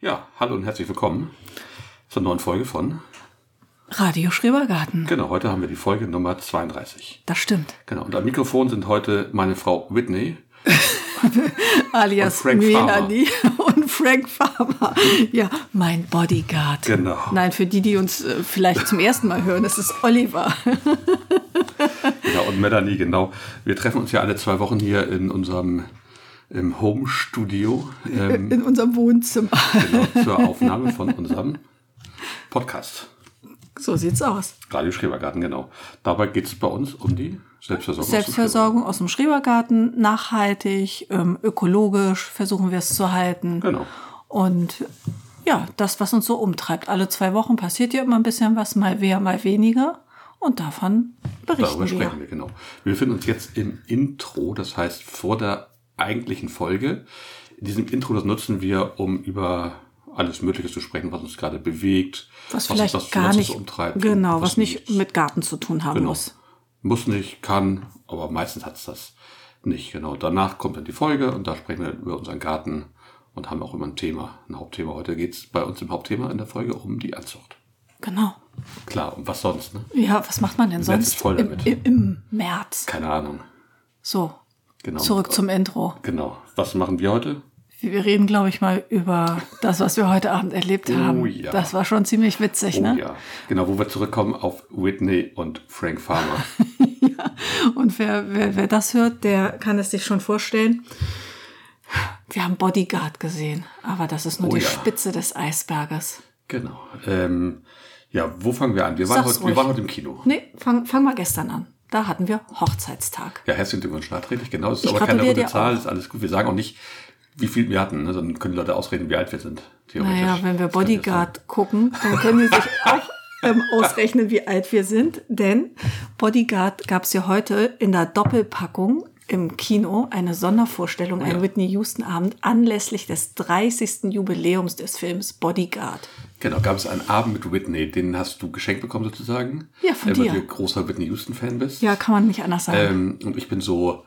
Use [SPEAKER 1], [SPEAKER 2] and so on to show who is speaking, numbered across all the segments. [SPEAKER 1] Ja, hallo und herzlich willkommen zur neuen Folge von.
[SPEAKER 2] Radio Schrebergarten.
[SPEAKER 1] Genau, heute haben wir die Folge Nummer 32.
[SPEAKER 2] Das stimmt.
[SPEAKER 1] Genau, und am Mikrofon sind heute meine Frau Whitney.
[SPEAKER 2] Alias
[SPEAKER 1] Und Frank
[SPEAKER 2] Melanie und Frank Farmer. Ja, mein Bodyguard.
[SPEAKER 1] Genau.
[SPEAKER 2] Nein, für die, die uns äh, vielleicht zum ersten Mal hören, das ist Oliver.
[SPEAKER 1] Ja, und Melanie, genau. Wir treffen uns ja alle zwei Wochen hier in unserem im Home-Studio ähm,
[SPEAKER 2] In unserem Wohnzimmer.
[SPEAKER 1] genau, zur Aufnahme von unserem Podcast.
[SPEAKER 2] So sieht's aus.
[SPEAKER 1] Radio Schrebergarten, genau. Dabei geht es bei uns um die Selbstversorgung.
[SPEAKER 2] Selbstversorgung aus dem Schrebergarten, nachhaltig, ähm, ökologisch versuchen wir es zu halten.
[SPEAKER 1] Genau.
[SPEAKER 2] Und ja, das, was uns so umtreibt. Alle zwei Wochen passiert ja immer ein bisschen was, mal mehr, mal weniger. Und davon berichten
[SPEAKER 1] Darüber
[SPEAKER 2] wir.
[SPEAKER 1] sprechen wir, genau. Wir befinden uns jetzt im Intro, das heißt vor der eigentlichen Folge. In diesem Intro, das nutzen wir, um über alles Mögliche zu sprechen, was uns gerade bewegt,
[SPEAKER 2] Was, vielleicht gar
[SPEAKER 1] uns
[SPEAKER 2] nicht,
[SPEAKER 1] umtreibt.
[SPEAKER 2] genau,
[SPEAKER 1] und
[SPEAKER 2] was, nicht mit Garten zu tun haben
[SPEAKER 1] genau.
[SPEAKER 2] muss.
[SPEAKER 1] Muss nicht, kann, aber meistens hat's das nicht. Genau. Danach kommt dann die Folge und da sprechen wir über unseren Garten und haben auch immer ein Thema, ein Hauptthema. Heute geht's bei uns im Hauptthema in der Folge um die Anzucht.
[SPEAKER 2] Genau.
[SPEAKER 1] Klar, und was sonst, ne?
[SPEAKER 2] Ja, was macht man denn
[SPEAKER 1] März
[SPEAKER 2] sonst
[SPEAKER 1] ist voll damit.
[SPEAKER 2] Im, im, im März?
[SPEAKER 1] Keine Ahnung.
[SPEAKER 2] So,
[SPEAKER 1] Genau.
[SPEAKER 2] zurück zum Intro.
[SPEAKER 1] Genau. Was machen wir heute?
[SPEAKER 2] Wir reden, glaube ich, mal über das, was wir heute Abend erlebt haben.
[SPEAKER 1] Oh ja.
[SPEAKER 2] Das war schon ziemlich witzig,
[SPEAKER 1] Oh
[SPEAKER 2] ne?
[SPEAKER 1] ja, genau, wo wir zurückkommen auf Whitney und Frank Farmer.
[SPEAKER 2] Und wer, wer, wer das hört, der kann es sich schon vorstellen. Wir haben Bodyguard gesehen, aber das ist nur
[SPEAKER 1] Oh
[SPEAKER 2] die
[SPEAKER 1] ja.
[SPEAKER 2] Spitze des Eisberges.
[SPEAKER 1] genau. Ähm, ja, wo fangen wir an? Wir waren,
[SPEAKER 2] Sag's
[SPEAKER 1] heute, wir
[SPEAKER 2] ruhig.
[SPEAKER 1] waren heute im Kino.
[SPEAKER 2] Nee, fang, fang mal gestern an. Da hatten wir Hochzeitstag.
[SPEAKER 1] Ja, herzlichen Glückwunsch nachträglich, genau. Es ist
[SPEAKER 2] Ich
[SPEAKER 1] aber keine
[SPEAKER 2] gratuliere
[SPEAKER 1] runde
[SPEAKER 2] dir
[SPEAKER 1] Zahl,
[SPEAKER 2] auch.
[SPEAKER 1] ist alles gut. Wir sagen auch nicht, wie viel wir hatten, ne? sondern können die Leute ausreden, wie alt wir sind. Theoretisch.
[SPEAKER 2] Naja, wenn wir
[SPEAKER 1] Das könnte
[SPEAKER 2] Bodyguard gucken, dann können die sich auch ähm, ausrechnen, wie alt wir sind. Denn Bodyguard gab es ja heute in der Doppelpackung im Kino eine Sondervorstellung, ein
[SPEAKER 1] ja.
[SPEAKER 2] Whitney Houston-Abend anlässlich des 30. Jubiläums des Films Bodyguard.
[SPEAKER 1] sein. Genau, gab es einen Abend mit Whitney, den hast du geschenkt bekommen sozusagen.
[SPEAKER 2] Ja, von
[SPEAKER 1] äh, Weil
[SPEAKER 2] dir.
[SPEAKER 1] du großer Whitney Houston-Fan bist.
[SPEAKER 2] Ja, kann man nicht anders sagen.
[SPEAKER 1] Ähm, und ich bin so.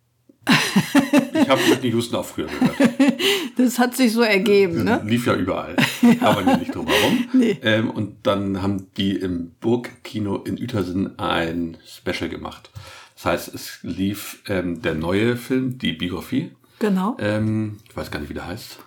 [SPEAKER 1] ich habe Whitney Houston auch früher gehört.
[SPEAKER 2] das hat sich so ergeben, ne?
[SPEAKER 1] Äh, Lief ja überall. Aber wir nicht drum herum. Ähm, und dann haben die im Burgkino in Uetersen ein Special gemacht. Das heißt, es lief ähm, der neue Film, die Biografie.
[SPEAKER 2] Genau.
[SPEAKER 1] Ähm, ich weiß gar nicht, wie der heißt.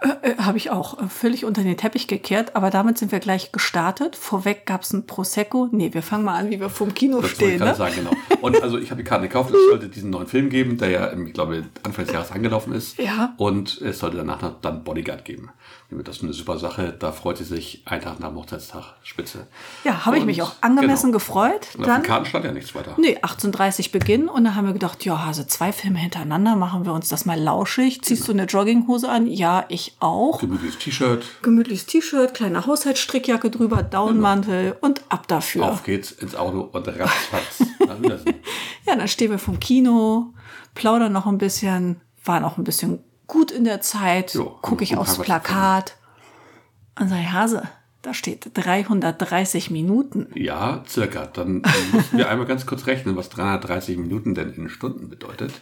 [SPEAKER 2] Äh, Habe ich auch äh, völlig unter den Teppich gekehrt, aber damit sind wir gleich gestartet. Vorweg gab es ein Prosecco. Nee, wir fangen mal an, wie wir vorm Kino
[SPEAKER 1] Das wollte ich
[SPEAKER 2] stehen.
[SPEAKER 1] gerade
[SPEAKER 2] Ne?
[SPEAKER 1] sagen, genau. Und also ich habe die Karten gekauft, es sollte diesen neuen Film geben, der ja, ähm, ich glaube, Anfang des Jahres angelaufen ist.
[SPEAKER 2] Ja.
[SPEAKER 1] Und es sollte danach noch dann Bodyguard geben. Das ist eine super Sache. Da freut sie sich einen Tag nach dem Hochzeitstag. Spitze.
[SPEAKER 2] Ja, habe ich
[SPEAKER 1] Und-
[SPEAKER 2] mich auch angemessen
[SPEAKER 1] genau.
[SPEAKER 2] gefreut.
[SPEAKER 1] Und auf
[SPEAKER 2] Dann
[SPEAKER 1] den Karten stand ja nichts weiter.
[SPEAKER 2] Nee, 18.30 Beginn und dann haben wir gedacht, ja, Hase, zwei Filme hintereinander, machen wir uns das mal lauschig. Ziehst du eine Jogginghose an? Ja, ich auch.
[SPEAKER 1] Gemütliches T-Shirt,
[SPEAKER 2] Gemütliches T-Shirt, kleine Haushaltsstrickjacke drüber, Downmantel und ab dafür.
[SPEAKER 1] Genau. auf geht's ins Auto und ratzfatz. nach Uetersen.
[SPEAKER 2] Ja, dann stehen wir vom Kino, plaudern noch ein bisschen, waren auch ein bisschen gut in der Zeit,
[SPEAKER 1] Jo, haben
[SPEAKER 2] gucke ich
[SPEAKER 1] also gut
[SPEAKER 2] aufs
[SPEAKER 1] Arbeit
[SPEAKER 2] Plakat und sage, Hase, da steht 330 Minuten.
[SPEAKER 1] ja, circa. Dann müssen wir einmal ganz kurz rechnen, was 330 Minuten denn in Stunden bedeutet.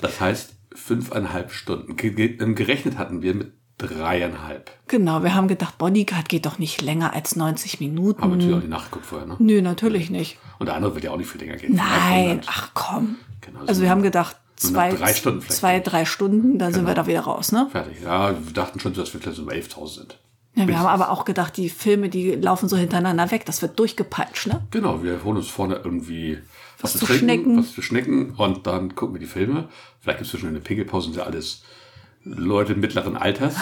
[SPEAKER 1] Das heißt, fünfeinhalb Stunden. Ge ge- ähm, gerechnet hatten wir mit dreieinhalb.
[SPEAKER 2] Genau, wir haben gedacht, Bodyguard geht doch nicht länger als 90 Minuten.
[SPEAKER 1] Haben natürlich auch die Nacht geguckt vorher, ne?
[SPEAKER 2] Nö, natürlich nicht.
[SPEAKER 1] Und der andere wird ja auch nicht viel länger gehen.
[SPEAKER 2] Nein,
[SPEAKER 1] 300.
[SPEAKER 2] ach komm.
[SPEAKER 1] Genau,
[SPEAKER 2] Also wir haben gedacht,
[SPEAKER 1] so nach
[SPEAKER 2] zwei,
[SPEAKER 1] drei Stunden vielleicht Genau.
[SPEAKER 2] zwei
[SPEAKER 1] nicht.
[SPEAKER 2] drei Stunden, dann sind wir da wieder raus, ne?
[SPEAKER 1] Fertig. Ja, wir dachten schon, dass wir vielleicht so bei 11.000 sind.
[SPEAKER 2] Ja, wir haben aber auch gedacht, die Filme, die laufen so hintereinander weg, das wird durchgepeitscht, ne?
[SPEAKER 1] Genau, wir holen uns vorne irgendwie was,
[SPEAKER 2] zu
[SPEAKER 1] zu trinken,
[SPEAKER 2] schnecken.
[SPEAKER 1] was zu schnecken und dann gucken wir die Filme. Vielleicht gibt es zwischen eine Pinkelpause und ja alles Leute mittleren Alters.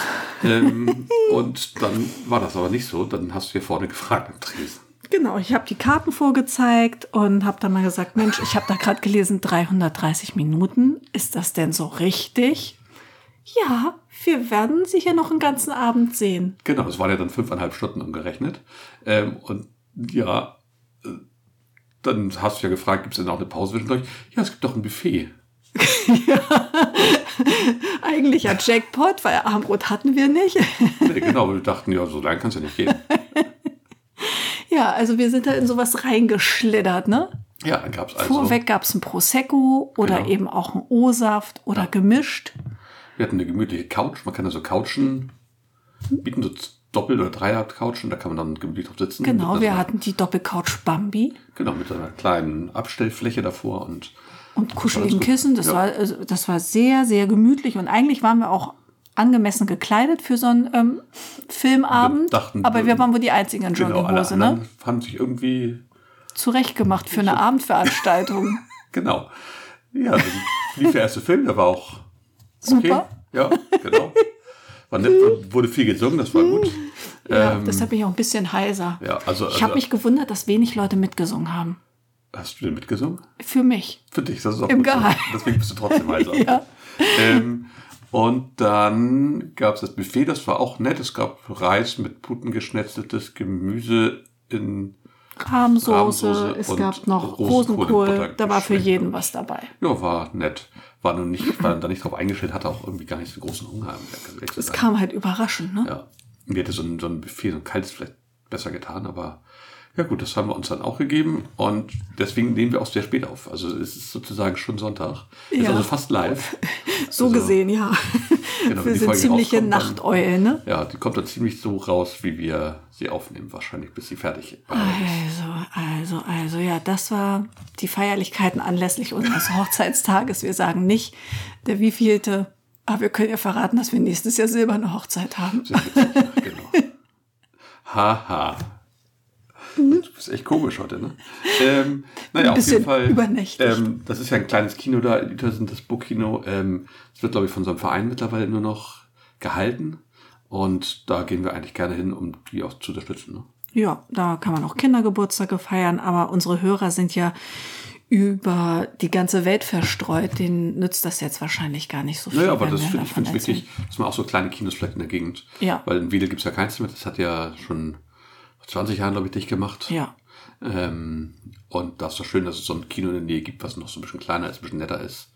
[SPEAKER 1] ähm, und dann war das aber nicht so. Dann hast du hier vorne gefragt am Tresen.
[SPEAKER 2] Genau, ich habe die Karten vorgezeigt und habe dann mal gesagt, Mensch, ich habe da gerade gelesen, 330 Minuten, ist das denn so richtig? Ja, wir werden sie hier noch einen ganzen Abend sehen.
[SPEAKER 1] Genau, es waren ja dann fünfeinhalb Stunden umgerechnet. Ähm, und ja, äh, dann hast du ja gefragt, gibt es denn auch eine Pause zwischendurch? Ja, es gibt doch ein Buffet.
[SPEAKER 2] Eigentlich ein Jackpot, weil Armbrot hatten wir nicht.
[SPEAKER 1] Nee, genau, wir dachten, ja, so lange kann es ja nicht gehen.
[SPEAKER 2] Ja, also wir sind da in sowas reingeschlittert, ne?
[SPEAKER 1] Ja, dann gab es also.
[SPEAKER 2] Vorweg gab es ein Prosecco oder
[SPEAKER 1] Genau.
[SPEAKER 2] eben auch ein O-Saft oder gemischt.
[SPEAKER 1] Wir hatten eine gemütliche Couch, man kann da so couchen. bieten so Doppel- oder Dreier-Couchen, da kann man dann gemütlich drauf sitzen.
[SPEAKER 2] Genau,
[SPEAKER 1] Mit
[SPEAKER 2] wir
[SPEAKER 1] einer-
[SPEAKER 2] hatten die Doppelcouch Bambi
[SPEAKER 1] Genau, mit einer kleinen Abstellfläche davor und
[SPEAKER 2] und kuscheligen
[SPEAKER 1] alles gut.
[SPEAKER 2] Kissen. Das,
[SPEAKER 1] Ja.
[SPEAKER 2] war, also, das war sehr, sehr gemütlich. Und eigentlich waren wir auch angemessen gekleidet für so einen ähm, Filmabend.
[SPEAKER 1] Wir dachten,
[SPEAKER 2] aber wir
[SPEAKER 1] wir-
[SPEAKER 2] waren wohl die einzigen in
[SPEAKER 1] genau, alle
[SPEAKER 2] Jogginghose,
[SPEAKER 1] anderen
[SPEAKER 2] ne?
[SPEAKER 1] haben sich irgendwie,
[SPEAKER 2] Zurechtgemacht für eine Abendveranstaltung.
[SPEAKER 1] genau. Ja, dann lief der erste Film, der war auch okay.
[SPEAKER 2] Super.
[SPEAKER 1] Ja, genau. War nett, wurde viel gesungen, das war gut.
[SPEAKER 2] ja,
[SPEAKER 1] Ähm,
[SPEAKER 2] deshalb bin ich auch ein bisschen heiser.
[SPEAKER 1] ja, also-
[SPEAKER 2] ich habe
[SPEAKER 1] also-
[SPEAKER 2] mich gewundert, dass wenig Leute mitgesungen haben.
[SPEAKER 1] Hast du denn mitgesungen?
[SPEAKER 2] Für mich.
[SPEAKER 1] Für dich, das ist auch
[SPEAKER 2] Im
[SPEAKER 1] gut so.
[SPEAKER 2] Geheim.
[SPEAKER 1] Deswegen bist du trotzdem heiser. ähm, und dann gab es das Buffet, das war auch nett. Es gab Reis mit Puten geschnetzeltes Gemüse in,
[SPEAKER 2] Rahmsoße,
[SPEAKER 1] Rahmsoße
[SPEAKER 2] es
[SPEAKER 1] und
[SPEAKER 2] gab noch
[SPEAKER 1] Rosenkohl in
[SPEAKER 2] Rosenkohl,
[SPEAKER 1] Butter
[SPEAKER 2] da war für
[SPEAKER 1] geschwenkt.
[SPEAKER 2] jeden was dabei.
[SPEAKER 1] ja, war nett. War nun nicht, war da nicht drauf eingestellt, hatte auch irgendwie gar nicht so großen Hunger. um ehrlich zu
[SPEAKER 2] Es
[SPEAKER 1] sein.
[SPEAKER 2] kam halt überraschend, ne?
[SPEAKER 1] Ja. Mir hätte so ein, so ein Buffet, so ein kaltes vielleicht besser getan, aber ja gut, das haben wir uns dann auch gegeben und deswegen nehmen wir auch sehr spät auf. Also es ist sozusagen schon Sonntag. Ist
[SPEAKER 2] Ja.
[SPEAKER 1] also fast live.
[SPEAKER 2] So
[SPEAKER 1] Also,
[SPEAKER 2] gesehen, ja.
[SPEAKER 1] Genau, wenn
[SPEAKER 2] wir
[SPEAKER 1] die
[SPEAKER 2] sind
[SPEAKER 1] Folge
[SPEAKER 2] ziemliche
[SPEAKER 1] rauskommt, dann-
[SPEAKER 2] Nachteulen, ne?
[SPEAKER 1] Ja, die kommt dann ziemlich so raus, wie wir sie aufnehmen, wahrscheinlich, bis sie fertig
[SPEAKER 2] Also, also, also, ja, das war die Feierlichkeiten anlässlich unseres Hochzeitstages. Wir sagen nicht, der wievielte, aber wir können ja verraten, dass wir nächstes Jahr silberne Hochzeit haben.
[SPEAKER 1] ist. genau. Haha. Du bist echt komisch heute, ne? Ähm, naja,
[SPEAKER 2] Mhm. Ein
[SPEAKER 1] auf jeden
[SPEAKER 2] bisschen
[SPEAKER 1] Fall.
[SPEAKER 2] übernächtig.
[SPEAKER 1] Ähm, das ist ja ein kleines Kino da, in Uetersen, das Burgkino. Ähm, Es wird, glaube ich, von so einem Verein mittlerweile nur noch gehalten. Und da gehen wir eigentlich gerne hin, um die auch zu unterstützen. Ne?
[SPEAKER 2] Ja, da kann man auch Kindergeburtstage feiern, aber unsere Hörer sind ja über die ganze Welt verstreut. Denen nützt das jetzt wahrscheinlich gar nicht so viel.
[SPEAKER 1] Naja, aber
[SPEAKER 2] wenn
[SPEAKER 1] das
[SPEAKER 2] wir
[SPEAKER 1] finde ich
[SPEAKER 2] ne? davon
[SPEAKER 1] find's
[SPEAKER 2] erzählen.
[SPEAKER 1] wichtig, dass man auch so kleine Kinos vielleicht in der Gegend.
[SPEAKER 2] Ja.
[SPEAKER 1] Weil in Wedel gibt es ja keins mehr. Das hat ja schon vor 20 Jahren, glaube ich, dich gemacht.
[SPEAKER 2] Ja.
[SPEAKER 1] Ähm, und das ist doch schön, dass es so ein Kino in der Nähe gibt, was noch so ein bisschen kleiner ist, ein bisschen netter ist.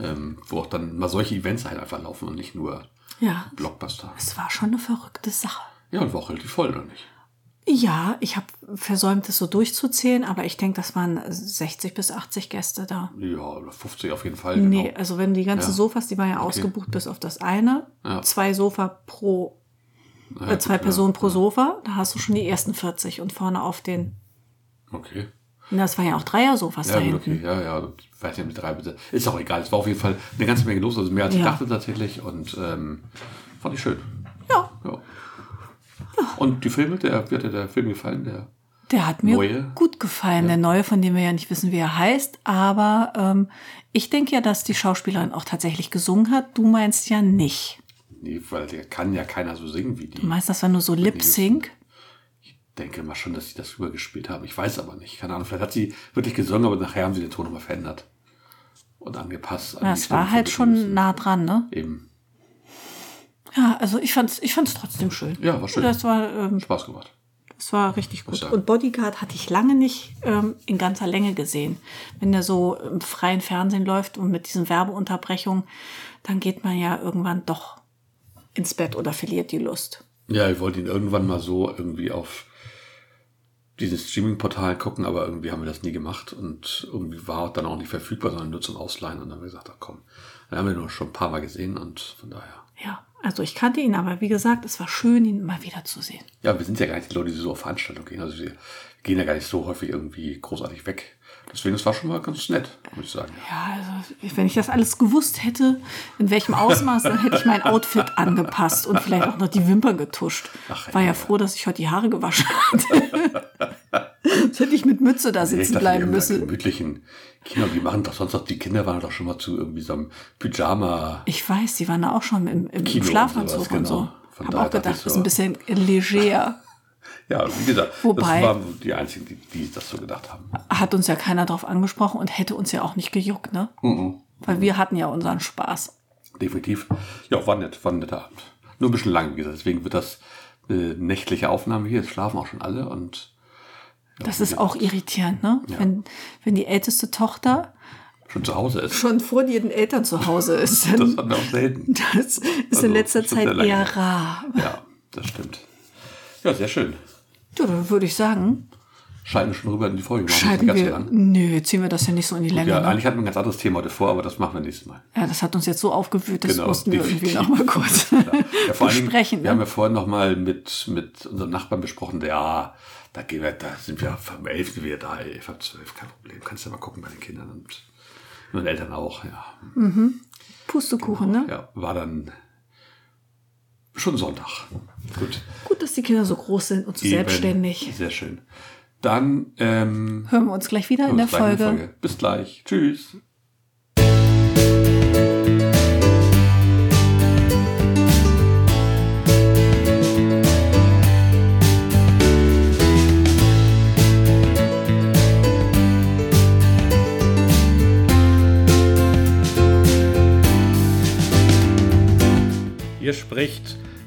[SPEAKER 1] Ähm, wo auch dann mal solche Events halt einfach laufen und nicht nur
[SPEAKER 2] Ja,
[SPEAKER 1] Blockbuster.
[SPEAKER 2] es war schon eine verrückte Sache.
[SPEAKER 1] Ja, und war auch relativ voll, oder nicht?
[SPEAKER 2] Ja, ich habe versäumt, das so durchzuzählen, aber ich denke, das waren 60 bis 80 Gäste da.
[SPEAKER 1] Ja, oder 50 auf jeden Fall. Genau.
[SPEAKER 2] Nee, also wenn die ganzen
[SPEAKER 1] Ja.
[SPEAKER 2] Sofas, die waren ja
[SPEAKER 1] Okay.
[SPEAKER 2] ausgebucht bis auf das eine,
[SPEAKER 1] Ja.
[SPEAKER 2] zwei Sofa pro,
[SPEAKER 1] Ja,
[SPEAKER 2] äh,
[SPEAKER 1] gut,
[SPEAKER 2] zwei
[SPEAKER 1] ja.
[SPEAKER 2] Personen pro Sofa, da hast du schon die ersten 40 und vorne auf den,
[SPEAKER 1] Okay.
[SPEAKER 2] na, das waren ja auch Dreier-Sofas
[SPEAKER 1] Ja,
[SPEAKER 2] da
[SPEAKER 1] gut,
[SPEAKER 2] hinten.
[SPEAKER 1] okay. Ja, ja. gut. Ich weiß nicht, mit drei bitte. Ist auch egal. Es war auf jeden Fall eine ganze Menge los, also mehr als ich
[SPEAKER 2] Ja.
[SPEAKER 1] dachte tatsächlich. Und ähm, fand ich schön.
[SPEAKER 2] Ja,
[SPEAKER 1] Ja. Und die Filme, der, wie hat dir der Film gefallen? Der,
[SPEAKER 2] Der hat mir
[SPEAKER 1] Neue?
[SPEAKER 2] gut gefallen, der neue, von dem wir ja nicht wissen, wie er heißt. Aber ähm, ich denke ja, dass die Schauspielerin auch tatsächlich gesungen hat. Du meinst ja nicht.
[SPEAKER 1] nee, weil der kann ja keiner so singen wie die.
[SPEAKER 2] Du meinst, das war nur so Lip-Sync?
[SPEAKER 1] denke mal schon, dass sie das rübergespielt haben. Ich weiß aber nicht. Keine Ahnung. Vielleicht hat sie wirklich gesungen, aber nachher haben sie den Ton nochmal verändert. Und angepasst. an
[SPEAKER 2] Ja,
[SPEAKER 1] die
[SPEAKER 2] es war
[SPEAKER 1] Stimmen
[SPEAKER 2] halt
[SPEAKER 1] von
[SPEAKER 2] schon
[SPEAKER 1] Beatles.
[SPEAKER 2] nah dran, ne?
[SPEAKER 1] Eben.
[SPEAKER 2] Ja, also ich fand's, ich fand's trotzdem schön.
[SPEAKER 1] Ja, war schön.
[SPEAKER 2] Das war, ähm,
[SPEAKER 1] Spaß gemacht.
[SPEAKER 2] das war richtig gut.
[SPEAKER 1] Ja.
[SPEAKER 2] Und Bodyguard hatte ich lange nicht ähm, in ganzer Länge gesehen. Wenn der so im freien Fernsehen läuft und mit diesen Werbeunterbrechungen, dann geht man ja irgendwann doch ins Bett oder verliert die Lust.
[SPEAKER 1] Ja, ich wollte ihn irgendwann mal so irgendwie auf diesen Streaming-Portal gucken, aber irgendwie haben wir das nie gemacht und irgendwie war er dann auch nicht verfügbar, sondern nur zum Ausleihen. Und dann haben wir gesagt, ach komm, dann haben wir ihn nur schon ein paar Mal gesehen und von daher.
[SPEAKER 2] Ja, also ich kannte ihn, aber wie gesagt, es war schön, ihn mal wieder zu sehen.
[SPEAKER 1] Ja, wir sind ja gar nicht die Leute, die so auf Veranstaltungen gehen. Also wir gehen ja gar nicht so häufig irgendwie großartig weg. Deswegen, es war schon mal ganz nett, muss ich sagen.
[SPEAKER 2] Ja, also wenn ich das alles gewusst hätte, in welchem Ausmaß, dann hätte ich mein Outfit angepasst und vielleicht auch noch die Wimpern getuscht.
[SPEAKER 1] Ach,
[SPEAKER 2] war ja,
[SPEAKER 1] ja.
[SPEAKER 2] froh, dass ich heute die Haare gewaschen hatte. Sonst hätte ich mit Mütze da
[SPEAKER 1] Ich
[SPEAKER 2] sitzen
[SPEAKER 1] dachte,
[SPEAKER 2] bleiben
[SPEAKER 1] in irgendeiner
[SPEAKER 2] müssen.
[SPEAKER 1] gemütlichen Kino, die machen doch sonst noch, die Kinder waren doch schon mal zu irgendwie so einem Pyjama.
[SPEAKER 2] Ich weiß, die waren da auch schon im, im
[SPEAKER 1] Kino und
[SPEAKER 2] Schlafanzug und,
[SPEAKER 1] sowas,
[SPEAKER 2] so.
[SPEAKER 1] genau. Von
[SPEAKER 2] Hab
[SPEAKER 1] daher
[SPEAKER 2] auch gedacht,
[SPEAKER 1] dachte ich
[SPEAKER 2] ist
[SPEAKER 1] so-
[SPEAKER 2] ein bisschen leger.
[SPEAKER 1] Ja, wie gesagt,
[SPEAKER 2] Wobei-
[SPEAKER 1] das waren die einzigen, die, die das so gedacht haben.
[SPEAKER 2] Hat uns ja keiner drauf angesprochen und hätte uns ja auch nicht gejuckt, ne?
[SPEAKER 1] Mhm.
[SPEAKER 2] Weil wir hatten ja unseren Spaß.
[SPEAKER 1] Definitiv. Ja, war nett, war ein netter Abend. Nur ein bisschen lang, wie gesagt. Deswegen wird das äh, nächtliche Aufnahme hier. Jetzt schlafen auch schon alle und
[SPEAKER 2] Das ist auch irritierend, ne? Wenn, wenn die älteste Tochter
[SPEAKER 1] schon zu Hause ist.
[SPEAKER 2] schon vor ihren Eltern zu Hause ist, dann
[SPEAKER 1] Das hatten wir auch selten.
[SPEAKER 2] das ist
[SPEAKER 1] Also,
[SPEAKER 2] in letzter
[SPEAKER 1] das ist sehr
[SPEAKER 2] Zeit
[SPEAKER 1] lange.
[SPEAKER 2] eher rar.
[SPEAKER 1] Ja, das stimmt. Ja, sehr schön.
[SPEAKER 2] Ja, dann würde ich sagen,
[SPEAKER 1] Schalten wir schon rüber in die Folge. Machen
[SPEAKER 2] Schalten
[SPEAKER 1] wir das nicht
[SPEAKER 2] wir.
[SPEAKER 1] ganz so lang.
[SPEAKER 2] Nö, ziehen wir das ja nicht so in die Länge.
[SPEAKER 1] Ja,
[SPEAKER 2] ne?
[SPEAKER 1] eigentlich hatten wir ein ganz anderes Thema heute vor, aber das machen wir nächstes Mal.
[SPEAKER 2] ja, das hat uns jetzt so aufgewühlt, das
[SPEAKER 1] Genau,
[SPEAKER 2] mussten wir irgendwie
[SPEAKER 1] definitiv.
[SPEAKER 2] nochmal kurz
[SPEAKER 1] Ja, vor allen Dingen,
[SPEAKER 2] besprechen.
[SPEAKER 1] wir haben
[SPEAKER 2] Ne?
[SPEAKER 1] ja vorhin nochmal mit, mit unserem Nachbarn besprochen, der, ja, da gehen wir, da sind wir am 11. wieder da, 11, ab 12, kein Problem. Kannst ja mal gucken bei den Kindern und meinen Eltern auch, ja.
[SPEAKER 2] Pustekuchen, ne?
[SPEAKER 1] Ja, war dann schon Sonntag. Gut.
[SPEAKER 2] Gut, dass die Kinder so groß sind und so
[SPEAKER 1] Eben.
[SPEAKER 2] selbstständig.
[SPEAKER 1] Sehr schön. Dann, ähm,
[SPEAKER 2] Hören wir uns gleich wieder in der
[SPEAKER 1] bis gleich in der
[SPEAKER 2] Folge.
[SPEAKER 1] Bis gleich. Tschüss.
[SPEAKER 3] Hier spricht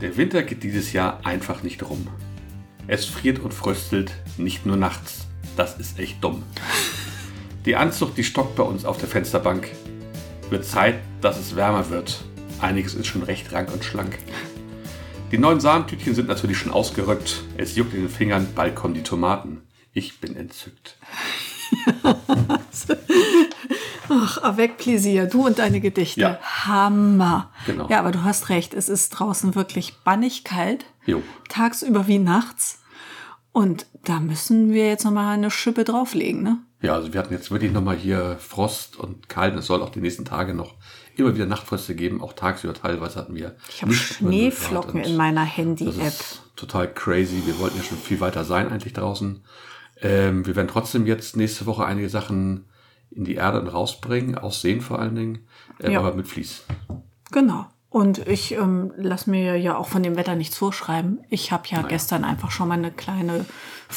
[SPEAKER 1] Der Winter geht dieses Jahr einfach nicht rum. Es friert und fröstelt, nicht nur nachts. Das ist echt dumm. Die Anzucht, die stockt bei uns auf der Fensterbank. Wird Zeit, dass es wärmer wird. Einiges ist schon recht rank und schlank. Die neuen Samentütchen sind natürlich schon ausgerückt. Es juckt in den Fingern, bald kommen die Tomaten. Ich bin entzückt.
[SPEAKER 2] Ach, avec plaisir, Ah, du und deine Gedichte.
[SPEAKER 1] Ja.
[SPEAKER 2] Hammer.
[SPEAKER 1] Genau.
[SPEAKER 2] Ja, aber du hast recht, es ist draußen wirklich bannig kalt,
[SPEAKER 1] Jo.
[SPEAKER 2] tagsüber wie nachts. Und da müssen wir jetzt nochmal eine Schippe drauflegen, ne?
[SPEAKER 1] Ja, also wir hatten jetzt wirklich nochmal hier Frost und kalt. Es soll auch die nächsten Tage noch immer wieder Nachtfröste geben. Auch tagsüber teilweise hatten wir.
[SPEAKER 2] Ich habe Schneeflocken in meiner
[SPEAKER 1] Das
[SPEAKER 2] Handy-App.
[SPEAKER 1] ist total crazy. Wir wollten ja schon viel weiter sein eigentlich draußen. Ähm, wir werden trotzdem jetzt nächste Woche einige Sachen in die Erde und rausbringen, aus Seen vor allen Dingen, ähm,
[SPEAKER 2] Ja.
[SPEAKER 1] aber mit Vlies.
[SPEAKER 2] Genau. Und ich ähm, lasse mir ja auch von dem Wetter nichts vorschreiben. Ich habe ja gestern einfach schon mal eine kleine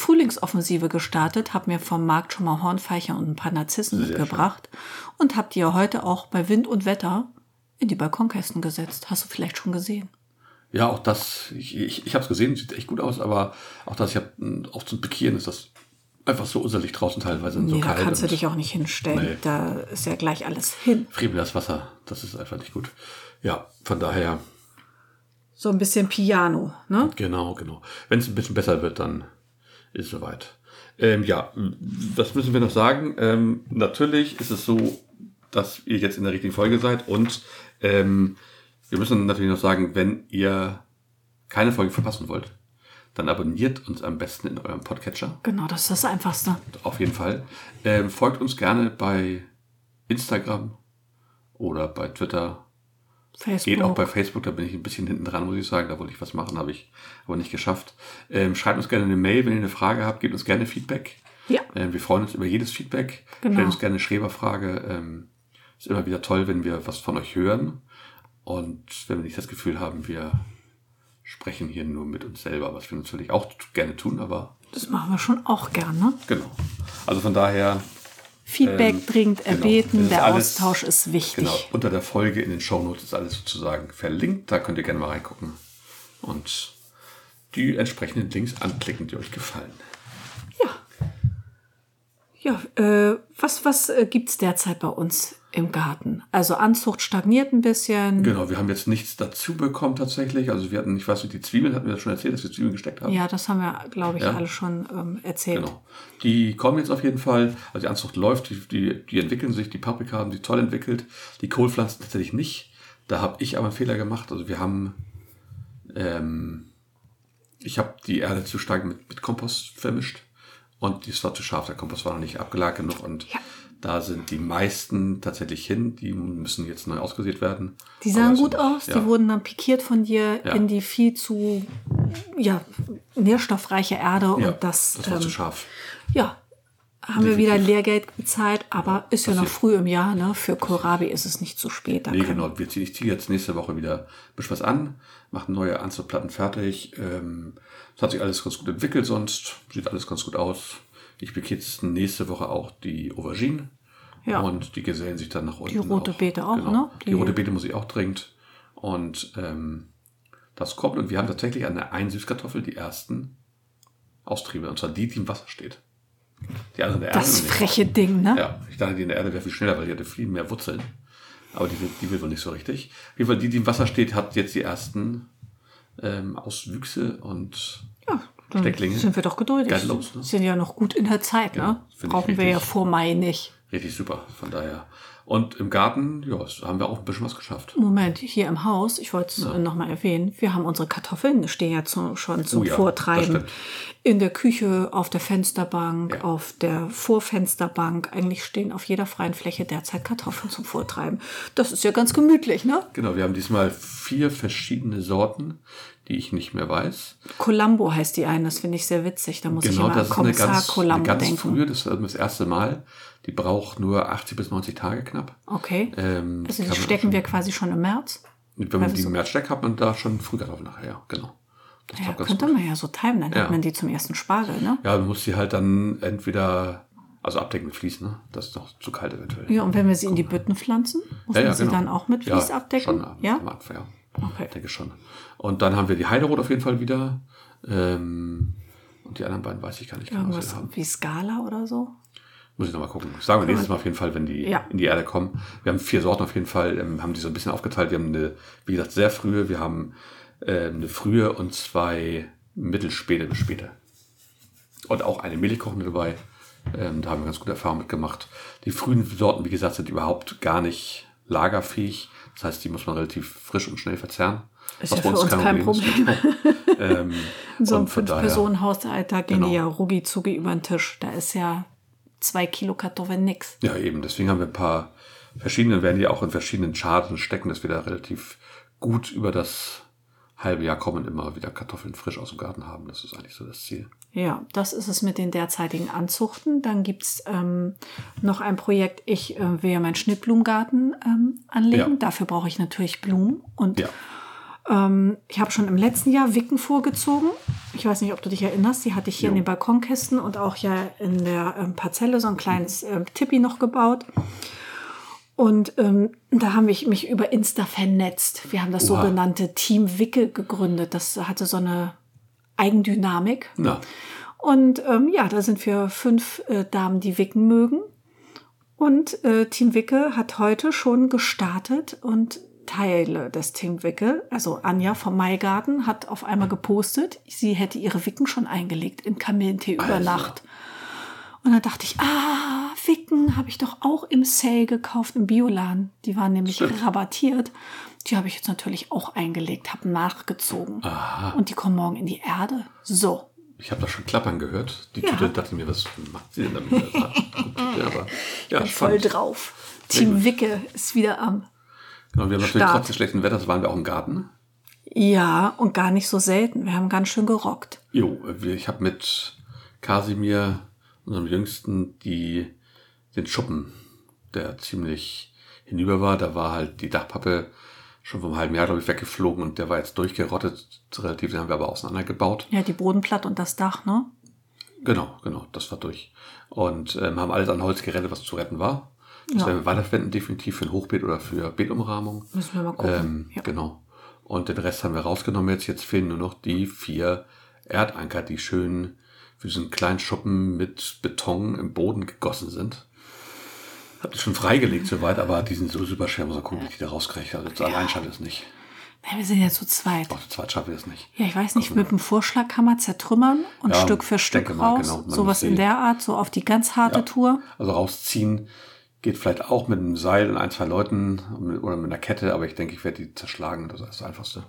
[SPEAKER 2] Frühlingsoffensive gestartet, habe mir vom Markt schon mal Hornfeicher und ein paar Narzissen
[SPEAKER 1] Sehr
[SPEAKER 2] mitgebracht und habe die ja heute auch bei Wind und Wetter in die Balkonkästen gesetzt. Hast du vielleicht schon gesehen?
[SPEAKER 1] Ja, auch das, ich, ich, ich habe es gesehen, sieht echt gut aus, aber auch das, ich habe auch zum Pikieren ist das einfach so unserlich draußen teilweise und so
[SPEAKER 2] nee, da
[SPEAKER 1] kalt.
[SPEAKER 2] kannst du
[SPEAKER 1] und-
[SPEAKER 2] dich auch nicht hinstellen.
[SPEAKER 1] Nee.
[SPEAKER 2] Da ist ja gleich alles hin.
[SPEAKER 1] frieren wir das Wasser. Das ist einfach nicht gut. Ja, von daher,
[SPEAKER 2] So ein bisschen Piano, ne?
[SPEAKER 1] genau, genau. Wenn es ein bisschen besser wird, dann ist es soweit. Ähm, ja, was müssen wir noch sagen? Ähm, natürlich ist es so, dass ihr jetzt in der richtigen Folge seid und ähm, wir müssen natürlich noch sagen, wenn ihr keine Folge verpassen wollt, dann abonniert uns am besten in eurem Podcatcher.
[SPEAKER 2] Genau, das ist das Einfachste.
[SPEAKER 1] auf jeden Fall. Ähm, folgt uns gerne bei Instagram oder bei Twitter
[SPEAKER 2] Facebook.
[SPEAKER 1] Geht auch bei Facebook, da bin ich ein bisschen hinten dran, muss ich sagen. Da wollte ich was machen, habe ich aber nicht geschafft. Ähm, schreibt uns gerne eine Mail, wenn ihr eine Frage habt, gebt uns gerne Feedback.
[SPEAKER 2] ja.
[SPEAKER 1] Ähm, wir freuen uns über jedes Feedback.
[SPEAKER 2] Genau.
[SPEAKER 1] Stellt uns gerne eine Schreberfrage. Ähm, ist immer wieder toll, wenn wir was von euch hören. Und wenn wir nicht das Gefühl haben, wir sprechen hier nur mit uns selber, was wir natürlich auch t- gerne tun, aber
[SPEAKER 2] Das machen wir schon auch gern, ne?
[SPEAKER 1] genau. Also von daher,
[SPEAKER 2] Feedback
[SPEAKER 1] Ähm,
[SPEAKER 2] dringend
[SPEAKER 1] genau.
[SPEAKER 2] erbeten,
[SPEAKER 1] Das ist
[SPEAKER 2] der
[SPEAKER 1] alles-
[SPEAKER 2] Austausch ist wichtig.
[SPEAKER 1] genau, unter der Folge in den Shownotes ist alles sozusagen verlinkt. Da könnt ihr gerne mal reingucken und die entsprechenden Links anklicken, die euch gefallen.
[SPEAKER 2] Ja, äh, was, was äh, gibt's derzeit bei uns im Garten? Also Anzucht stagniert ein bisschen.
[SPEAKER 1] Genau, wir haben jetzt nichts dazu bekommen tatsächlich. Also wir hatten, ich weiß nicht, die Zwiebeln, hatten wir das schon erzählt, dass wir Zwiebeln gesteckt haben?
[SPEAKER 2] Ja, das haben wir, glaube ich,
[SPEAKER 1] Ja.
[SPEAKER 2] alle schon ähm, erzählt.
[SPEAKER 1] Genau. Die kommen jetzt auf jeden Fall. Also die Anzucht läuft, die, die, die entwickeln sich, die Paprika haben sich toll entwickelt. Die Kohlpflanzen tatsächlich nicht. Da habe ich aber einen Fehler gemacht. Also wir haben, ähm, ich habe die Erde zu stark mit, mit Kompost vermischt. Und die war zu scharf, der Kompost war noch nicht abgelagert genug. Und
[SPEAKER 2] Ja.
[SPEAKER 1] da sind die meisten tatsächlich hin. Die müssen jetzt neu ausgesät werden.
[SPEAKER 2] Die sahen
[SPEAKER 1] Aber es
[SPEAKER 2] gut
[SPEAKER 1] sind-
[SPEAKER 2] aus,
[SPEAKER 1] ja.
[SPEAKER 2] die wurden dann pikiert von dir
[SPEAKER 1] Ja.
[SPEAKER 2] in die viel zu ja, nährstoffreiche Erde
[SPEAKER 1] ja,
[SPEAKER 2] und das,
[SPEAKER 1] das war zu
[SPEAKER 2] ähm,
[SPEAKER 1] scharf.
[SPEAKER 2] ja, haben wir wieder Lehrgeld bezahlt, aber ist ja noch früh im Jahr, ne? Für Kohlrabi ist es nicht zu spät. Da
[SPEAKER 1] Nee,
[SPEAKER 2] können-
[SPEAKER 1] genau. Wir ziehen, ich ziehe jetzt nächste Woche wieder ein bisschen was an, mache neue Anzugplatten fertig. Ähm, Es hat sich alles ganz gut entwickelt sonst. Sieht alles ganz gut aus. Ich bekitze nächste Woche auch die Auberginen.
[SPEAKER 2] Ja.
[SPEAKER 1] Und die gesellen sich dann nach unten. Genau.
[SPEAKER 2] rote Beete auch, ne?
[SPEAKER 1] Die,
[SPEAKER 2] Die-
[SPEAKER 1] rote Beete muss ich auch dringend. Und ähm, das kommt. Und wir haben tatsächlich an der einen Süßkartoffel die ersten Austriebe. Und zwar die, die im Wasser steht. Die anderen der
[SPEAKER 2] Das
[SPEAKER 1] Erde noch nicht.
[SPEAKER 2] freche Ding, ne?
[SPEAKER 1] Ja, ich dachte, die in der Erde wäre viel schneller, weil die hatte viel mehr Wurzeln. Aber die, will- die will wohl nicht so richtig. Auf jeden Fall, die, die im Wasser steht, hat jetzt die ersten ähm, Auswüchse und
[SPEAKER 2] Ja, dann
[SPEAKER 1] Stecklinge.
[SPEAKER 2] Mhm. sind wir doch geduldig.
[SPEAKER 1] Geil los, ne?
[SPEAKER 2] Sind ja noch gut in der Zeit,
[SPEAKER 1] Genau,
[SPEAKER 2] ne?
[SPEAKER 1] find ich
[SPEAKER 2] Brauchen wir
[SPEAKER 1] richtig.
[SPEAKER 2] ja vor Mai nicht.
[SPEAKER 1] richtig super. Von daher. Und im Garten, ja, das haben wir auch ein bisschen was geschafft.
[SPEAKER 2] Moment, hier im Haus, ich wollte es noch nochmal erwähnen, wir haben unsere Kartoffeln, die stehen ja zu, schon zum
[SPEAKER 1] Oh ja, das
[SPEAKER 2] Vortreiben.
[SPEAKER 1] stimmt.
[SPEAKER 2] In der Küche, auf der Fensterbank,
[SPEAKER 1] Ja.
[SPEAKER 2] auf der Vorfensterbank. Eigentlich stehen auf jeder freien Fläche derzeit Kartoffeln zum Vortreiben. Das ist ja ganz gemütlich, ne?
[SPEAKER 1] Genau, wir haben diesmal vier verschiedene Sorten, die ich nicht mehr weiß.
[SPEAKER 2] Columbo heißt die eine, das finde ich sehr witzig. Da muss ich
[SPEAKER 1] genau,
[SPEAKER 2] immer an
[SPEAKER 1] das ist eine
[SPEAKER 2] Kommissar
[SPEAKER 1] ganz, eine
[SPEAKER 2] Columbo
[SPEAKER 1] ganz
[SPEAKER 2] denken.
[SPEAKER 1] frühe, das war das erste Mal. Die braucht nur 80 bis 90 Tage knapp.
[SPEAKER 2] Okay.
[SPEAKER 1] Ähm,
[SPEAKER 2] also
[SPEAKER 1] kann
[SPEAKER 2] die
[SPEAKER 1] man
[SPEAKER 2] stecken wir quasi schon im März.
[SPEAKER 1] Und wenn man
[SPEAKER 2] Also
[SPEAKER 1] die
[SPEAKER 2] so-
[SPEAKER 1] im März steckt, hat man da schon Frühkartoffeln nachher, ja, genau. Das
[SPEAKER 2] Ja,
[SPEAKER 1] klappt ganz
[SPEAKER 2] könnte
[SPEAKER 1] gut.
[SPEAKER 2] man ja so timen, dann
[SPEAKER 1] Ja.
[SPEAKER 2] hat man die zum ersten Spargel, ne?
[SPEAKER 1] Ja, man muss sie halt dann entweder, also abdecken mit Vlies, ne? Das ist noch zu kalt eventuell.
[SPEAKER 2] Ja, und wenn wir sie in die Bütten pflanzen, muss
[SPEAKER 1] Ja,
[SPEAKER 2] man
[SPEAKER 1] ja,
[SPEAKER 2] sie
[SPEAKER 1] genau.
[SPEAKER 2] dann auch mit Vlies
[SPEAKER 1] ja,
[SPEAKER 2] abdecken.
[SPEAKER 1] Schon, ja?
[SPEAKER 2] ja?
[SPEAKER 1] Am Anfang, ja.
[SPEAKER 2] Okay.
[SPEAKER 1] Ich denke schon. Und dann haben wir die Heiderot auf jeden Fall wieder. Ähm, und die anderen beiden weiß ich gar nicht genau, was
[SPEAKER 2] Irgendwas
[SPEAKER 1] wir haben.
[SPEAKER 2] wie Skala oder so.
[SPEAKER 1] Muss ich nochmal gucken. Sagen wir nächstes Mal auf jeden Fall, wenn die
[SPEAKER 2] Ja.
[SPEAKER 1] in die Erde kommen. Wir haben vier Sorten auf jeden Fall, ähm, haben die so ein bisschen aufgeteilt. Wir haben eine, wie gesagt, sehr frühe, wir haben ähm, eine frühe und zwei mittelspäte bis späte. Und auch eine Mehlkochende dabei. Ähm, da haben wir ganz gute Erfahrungen mitgemacht. Die frühen Sorten, wie gesagt, sind überhaupt gar nicht lagerfähig. Das heißt, die muss man relativ frisch und schnell verzehren.
[SPEAKER 2] Ist ja für uns kein
[SPEAKER 1] ist. ähm,
[SPEAKER 2] In so einem
[SPEAKER 1] und von daher,
[SPEAKER 2] Fünf-Personen-Haushalt, da gehen
[SPEAKER 1] Genau.
[SPEAKER 2] die ja rugi-zugi über den Tisch. Da ist ja zwei Kilo Kartoffeln nix.
[SPEAKER 1] Ja, eben. Deswegen haben wir ein paar verschiedene, werden die auch in verschiedenen Charten stecken, dass wir da relativ gut über das halbe Jahr kommen, immer wieder Kartoffeln frisch aus dem Garten haben. Das ist eigentlich so das Ziel.
[SPEAKER 2] Ja, das ist es mit den derzeitigen Anzuchten. Dann gibt's ähm, noch ein Projekt, ich äh, will ja meinen Schnittblumengarten ähm, anlegen.
[SPEAKER 1] Ja.
[SPEAKER 2] Dafür brauche ich natürlich Blumen. Und
[SPEAKER 1] Ja.
[SPEAKER 2] ähm, ich habe schon im letzten Jahr Wicken vorgezogen. Ich weiß nicht, ob du dich erinnerst. Die hatte ich hier
[SPEAKER 1] Jo.
[SPEAKER 2] in den Balkonkästen und auch ja in der ähm, Parzelle so ein kleines ähm, Tippi noch gebaut. Und ähm, da habe ich mich über Insta vernetzt. Wir haben das
[SPEAKER 1] Oha.
[SPEAKER 2] sogenannte Team Wicke gegründet. Das hatte so eine Eigendynamik.
[SPEAKER 1] Na,
[SPEAKER 2] Und ähm, ja, da sind wir fünf äh, Damen, die Wicken mögen. Und äh, Team Wicke hat heute schon gestartet und Teile des Team Wicke, also Anja vom Maigarten, hat auf einmal gepostet, sie hätte ihre Wicken schon eingelegt in Kamillentee über
[SPEAKER 1] Also.
[SPEAKER 2] Nacht. Und dann dachte ich, ah, Wicken habe ich doch auch im Sale gekauft, im Bioladen. Die waren nämlich
[SPEAKER 1] Stimmt.
[SPEAKER 2] rabattiert. Die habe ich jetzt natürlich auch eingelegt, habe nachgezogen. Und die kommen morgen in die Erde. So.
[SPEAKER 1] ich habe da schon klappern gehört. Die
[SPEAKER 2] Ja.
[SPEAKER 1] Tüte dachte mir, was macht sie denn damit? Ja, gut, ja, aber, ja,
[SPEAKER 2] voll
[SPEAKER 1] spannend.
[SPEAKER 2] drauf. Team Wicke ist wieder am.
[SPEAKER 1] Genau, wir haben natürlich
[SPEAKER 2] Start.
[SPEAKER 1] trotz des schlechten Wetters waren wir auch im Garten.
[SPEAKER 2] Ja, und gar nicht so selten. Wir haben ganz schön gerockt.
[SPEAKER 1] Jo, wir- ich habe mit Kasimir, unserem Jüngsten, die, den Schuppen, der ziemlich hinüber war. Da war halt die Dachpappe schon vom halben Jahr, glaube ich, weggeflogen und der war jetzt durchgerottet. Relativ, den haben wir aber auseinandergebaut.
[SPEAKER 2] Ja, die Bodenplatte und das Dach, ne?
[SPEAKER 1] Genau, genau, das war durch. Und ähm, haben alles an Holz gerettet, was zu retten war. Das
[SPEAKER 2] Ja.
[SPEAKER 1] werden wir weiterverwenden, definitiv für ein Hochbeet oder für Beetumrahmung.
[SPEAKER 2] Müssen wir mal gucken.
[SPEAKER 1] Ähm,
[SPEAKER 2] ja.
[SPEAKER 1] Genau. Und den Rest haben wir rausgenommen jetzt. Jetzt fehlen nur noch die vier Erdanker, die schön für diesen kleinen Schuppen mit Beton im Boden gegossen sind. Hab die schon freigelegt soweit, aber die sind so super schwer. Muss man gucken, wie ich die da rauskriege. Also allein schaffe ich es nicht.
[SPEAKER 2] Nee, wir sind ja zu zweit.
[SPEAKER 1] Auch zu zweit schaffe ich es nicht.
[SPEAKER 2] Ja, ich weiß nicht, mit dem Vorschlaghammer zertrümmern und
[SPEAKER 1] Ja,
[SPEAKER 2] Stück für
[SPEAKER 1] ich
[SPEAKER 2] Stück
[SPEAKER 1] denke mal,
[SPEAKER 2] raus.
[SPEAKER 1] genau. Man muss
[SPEAKER 2] Sowas
[SPEAKER 1] die-
[SPEAKER 2] in der Art, so auf die ganz harte
[SPEAKER 1] Ja.
[SPEAKER 2] Tour.
[SPEAKER 1] Also rausziehen geht vielleicht auch mit einem Seil und ein, zwei Leuten oder mit einer Kette, aber ich denke, ich werde die zerschlagen. Das ist das Einfachste.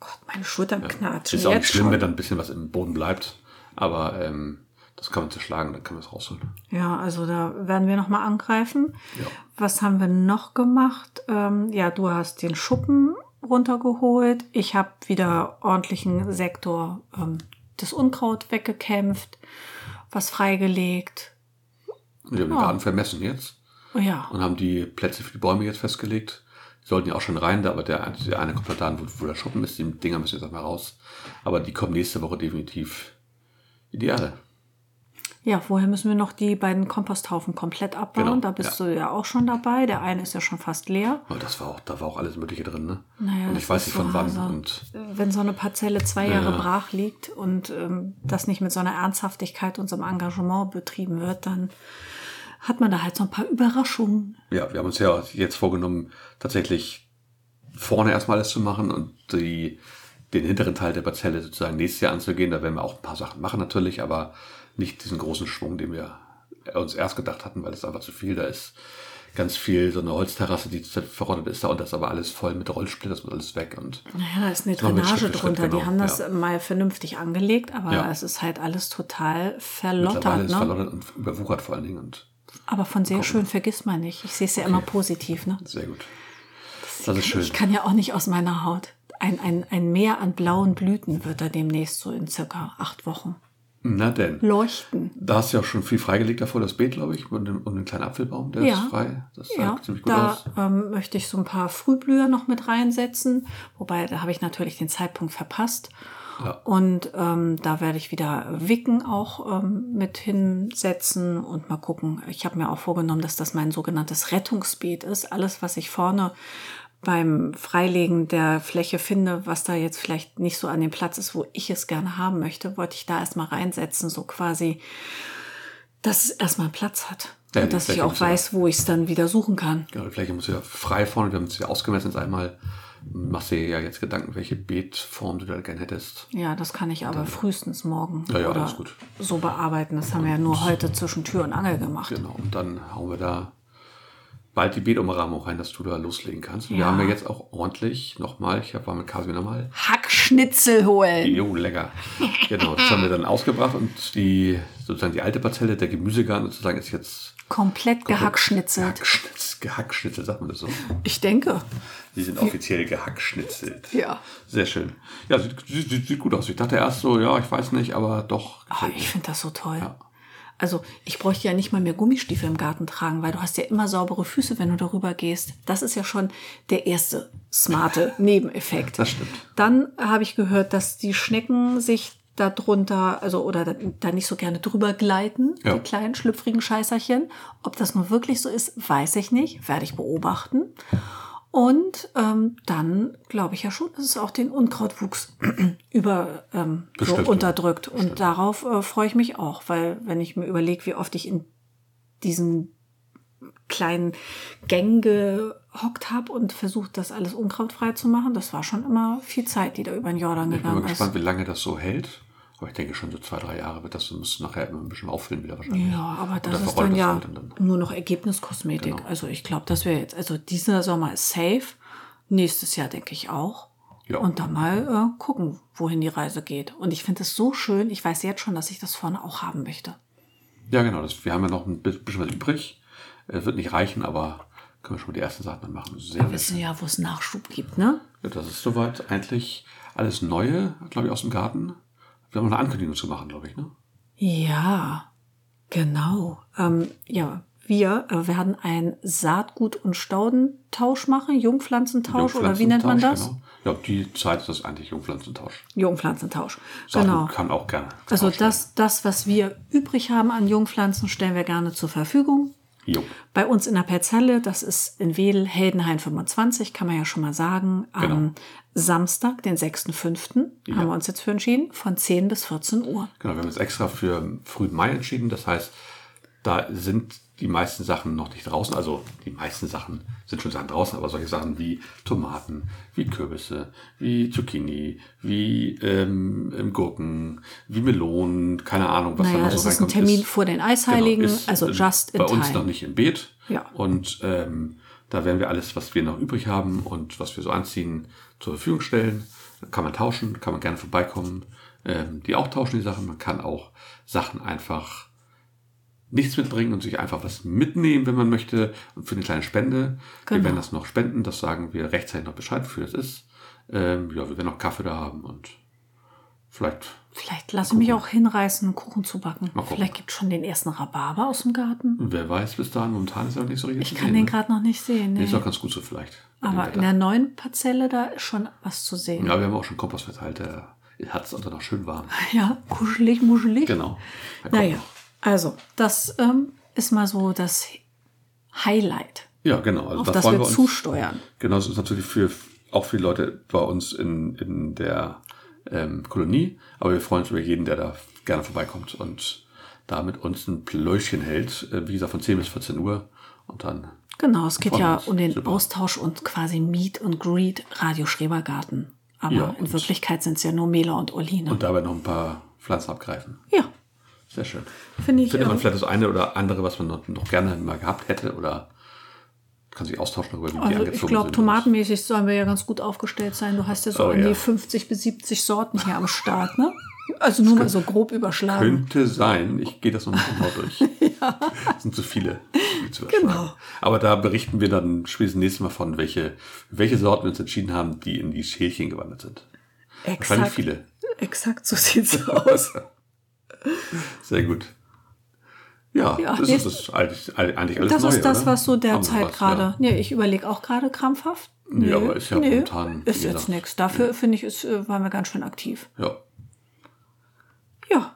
[SPEAKER 2] Gott, meine Schultern knatschen.
[SPEAKER 1] Ist auch nicht
[SPEAKER 2] jetzt
[SPEAKER 1] schlimm,
[SPEAKER 2] schon.
[SPEAKER 1] wenn da ein bisschen was im Boden bleibt. Aber ähm, das kann man zerschlagen, dann kann man es rausholen.
[SPEAKER 2] Ja, also da werden wir nochmal angreifen.
[SPEAKER 1] Ja.
[SPEAKER 2] Was haben wir noch gemacht? Ähm, ja, du hast den Schuppen runtergeholt. Ich habe wieder ordentlichen Sektor ähm, das Unkraut weggekämpft, was freigelegt.
[SPEAKER 1] Und die haben den
[SPEAKER 2] Ja.
[SPEAKER 1] Garten vermessen jetzt
[SPEAKER 2] Oh ja,
[SPEAKER 1] und haben die Plätze für die Bäume jetzt festgelegt. Die sollten ja auch schon rein, da- aber der, der eine kommt halt da an, wo, wo der Schuppen ist. Die Dinger müssen jetzt auch mal raus. Aber die kommen nächste Woche definitiv in die Erde.
[SPEAKER 2] Ja, vorher müssen wir noch die beiden Komposthaufen komplett abbauen.
[SPEAKER 1] Genau,
[SPEAKER 2] da bist
[SPEAKER 1] ja.
[SPEAKER 2] du ja auch schon dabei. Der eine ist ja schon fast leer.
[SPEAKER 1] Aber das war auch, da war auch alles Mögliche drin, ne?
[SPEAKER 2] Naja,
[SPEAKER 1] und
[SPEAKER 2] das
[SPEAKER 1] ich weiß
[SPEAKER 2] ist
[SPEAKER 1] nicht
[SPEAKER 2] so
[SPEAKER 1] von wann.
[SPEAKER 2] Hase.
[SPEAKER 1] Und
[SPEAKER 2] Wenn so eine Parzelle zwei Jahre
[SPEAKER 1] Ja.
[SPEAKER 2] brach liegt und ähm, das nicht mit so einer Ernsthaftigkeit und so einem Engagement betrieben wird, dann hat man da halt so ein paar Überraschungen.
[SPEAKER 1] ja, wir haben uns ja jetzt vorgenommen, tatsächlich vorne erstmal alles zu machen und die, den hinteren Teil der Parzelle sozusagen nächstes Jahr anzugehen. Da werden wir auch ein paar Sachen machen natürlich, aber nicht diesen großen Schwung, den wir uns erst gedacht hatten, weil es einfach zu viel da ist. Ganz viel so eine Holzterrasse, die verrottet ist da und das aber alles voll mit Rollsplittern, das muss alles weg und
[SPEAKER 2] Naja, da ist eine
[SPEAKER 1] machen wir Schritt
[SPEAKER 2] Drainage
[SPEAKER 1] für Schritt,
[SPEAKER 2] drunter.
[SPEAKER 1] genau,
[SPEAKER 2] Die haben das
[SPEAKER 1] ja.
[SPEAKER 2] mal vernünftig angelegt, aber
[SPEAKER 1] Ja.
[SPEAKER 2] es ist halt alles total
[SPEAKER 1] mittlerweile
[SPEAKER 2] verlottert.
[SPEAKER 1] ist
[SPEAKER 2] Ne?
[SPEAKER 1] verlottert und überwuchert vor allen Dingen und
[SPEAKER 2] Aber von sehr schön vergisst man nicht. Ich sehe es ja immer positiv. Ne?
[SPEAKER 1] sehr gut. Das ist schön.
[SPEAKER 2] Ich kann ja auch nicht aus meiner Haut. Ein, ein, ein Meer an blauen Blüten wird da demnächst so in circa acht Wochen
[SPEAKER 1] Na denn.
[SPEAKER 2] leuchten.
[SPEAKER 1] Da hast du ja auch schon viel freigelegt davor, das Beet, glaube ich, und den, und den kleinen Apfelbaum, der ist frei. Das sah
[SPEAKER 2] ja,
[SPEAKER 1] ziemlich gut
[SPEAKER 2] da
[SPEAKER 1] aus.
[SPEAKER 2] Ähm, möchte ich so ein paar Frühblüher noch mit reinsetzen, wobei da habe ich natürlich den Zeitpunkt verpasst.
[SPEAKER 1] Ja.
[SPEAKER 2] Und ähm, da werde ich wieder Wicken auch ähm, mit hinsetzen und mal gucken. Ich habe mir auch vorgenommen, dass das mein sogenanntes Rettungsbeet ist. Alles, was ich vorne beim Freilegen der Fläche finde, was da jetzt vielleicht nicht so an dem Platz ist, wo ich es gerne haben möchte, wollte ich da erstmal reinsetzen, so quasi, dass es erstmal Platz hat.
[SPEAKER 1] Ja,
[SPEAKER 2] und dass
[SPEAKER 1] die
[SPEAKER 2] ich
[SPEAKER 1] Fläche
[SPEAKER 2] auch
[SPEAKER 1] muss ja-
[SPEAKER 2] weiß, wo ich es dann wieder suchen kann.
[SPEAKER 1] Genau, die Fläche muss ja frei vorne, wir haben es ja ausgemessen jetzt einmal. Machst dir ja jetzt Gedanken, welche Beetform du da gerne hättest.
[SPEAKER 2] Ja, das kann ich aber frühestens morgen
[SPEAKER 1] Ja, ja,
[SPEAKER 2] oder
[SPEAKER 1] alles gut.
[SPEAKER 2] so bearbeiten. Das haben wir ja nur heute zwischen Tür und Angel gemacht.
[SPEAKER 1] Genau, und dann hauen wir da bald die Beetumrahmung rein, dass du da loslegen kannst. Und
[SPEAKER 2] Ja.
[SPEAKER 1] Wir haben ja jetzt auch ordentlich nochmal, ich habe war mit Casimir nochmal,
[SPEAKER 2] Hackschnitzel holen.
[SPEAKER 1] Jo, lecker. Genau, das haben wir dann ausgebracht und die sozusagen die alte Parzelle, der Gemüsegarten sozusagen ist jetzt
[SPEAKER 2] Komplett gehackschnitzelt.
[SPEAKER 1] gehackschnitzelt. Gehackschnitzelt, sagt man das so.
[SPEAKER 2] Ich denke.
[SPEAKER 1] Die sind offiziell gehackschnitzelt.
[SPEAKER 2] Ja.
[SPEAKER 1] Sehr schön. Ja, sieht, sieht, sieht- sieht gut aus. Ich dachte erst so, ja, ich weiß nicht, aber doch.
[SPEAKER 2] Oh,
[SPEAKER 1] gefällt mir.
[SPEAKER 2] ich finde das so toll.
[SPEAKER 1] Ja.
[SPEAKER 2] Also ich bräuchte ja nicht mal mehr Gummistiefel im Garten tragen, weil du hast ja immer saubere Füße, wenn du darüber gehst. Das ist ja schon der erste smarte Nebeneffekt.
[SPEAKER 1] Das stimmt.
[SPEAKER 2] Dann habe ich gehört, dass die Schnecken sich da drunter, also oder da, da nicht so gerne drüber gleiten,
[SPEAKER 1] Ja.
[SPEAKER 2] die kleinen schlüpfrigen Scheißerchen. Ob das nun wirklich so ist, weiß ich nicht, werde ich beobachten. Und ähm, dann glaube ich ja schon, dass es auch den Unkrautwuchs über ähm, so
[SPEAKER 1] Bestimmt, ja.
[SPEAKER 2] unterdrückt. Und darauf äh, freue ich mich auch, weil wenn ich mir überlege, wie oft ich in diesen kleinen Gängen gehockt habe und versucht, das alles unkrautfrei zu machen. Das war schon immer viel Zeit, die da über den Jordan
[SPEAKER 1] Ich bin mal
[SPEAKER 2] gegangen ist.
[SPEAKER 1] gespannt, wie lange das so hält. Aber ich denke schon so zwei, drei Jahre wird das, du musst nachher immer ein bisschen auffüllen wieder wahrscheinlich.
[SPEAKER 2] Ja, aber
[SPEAKER 1] dann
[SPEAKER 2] das ist
[SPEAKER 1] verrollt
[SPEAKER 2] dann
[SPEAKER 1] das
[SPEAKER 2] ja
[SPEAKER 1] halt und dann-
[SPEAKER 2] nur noch Ergebniskosmetik.
[SPEAKER 1] Genau.
[SPEAKER 2] Also ich glaube, dass wir jetzt, also dieser Sommer ist safe, nächstes Jahr denke ich auch.
[SPEAKER 1] Ja.
[SPEAKER 2] Und dann mal äh, gucken, wohin die Reise geht. Und ich finde es so schön, ich weiß jetzt schon, dass ich das vorne auch haben möchte.
[SPEAKER 1] Ja, genau. Das, wir haben ja noch ein bi- bisschen was übrig. Äh, wird nicht reichen, aber können wir schon mal die ersten Sachen dann machen. Sehr,
[SPEAKER 2] Wir
[SPEAKER 1] sehr
[SPEAKER 2] wissen ja, wo es Nachschub gibt, ne?
[SPEAKER 1] Ja, das ist soweit eigentlich alles Neue, glaube ich, aus dem Garten. Wir haben noch eine Ankündigung zu machen, glaube ich, ne?
[SPEAKER 2] Ja, genau. Ähm, ja, wir äh, werden ein Saatgut- und Staudentausch machen, Jungpflanzentausch oder wie nennt man das?
[SPEAKER 1] Jungpflanzentausch, Genau. Ja, die Zeit ist das eigentlich Jungpflanzentausch.
[SPEAKER 2] Jungpzentausch.
[SPEAKER 1] Saatgut
[SPEAKER 2] genau.
[SPEAKER 1] kann auch gerne. Genau.
[SPEAKER 2] Also
[SPEAKER 1] getauscht werden.
[SPEAKER 2] das, das, was wir übrig haben an Jungpflanzen, stellen wir gerne zur Verfügung.
[SPEAKER 1] Jo.
[SPEAKER 2] Bei uns in der Perzelle, das ist in Wedel, Heldenhain 25, kann man ja schon mal sagen,
[SPEAKER 1] Genau.
[SPEAKER 2] am Samstag, den 6.5.,
[SPEAKER 1] Ja.
[SPEAKER 2] haben wir uns jetzt für entschieden, von 10 bis 14 Uhr.
[SPEAKER 1] Genau, wir haben uns extra für frühen Mai entschieden. Das heißt, da sind die meisten Sachen noch nicht draußen. Also die meisten Sachen sind schon Sachen draußen, aber solche Sachen wie Tomaten, wie Kürbisse, wie Zucchini, wie ähm, ähm, Gurken, wie Melonen, keine Ahnung, was da
[SPEAKER 2] naja,
[SPEAKER 1] noch
[SPEAKER 2] es
[SPEAKER 1] so
[SPEAKER 2] ist ein
[SPEAKER 1] reinkommt.
[SPEAKER 2] Termin
[SPEAKER 1] ist-
[SPEAKER 2] vor den Eisheiligen,
[SPEAKER 1] Genau, ist,
[SPEAKER 2] also
[SPEAKER 1] äh,
[SPEAKER 2] just in
[SPEAKER 1] Bei
[SPEAKER 2] time.
[SPEAKER 1] uns noch nicht im Beet.
[SPEAKER 2] Ja.
[SPEAKER 1] Und ähm, da werden wir alles, was wir noch übrig haben und was wir so anziehen, zur Verfügung stellen. Kann man tauschen, kann man gerne vorbeikommen, ähm, die auch tauschen, die Sachen. Man kann auch Sachen einfach nichts mitbringen und sich einfach was mitnehmen, wenn man möchte, und für eine kleine Spende.
[SPEAKER 2] Genau.
[SPEAKER 1] Wir werden das noch spenden, das sagen wir rechtzeitig noch Bescheid, wofür das ist. Ähm, ja, wir werden noch Kaffee da haben und vielleicht
[SPEAKER 2] Vielleicht lasse ich mich auch hinreißen, einen Kuchen zu backen.
[SPEAKER 1] Mal gucken.
[SPEAKER 2] Vielleicht gibt es schon den ersten Rhabarber aus dem Garten.
[SPEAKER 1] Wer weiß bis dahin, momentan ist er noch nicht so richtig.
[SPEAKER 2] Ich
[SPEAKER 1] zu
[SPEAKER 2] kann
[SPEAKER 1] sehen,
[SPEAKER 2] den
[SPEAKER 1] ne?
[SPEAKER 2] gerade noch nicht sehen.
[SPEAKER 1] Nee,
[SPEAKER 2] Nee.
[SPEAKER 1] Ist auch ganz gut so vielleicht. bei dem
[SPEAKER 2] Äh. Aber in
[SPEAKER 1] Wetter.
[SPEAKER 2] der neuen Parzelle, da ist schon was zu sehen.
[SPEAKER 1] ja, wir haben auch schon Kompass verteilt. Der hat es unter noch schön warm.
[SPEAKER 2] Ja, kuschelig, muschelig.
[SPEAKER 1] Genau. Da kommt
[SPEAKER 2] Naja,
[SPEAKER 1] noch.
[SPEAKER 2] Also, das ähm, ist mal so das Highlight,
[SPEAKER 1] Ja, genau. Also
[SPEAKER 2] auf
[SPEAKER 1] da
[SPEAKER 2] das
[SPEAKER 1] freuen
[SPEAKER 2] wir
[SPEAKER 1] wir uns.
[SPEAKER 2] zusteuern.
[SPEAKER 1] Genau, das ist natürlich für auch viele Leute bei uns in, in der ähm, Kolonie. Aber wir freuen uns über jeden, der da gerne vorbeikommt und da mit uns ein Plöschchen hält. Äh, wie gesagt, von 10 bis 14 Uhr. Und dann,
[SPEAKER 2] Genau, es geht
[SPEAKER 1] Freuen
[SPEAKER 2] ja
[SPEAKER 1] uns.
[SPEAKER 2] um den
[SPEAKER 1] Super.
[SPEAKER 2] Austausch und quasi Meet und Greet Radio Schrebergarten. Aber
[SPEAKER 1] Ja,
[SPEAKER 2] in
[SPEAKER 1] und-
[SPEAKER 2] Wirklichkeit sind es ja nur Mela und Oline.
[SPEAKER 1] und dabei noch ein paar Pflanzen abgreifen.
[SPEAKER 2] ja,
[SPEAKER 1] Sehr schön.
[SPEAKER 2] finde ich.
[SPEAKER 1] Findet man
[SPEAKER 2] ähm,
[SPEAKER 1] vielleicht das eine oder andere, was man noch, noch gerne mal gehabt hätte oder kann sich austauschen darüber, wie die
[SPEAKER 2] also
[SPEAKER 1] angezogen
[SPEAKER 2] ich glaube,
[SPEAKER 1] sind.
[SPEAKER 2] tomatenmäßig sollen wir ja ganz gut aufgestellt sein. Du hast ja so
[SPEAKER 1] Oh,
[SPEAKER 2] an die
[SPEAKER 1] ja.
[SPEAKER 2] 50 bis 70 Sorten hier am Start, ne? Also nur mal so grob überschlagen.
[SPEAKER 1] Könnte sein. Ich gehe das noch nicht genau durch. Das sind zu viele. die zu erschlagen.
[SPEAKER 2] Genau.
[SPEAKER 1] Aber da berichten wir dann spätestens nächstes Mal von, welche, welche Sorten wir uns entschieden haben, die in die Schälchen gewandert sind. Wahrscheinlich viele.
[SPEAKER 2] Exakt, so sieht's aus.
[SPEAKER 1] Sehr gut. Ja,
[SPEAKER 2] Ja,
[SPEAKER 1] das
[SPEAKER 2] nee,
[SPEAKER 1] ist das eigentlich, eigentlich alles
[SPEAKER 2] das
[SPEAKER 1] Neue,
[SPEAKER 2] ist das,
[SPEAKER 1] oder?
[SPEAKER 2] was so derzeit
[SPEAKER 1] Haben wir was,
[SPEAKER 2] gerade. Nee, ich überlege auch gerade krampfhaft.
[SPEAKER 1] Nee, aber ist ja momentan, wie
[SPEAKER 2] Ist jetzt
[SPEAKER 1] gesagt,
[SPEAKER 2] nichts. Dafür finde ich, ist, äh, waren wir ganz schön aktiv.
[SPEAKER 1] Ja. ja.
[SPEAKER 2] Ja.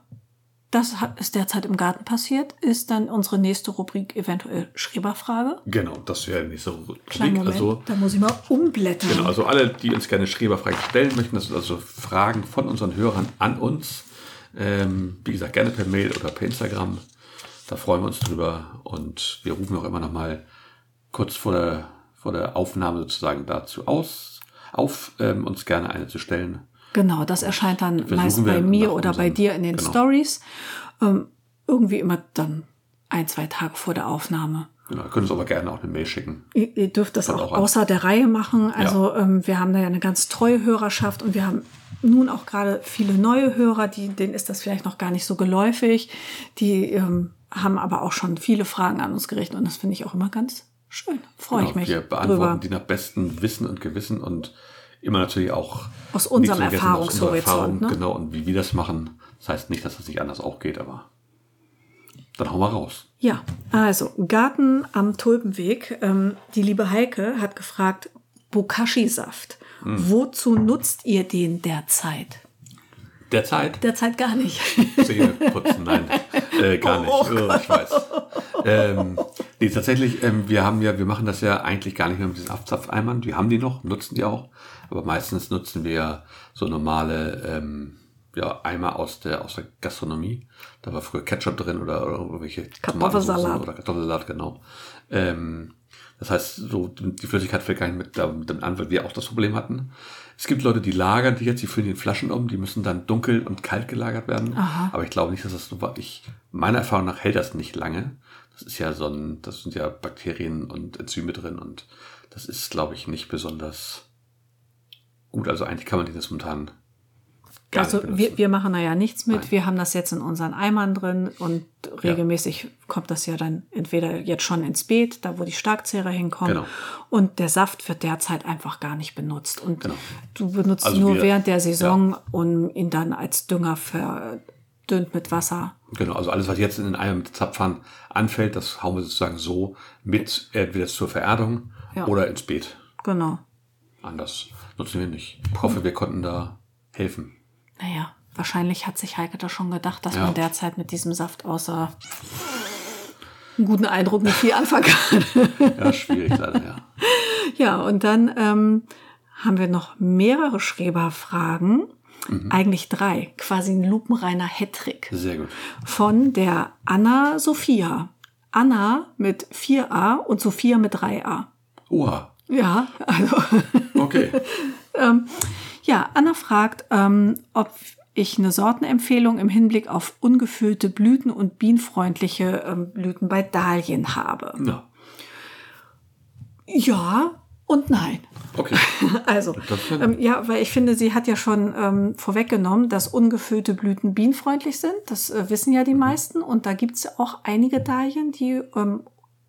[SPEAKER 2] Das hat- ist derzeit im Garten passiert, ist dann unsere nächste Rubrik eventuell Schreberfrage.
[SPEAKER 1] Genau, das wäre nicht so Rubrik.
[SPEAKER 2] Kleinen Moment,
[SPEAKER 1] Also,
[SPEAKER 2] da muss ich mal umblättern.
[SPEAKER 1] Genau, also alle, die uns gerne Schreberfragen stellen möchten, das sind also Fragen von unseren Hörern an uns. Ähm, wie gesagt, gerne per Mail oder per Instagram. Da freuen wir uns drüber und wir rufen auch immer noch mal kurz vor der, vor der Aufnahme sozusagen dazu aus, auf ähm, uns gerne eine zu stellen.
[SPEAKER 2] Genau, das erscheint dann
[SPEAKER 1] Versuchen
[SPEAKER 2] meist
[SPEAKER 1] wir
[SPEAKER 2] bei
[SPEAKER 1] nach
[SPEAKER 2] mir oder
[SPEAKER 1] unserem-
[SPEAKER 2] bei dir in den
[SPEAKER 1] genau.
[SPEAKER 2] Stories. Ähm, irgendwie immer dann ein, zwei Tage vor der Aufnahme.
[SPEAKER 1] Genau, ihr könnt uns aber gerne auch eine Mail schicken.
[SPEAKER 2] Ihr, ihr dürft das
[SPEAKER 1] Kommt auch
[SPEAKER 2] auch
[SPEAKER 1] an.
[SPEAKER 2] außer der Reihe machen. Also ähm, wir haben da ja eine ganz treue Hörerschaft und wir haben nun auch gerade viele neue Hörer, die, denen ist das vielleicht noch gar nicht so geläufig. Die ähm, haben aber auch schon viele Fragen an uns gerichtet und das finde ich auch immer ganz schön. Freue ich
[SPEAKER 1] Genau,
[SPEAKER 2] mich
[SPEAKER 1] wir beantworten
[SPEAKER 2] drüber.
[SPEAKER 1] die nach bestem Wissen und Gewissen und immer natürlich auch
[SPEAKER 2] Aus unserem
[SPEAKER 1] nichts vergessen, aus unserer
[SPEAKER 2] Erfahrungshorizont, ne?
[SPEAKER 1] Genau, und wie wir das machen. Das heißt nicht, dass das nicht anders auch geht, aber dann hauen wir raus.
[SPEAKER 2] Ja, also Garten am Tulpenweg. Ähm, die liebe Heike hat gefragt, Bokashi-Saft.
[SPEAKER 1] Hm.
[SPEAKER 2] Wozu nutzt ihr den derzeit?
[SPEAKER 1] Derzeit
[SPEAKER 2] Derzeit gar nicht.
[SPEAKER 1] Zähne putzen, nein, äh, gar nicht.
[SPEAKER 2] Oh
[SPEAKER 1] Oh, ich weiß. Ähm, nee, tatsächlich, ähm, wir haben ja, wir machen das ja eigentlich gar nicht mehr mit diesen Abzapfeimern. Wir haben die noch, nutzen die auch, aber meistens nutzen wir so normale ähm, ja, Eimer aus der, aus der Gastronomie. Da war früher Ketchup drin oder, oder irgendwelche
[SPEAKER 2] Kartoffelsalat.
[SPEAKER 1] Tomatensoßen oder Kartoffelsalat, genau. Ähm, das heißt, so die Flüssigkeit fällt gar nicht mit damit an, weil wir auch das Problem hatten. Es gibt Leute, die lagern die jetzt, die füllen die in Flaschen um, die müssen dann dunkel und kalt gelagert werden. Aber ich glaube nicht, dass das so war. Ich, meiner Erfahrung nach hält das nicht lange. Das ist ja so ein, das sind ja Bakterien und Enzyme drin und das ist, glaube ich, nicht besonders gut. Also eigentlich kann man die das momentan gar
[SPEAKER 2] Also
[SPEAKER 1] nicht benutzen.
[SPEAKER 2] wir, wir machen da ja nichts mit.
[SPEAKER 1] Nein.
[SPEAKER 2] Wir haben das jetzt in unseren Eimern drin und regelmäßig kommt das ja dann entweder jetzt schon ins Beet, da wo die Starkzehrer hinkommen.
[SPEAKER 1] Genau.
[SPEAKER 2] Und der Saft wird derzeit einfach gar nicht benutzt. Und
[SPEAKER 1] Genau.
[SPEAKER 2] du benutzt
[SPEAKER 1] Also
[SPEAKER 2] ihn nur
[SPEAKER 1] wir-
[SPEAKER 2] während der Saison, um ihn dann als Dünger verdünnt mit Wasser.
[SPEAKER 1] Genau, also alles, was jetzt in den Eiern mit Zapfern anfällt, das hauen wir sozusagen so mit, entweder zur Vererdung
[SPEAKER 2] Ja.
[SPEAKER 1] oder ins Beet.
[SPEAKER 2] Genau.
[SPEAKER 1] Anders nutzen wir nicht. Ich hoffe, wir konnten da helfen.
[SPEAKER 2] Naja, wahrscheinlich hat sich Heike da schon gedacht, dass
[SPEAKER 1] Ja.
[SPEAKER 2] man derzeit mit diesem Saft außer einen guten Eindruck nicht viel anfangen kann.
[SPEAKER 1] Ja, schwierig leider, ja.
[SPEAKER 2] Ja, und dann ähm, haben wir noch mehrere Schreberfragen. Eigentlich drei. Quasi ein lupenreiner Hattrick.
[SPEAKER 1] Sehr gut.
[SPEAKER 2] Von der Anna Sophia. Anna mit 4a und Sophia mit 3a.
[SPEAKER 1] Oha,
[SPEAKER 2] Ja, also
[SPEAKER 1] okay.
[SPEAKER 2] Ja, Anna fragt, ähm, ob ich eine Sortenempfehlung im Hinblick auf ungefüllte Blüten und bienenfreundliche ähm, Blüten bei Dahlien habe.
[SPEAKER 1] Na,
[SPEAKER 2] Ja und nein.
[SPEAKER 1] okay.
[SPEAKER 2] Also,
[SPEAKER 1] Das ist ja
[SPEAKER 2] ähm, ja, weil ich finde, sie hat ja schon ähm, vorweggenommen, dass ungefüllte Blüten bienenfreundlich sind. Das äh, wissen ja die
[SPEAKER 1] Mhm.
[SPEAKER 2] meisten. Und da gibt's ja auch einige Dahlien, die ähm,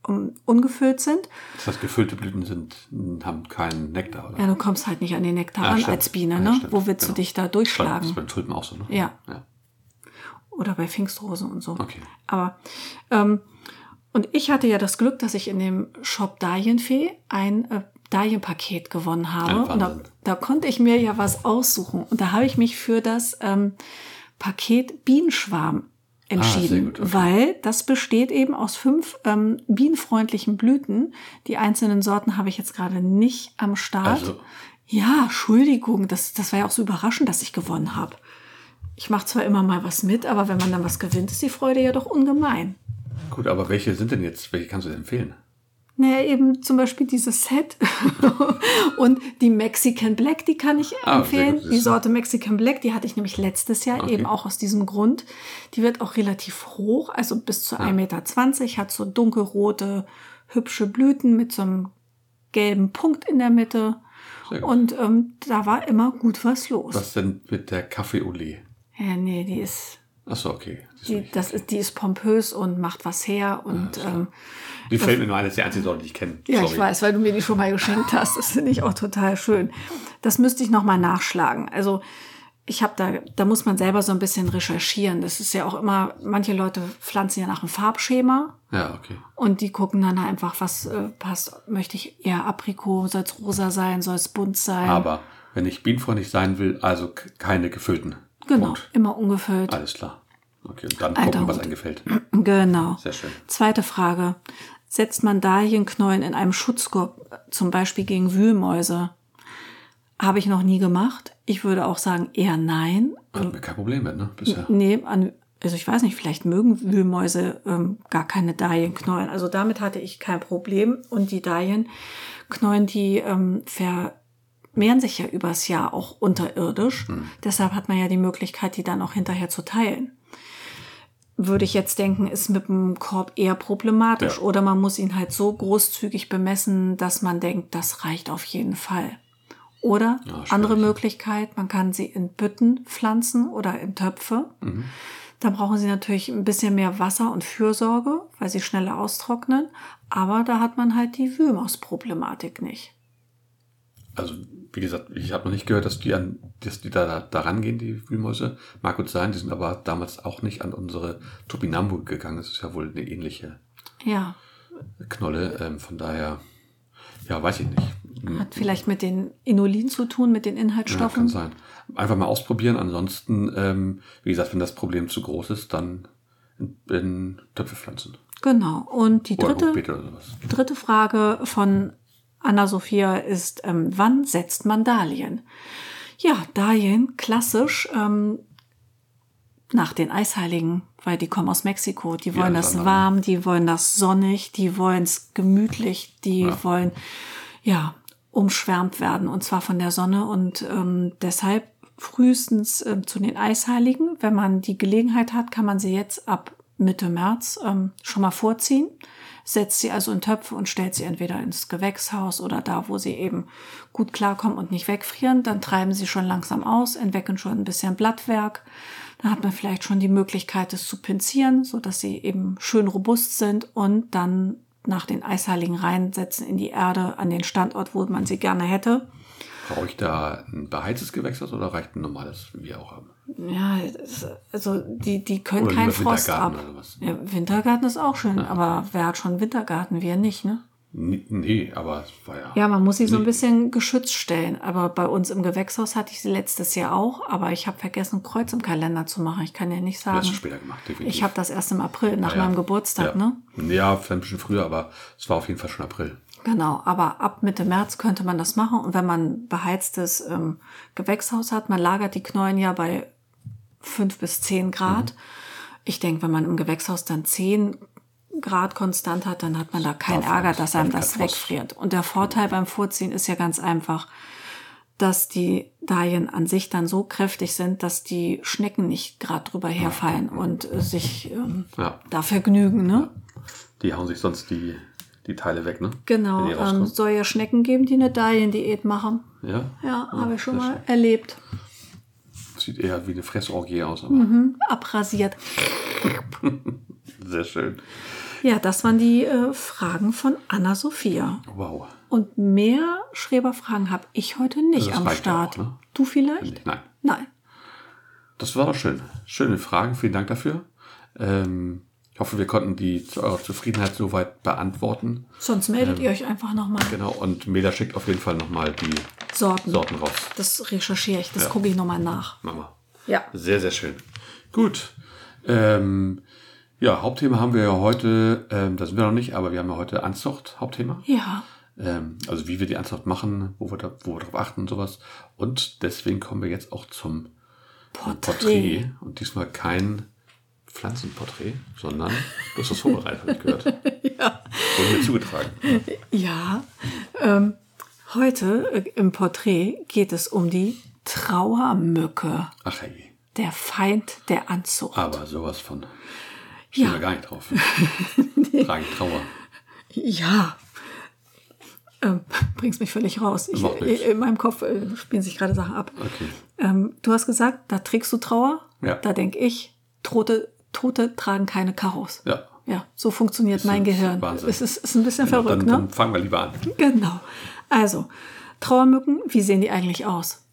[SPEAKER 2] um, ungefüllt sind.
[SPEAKER 1] Das heißt, gefüllte Blüten sind, haben keinen Nektar, oder?
[SPEAKER 2] Ja, du kommst halt nicht an den Nektar
[SPEAKER 1] Ah,
[SPEAKER 2] ran
[SPEAKER 1] stimmt.
[SPEAKER 2] als Biene,
[SPEAKER 1] Ja,
[SPEAKER 2] ne?
[SPEAKER 1] stimmt.
[SPEAKER 2] Wo willst
[SPEAKER 1] Genau.
[SPEAKER 2] du dich da
[SPEAKER 1] Das
[SPEAKER 2] durchschlagen?
[SPEAKER 1] ist bei Tulpen auch so, ne?
[SPEAKER 2] Ja.
[SPEAKER 1] ja.
[SPEAKER 2] Oder bei Pfingstrose und so.
[SPEAKER 1] Okay.
[SPEAKER 2] Aber ähm, und ich hatte ja das Glück, dass ich in dem Shop Dalienfee ein äh, Dalienpaket gewonnen
[SPEAKER 1] Ein
[SPEAKER 2] habe.
[SPEAKER 1] Wahnsinn.
[SPEAKER 2] und da, da konnte ich mir ja was aussuchen. Und da habe ich mich für das ähm, Paket Bienenschwarm entschieden,
[SPEAKER 1] Ah, sehr gut, okay.
[SPEAKER 2] weil das besteht eben aus fünf ähm, bienenfreundlichen Blüten. Die einzelnen Sorten habe ich jetzt gerade nicht am Start.
[SPEAKER 1] Also-
[SPEAKER 2] Ja, Entschuldigung, das, das war ja auch so überraschend, dass ich gewonnen habe. Ich mache zwar immer mal was mit, aber wenn man dann was gewinnt, ist die Freude ja doch ungemein.
[SPEAKER 1] Gut, aber welche sind denn jetzt, welche kannst du denn empfehlen?
[SPEAKER 2] Naja, eben zum Beispiel dieses Set und die Mexican Black, die kann ich
[SPEAKER 1] Ah, sehr
[SPEAKER 2] empfehlen.
[SPEAKER 1] gut, siehst
[SPEAKER 2] Die
[SPEAKER 1] du.
[SPEAKER 2] Sorte Mexican Black, die hatte ich nämlich letztes Jahr
[SPEAKER 1] Okay.
[SPEAKER 2] eben auch aus diesem Grund. Die wird auch relativ hoch, also bis
[SPEAKER 1] Ah.
[SPEAKER 2] zu 1,20 Meter, hat so dunkelrote, hübsche Blüten mit so einem gelben Punkt in der Mitte.
[SPEAKER 1] Sehr gut.
[SPEAKER 2] Und ähm, da war immer gut was los.
[SPEAKER 1] Was denn mit der Kaffee Olé?
[SPEAKER 2] Ja, nee, die ist,
[SPEAKER 1] Achso, okay. Die, ist
[SPEAKER 2] die,
[SPEAKER 1] nicht.
[SPEAKER 2] das ist, die ist pompös und macht was her
[SPEAKER 1] Ah,
[SPEAKER 2] und ähm,
[SPEAKER 1] die fällt mir nur ein, das ist die einzige Sorte, die ich kenne.
[SPEAKER 2] Ja,
[SPEAKER 1] Sorry.
[SPEAKER 2] ich weiß, weil du mir die schon mal geschenkt hast. Das finde ich auch total schön. Das müsste ich nochmal nachschlagen. Also ich habe da, da muss man selber so ein bisschen recherchieren. Das ist ja auch immer, manche Leute pflanzen ja nach einem Farbschema
[SPEAKER 1] Ja, okay.
[SPEAKER 2] und die gucken dann einfach, was äh, passt. Möchte ich eher Aprikot, soll es rosa sein, soll es bunt sein?
[SPEAKER 1] Aber wenn ich bienenfreundlich sein will, also k- keine gefüllten.
[SPEAKER 2] genau,
[SPEAKER 1] Punkt.
[SPEAKER 2] immer ungefüllt.
[SPEAKER 1] Alles klar. Okay, und dann
[SPEAKER 2] Alter
[SPEAKER 1] gucken, was
[SPEAKER 2] Hut.
[SPEAKER 1] einem gefällt.
[SPEAKER 2] Genau.
[SPEAKER 1] Sehr schön.
[SPEAKER 2] Zweite Frage. Setzt man Dahlienknollen in einem Schutzkorb, zum Beispiel gegen Wühlmäuse? Habe ich noch nie gemacht. Ich würde auch sagen, eher nein.
[SPEAKER 1] Hatten wir kein Problem mit, ne? Bisher.
[SPEAKER 2] Nee, an, also ich weiß nicht, vielleicht mögen Wühlmäuse ähm, gar keine Dahlienknollen. Also damit hatte ich kein Problem. Und die Dahlienknollen, die ähm, vermehren sich ja übers Jahr auch unterirdisch. Deshalb hat man ja die Möglichkeit, die dann auch hinterher zu teilen. Würde ich jetzt denken, ist mit dem Korb eher problematisch.
[SPEAKER 1] Ja.
[SPEAKER 2] Oder man muss ihn halt so großzügig bemessen, dass man denkt, das reicht auf jeden Fall. Oder
[SPEAKER 1] Ja, schwierig.
[SPEAKER 2] andere Möglichkeit, man kann sie in Bütten pflanzen oder in Töpfe.
[SPEAKER 1] Mhm.
[SPEAKER 2] Da brauchen sie natürlich ein bisschen mehr Wasser und Fürsorge, weil sie schneller austrocknen. Aber da hat man halt die Wühlmaus-Problematik nicht.
[SPEAKER 1] Also, wie gesagt, ich habe noch nicht gehört, dass die, an, dass die da, da, da rangehen, die Wühlmäuse. Mag gut sein, die sind aber damals auch nicht an unsere Topinambu gegangen. Das ist ja wohl eine ähnliche
[SPEAKER 2] Ja,
[SPEAKER 1] Knolle. Ähm, von daher, ja, weiß ich nicht. Hm,
[SPEAKER 2] hat vielleicht mit den Inulin zu tun, mit den
[SPEAKER 1] Ja, kann
[SPEAKER 2] Inhaltsstoffen.
[SPEAKER 1] sein. Einfach mal ausprobieren. Ansonsten, ähm, wie gesagt, wenn das Problem zu groß ist, dann in, in Töpfe pflanzen.
[SPEAKER 2] genau. Und die
[SPEAKER 1] Oder
[SPEAKER 2] dritte,
[SPEAKER 1] Hochbeete oder sowas.
[SPEAKER 2] dritte Frage von Anna-Sophia ist, ähm, wann setzt man Dahlien? Ja, Dahlien, klassisch, ähm, nach den Eisheiligen, weil die kommen aus Mexiko. Die wollen
[SPEAKER 1] alles
[SPEAKER 2] das
[SPEAKER 1] andere.
[SPEAKER 2] warm, die wollen das sonnig, die wollen es gemütlich, die
[SPEAKER 1] Ja.
[SPEAKER 2] wollen, ja, umschwärmt werden und zwar von der Sonne und ähm, deshalb frühestens ähm, zu den Eisheiligen. Wenn man die Gelegenheit hat, kann man sie jetzt ab Mitte März ähm, schon mal vorziehen. Setzt sie also in Töpfe und stellt sie entweder ins Gewächshaus oder da, wo sie eben gut klarkommen und nicht wegfrieren. Dann treiben sie schon langsam aus, entwecken schon ein bisschen Blattwerk. Dann hat man vielleicht schon die Möglichkeit, es zu pinzieren, sodass sie eben schön robust sind und dann nach den Eisheiligen reinsetzen in die Erde an den Standort, wo man sie gerne hätte.
[SPEAKER 1] Brauche ich da ein beheiztes Gewächshaus oder reicht ein normales, wie wir auch haben?
[SPEAKER 2] Ja, es- also die, die können
[SPEAKER 1] Oder
[SPEAKER 2] keinen
[SPEAKER 1] lieber
[SPEAKER 2] Frost
[SPEAKER 1] Wintergarten
[SPEAKER 2] ab.
[SPEAKER 1] oder was?
[SPEAKER 2] Ja, Wintergarten ist auch schön, aber wer hat schon Wintergarten, wir nicht, ne?
[SPEAKER 1] Nee, nee aber es war ja.
[SPEAKER 2] Ja, man muss sie so ein
[SPEAKER 1] Nee.
[SPEAKER 2] bisschen geschützt stellen. Aber bei uns im Gewächshaus hatte ich sie letztes Jahr auch, aber ich habe vergessen, ein Kreuz im Kalender zu machen. Ich kann ja nicht
[SPEAKER 1] Du
[SPEAKER 2] sagen.
[SPEAKER 1] hast es später gemacht, definitiv.
[SPEAKER 2] Ah. Ich habe das erst im April, nach
[SPEAKER 1] Ja, ja.
[SPEAKER 2] meinem
[SPEAKER 1] ja.
[SPEAKER 2] Geburtstag, ne?
[SPEAKER 1] Ja, vielleicht ein bisschen früher, aber es war auf jeden Fall schon April.
[SPEAKER 2] Genau, aber ab Mitte März könnte man das machen. Und wenn man beheiztes ähm, Gewächshaus hat, man lagert die Knollen ja bei fünf bis zehn Grad. Ich denke, wenn man im Gewächshaus dann zehn Grad konstant hat, dann hat man da keinen
[SPEAKER 1] darf man
[SPEAKER 2] Ärger,
[SPEAKER 1] nicht.
[SPEAKER 2] dass einem
[SPEAKER 1] Kein
[SPEAKER 2] das
[SPEAKER 1] Frost.
[SPEAKER 2] wegfriert. Und der Vorteil beim Vorziehen ist ja ganz einfach, dass die Dahlien an sich dann so kräftig sind, dass die Schnecken nicht gerade drüber herfallen und äh, sich ähm,
[SPEAKER 1] Ja.
[SPEAKER 2] da vergnügen. Ne?
[SPEAKER 1] Die hauen sich sonst die, die Teile weg, ne?
[SPEAKER 2] Genau,
[SPEAKER 1] Wenn die
[SPEAKER 2] ähm,
[SPEAKER 1] rauskommen.
[SPEAKER 2] soll ja Schnecken geben, die eine Dahlien-Diät machen.
[SPEAKER 1] ja?
[SPEAKER 2] ähm, Ja, habe ich schon
[SPEAKER 1] sehr
[SPEAKER 2] mal erlebt.
[SPEAKER 1] schön. Sieht eher wie eine Fressorgie aus, aber
[SPEAKER 2] Mhm. Hm, Abrasiert.
[SPEAKER 1] sehr schön.
[SPEAKER 2] Ja, das waren die äh, Fragen von Anna-Sophia.
[SPEAKER 1] Wow.
[SPEAKER 2] Und mehr Schreberfragen habe ich heute nicht
[SPEAKER 1] Also das
[SPEAKER 2] am
[SPEAKER 1] reicht ja
[SPEAKER 2] Start.
[SPEAKER 1] auch, ne?
[SPEAKER 2] Du vielleicht?
[SPEAKER 1] Nein.
[SPEAKER 2] Nein.
[SPEAKER 1] Das war doch schön. Schöne Fragen, vielen Dank dafür. Ähm, ich hoffe, wir konnten die zu eurer Zufriedenheit soweit beantworten.
[SPEAKER 2] Sonst meldet
[SPEAKER 1] Ähm.
[SPEAKER 2] ihr euch einfach nochmal.
[SPEAKER 1] Genau, und Mela schickt auf jeden Fall nochmal die
[SPEAKER 2] Sorten.
[SPEAKER 1] Sorten raus.
[SPEAKER 2] Das recherchiere ich, das
[SPEAKER 1] Ja.
[SPEAKER 2] gucke ich nochmal nach.
[SPEAKER 1] Mama.
[SPEAKER 2] Ja.
[SPEAKER 1] Sehr, sehr schön. Gut. Ähm, ja, Hauptthema haben wir ja heute, ähm, da sind wir noch nicht, aber wir haben ja heute Anzucht, Hauptthema.
[SPEAKER 2] Ja.
[SPEAKER 1] Ähm, also wie wir die Anzucht machen, wo wir, da, wo wir drauf achten und sowas. Und deswegen kommen wir jetzt auch zum
[SPEAKER 2] Porträt.
[SPEAKER 1] Porträt. Und diesmal kein Pflanzenporträt, sondern du hast das vorbereitet, habe ich gehört.
[SPEAKER 2] Ja.
[SPEAKER 1] Wurde mir zugetragen.
[SPEAKER 2] Ja, ähm, heute äh, im Porträt geht es um die Trauermücke,
[SPEAKER 1] Ach hey,
[SPEAKER 2] der Feind der Anzucht.
[SPEAKER 1] aber sowas von. Ich
[SPEAKER 2] Ja.
[SPEAKER 1] bin da gar nicht drauf. Tragen Trauer.
[SPEAKER 2] Ja. Ähm, bringst mich völlig raus. Ich,
[SPEAKER 1] Macht nichts.
[SPEAKER 2] in meinem Kopf äh, spielen sich gerade Sachen ab.
[SPEAKER 1] Okay.
[SPEAKER 2] Ähm, du hast gesagt, da trägst du Trauer.
[SPEAKER 1] Ja.
[SPEAKER 2] Da denke ich, Tote, Tote tragen keine Karos.
[SPEAKER 1] Ja.
[SPEAKER 2] Ja, so funktioniert mein
[SPEAKER 1] ist
[SPEAKER 2] Gehirn.
[SPEAKER 1] Wahnsinn.
[SPEAKER 2] Es ist, ist ein bisschen
[SPEAKER 1] Genau,
[SPEAKER 2] verrückt,
[SPEAKER 1] dann,
[SPEAKER 2] ne?
[SPEAKER 1] dann fangen wir lieber an.
[SPEAKER 2] Genau. Also, Trauermücken, wie sehen die eigentlich aus?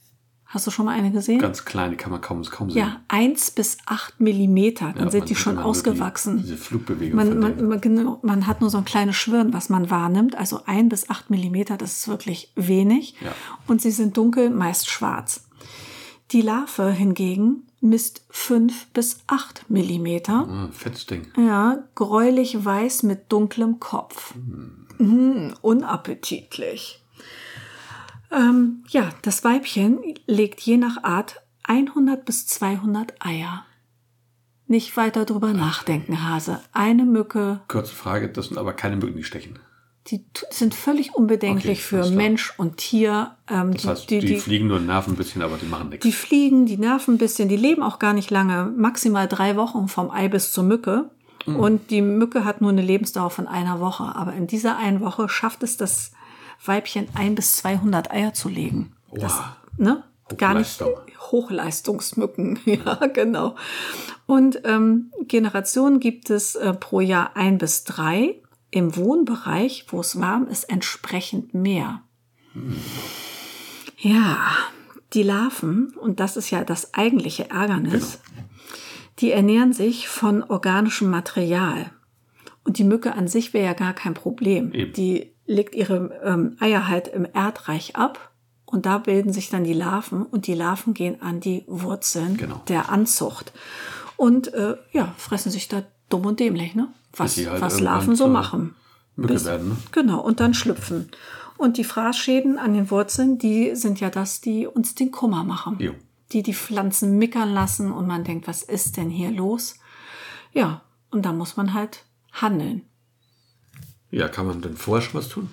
[SPEAKER 2] Hast du schon mal eine gesehen?
[SPEAKER 1] Ganz kleine kann man kaum, kaum sehen.
[SPEAKER 2] ja, 1 bis 8 Millimeter, dann
[SPEAKER 1] Ja, man
[SPEAKER 2] sind die
[SPEAKER 1] sieht
[SPEAKER 2] schon
[SPEAKER 1] immer nur die-
[SPEAKER 2] ausgewachsen.
[SPEAKER 1] Diese Flugbewegung.
[SPEAKER 2] man,
[SPEAKER 1] von
[SPEAKER 2] man,
[SPEAKER 1] denen.
[SPEAKER 2] man, genau, man hat nur so ein kleines Schwirren, was man wahrnimmt. Also 1 bis 8 Millimeter, das ist wirklich wenig.
[SPEAKER 1] Ja.
[SPEAKER 2] Und sie sind dunkel, meist schwarz. Die Larve hingegen misst 5 bis 8 Millimeter.
[SPEAKER 1] Ah, fettes Ding.
[SPEAKER 2] Ja, gräulich weiß mit dunklem Kopf.
[SPEAKER 1] Hm.
[SPEAKER 2] Mm, unappetitlich. Ähm, ja, das Weibchen legt je nach Art 100 bis 200 Eier. Nicht weiter drüber nachdenken, Hase. Eine Mücke,
[SPEAKER 1] Kurze Frage, das sind aber keine Mücken, die stechen.
[SPEAKER 2] die t- sind völlig unbedenklich
[SPEAKER 1] Okay,
[SPEAKER 2] für
[SPEAKER 1] alles klar.
[SPEAKER 2] Mensch und Tier. Ähm,
[SPEAKER 1] Das heißt, die, fliegen nur Nerven ein bisschen, aber die machen nichts.
[SPEAKER 2] Die fliegen, die nerven ein bisschen, die leben auch gar nicht lange, maximal drei Wochen vom Ei bis zur Mücke.
[SPEAKER 1] Mhm.
[SPEAKER 2] Und die Mücke hat nur eine Lebensdauer von einer Woche. Aber in dieser einen Woche schafft es das Weibchen ein bis 200 Eier zu legen. Das,
[SPEAKER 1] Oha.
[SPEAKER 2] ne? Gar nicht
[SPEAKER 1] Hochleistung.
[SPEAKER 2] Hochleistungsmücken. Ja, genau. Und ähm, Generationen gibt es äh, pro Jahr ein bis drei. Im Wohnbereich, wo es warm ist, entsprechend mehr. Ja, die Larven, und das ist ja das eigentliche Ärgernis, die ernähren sich von organischem Material. Und die Mücke an sich wäre ja gar kein Problem.
[SPEAKER 1] Eben.
[SPEAKER 2] Die legt ihre ähm, Eier halt im Erdreich ab und da bilden sich dann die Larven und die Larven gehen an die Wurzeln
[SPEAKER 1] Genau.
[SPEAKER 2] der Anzucht. Und äh, ja, fressen sich da dumm und dämlich, ne? Was,
[SPEAKER 1] sie halt
[SPEAKER 2] was
[SPEAKER 1] irgendwann
[SPEAKER 2] Larven so
[SPEAKER 1] zur
[SPEAKER 2] machen.
[SPEAKER 1] Mücke
[SPEAKER 2] Bis-
[SPEAKER 1] werden, ne?
[SPEAKER 2] Genau, und dann schlüpfen. Und die Fraßschäden an den Wurzeln, die sind ja das, die uns den Kummer machen.
[SPEAKER 1] Jo.
[SPEAKER 2] Die die Pflanzen mickern lassen und man denkt, was ist denn hier los? Ja, und da muss man halt handeln.
[SPEAKER 1] Ja, kann man denn vorher schon was tun?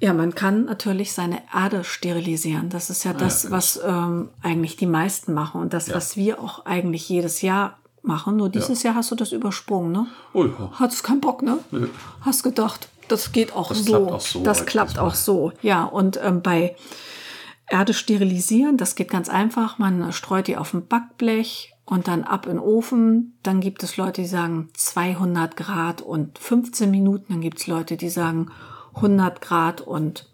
[SPEAKER 2] Ja, man kann natürlich seine Erde sterilisieren. Das ist ja das,
[SPEAKER 1] Ah, ja,
[SPEAKER 2] was ähm, eigentlich die meisten machen und das,
[SPEAKER 1] Ja.
[SPEAKER 2] was wir auch eigentlich jedes Jahr machen. Nur dieses Jahr hast du das übersprungen, ne?
[SPEAKER 1] Oh ja.
[SPEAKER 2] Hattest keinen Bock, ne?
[SPEAKER 1] Nö.
[SPEAKER 2] Hast gedacht, das geht auch,
[SPEAKER 1] Das
[SPEAKER 2] so.
[SPEAKER 1] klappt auch so
[SPEAKER 2] Das
[SPEAKER 1] heute
[SPEAKER 2] klappt
[SPEAKER 1] diesmal.
[SPEAKER 2] auch so. Ja, und ähm, bei Erde sterilisieren, das geht ganz einfach. Man streut die auf ein Backblech und dann ab in den Ofen. Dann gibt es Leute, die sagen 200 Grad und 15 Minuten. Dann gibt es Leute, die sagen 100 Grad und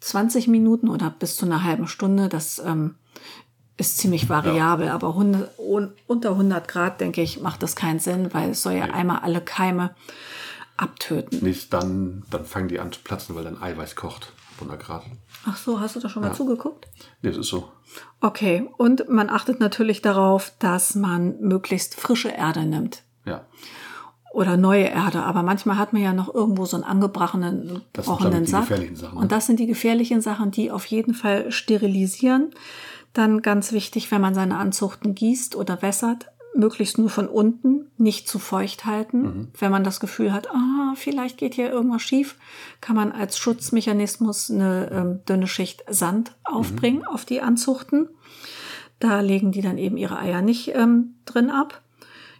[SPEAKER 2] 20 Minuten oder bis zu einer halben Stunde. Das ähm, ist ziemlich variabel, aber 100, un, unter 100 Grad, denke ich, macht das keinen Sinn, weil es soll ja einmal alle Keime abtöten.
[SPEAKER 1] Nee, dann, dann fangen die an zu platzen, weil dein Eiweiß kocht. 100 Grad.
[SPEAKER 2] Ach so, hast du da schon mal zugeguckt?
[SPEAKER 1] Nee, das ist so.
[SPEAKER 2] Okay, und man achtet natürlich darauf, dass man möglichst frische Erde nimmt
[SPEAKER 1] Ja.
[SPEAKER 2] oder neue Erde, aber manchmal hat man ja noch irgendwo so einen angebrochenen
[SPEAKER 1] Das sind,
[SPEAKER 2] gebrochenen
[SPEAKER 1] glaub ich, die
[SPEAKER 2] Sack.
[SPEAKER 1] gefährlichen Sachen, ne?
[SPEAKER 2] Und das sind die gefährlichen Sachen, die auf jeden Fall sterilisieren. Dann ganz wichtig, wenn man seine Anzuchten gießt oder wässert, möglichst nur von unten, nicht zu feucht halten.
[SPEAKER 1] Mhm.
[SPEAKER 2] Wenn man das Gefühl hat, ah, vielleicht geht hier irgendwas schief, kann man als Schutzmechanismus eine ähm, dünne Schicht Sand
[SPEAKER 1] Mhm.
[SPEAKER 2] aufbringen auf die Anzuchten. Da legen die dann eben ihre Eier nicht ähm, drin ab.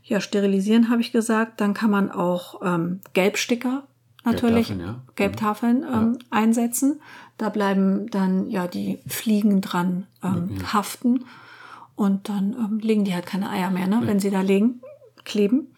[SPEAKER 2] Ja, sterilisieren habe ich gesagt. Dann kann man auch ähm, Gelbsticker natürlich,
[SPEAKER 1] Gelbtafeln, ja. Mhm.
[SPEAKER 2] Gelbtafeln ähm, einsetzen. Da bleiben dann ja die Fliegen dran ähm, haften und dann ähm, legen die halt keine Eier mehr, ne? wenn sie da legen, kleben.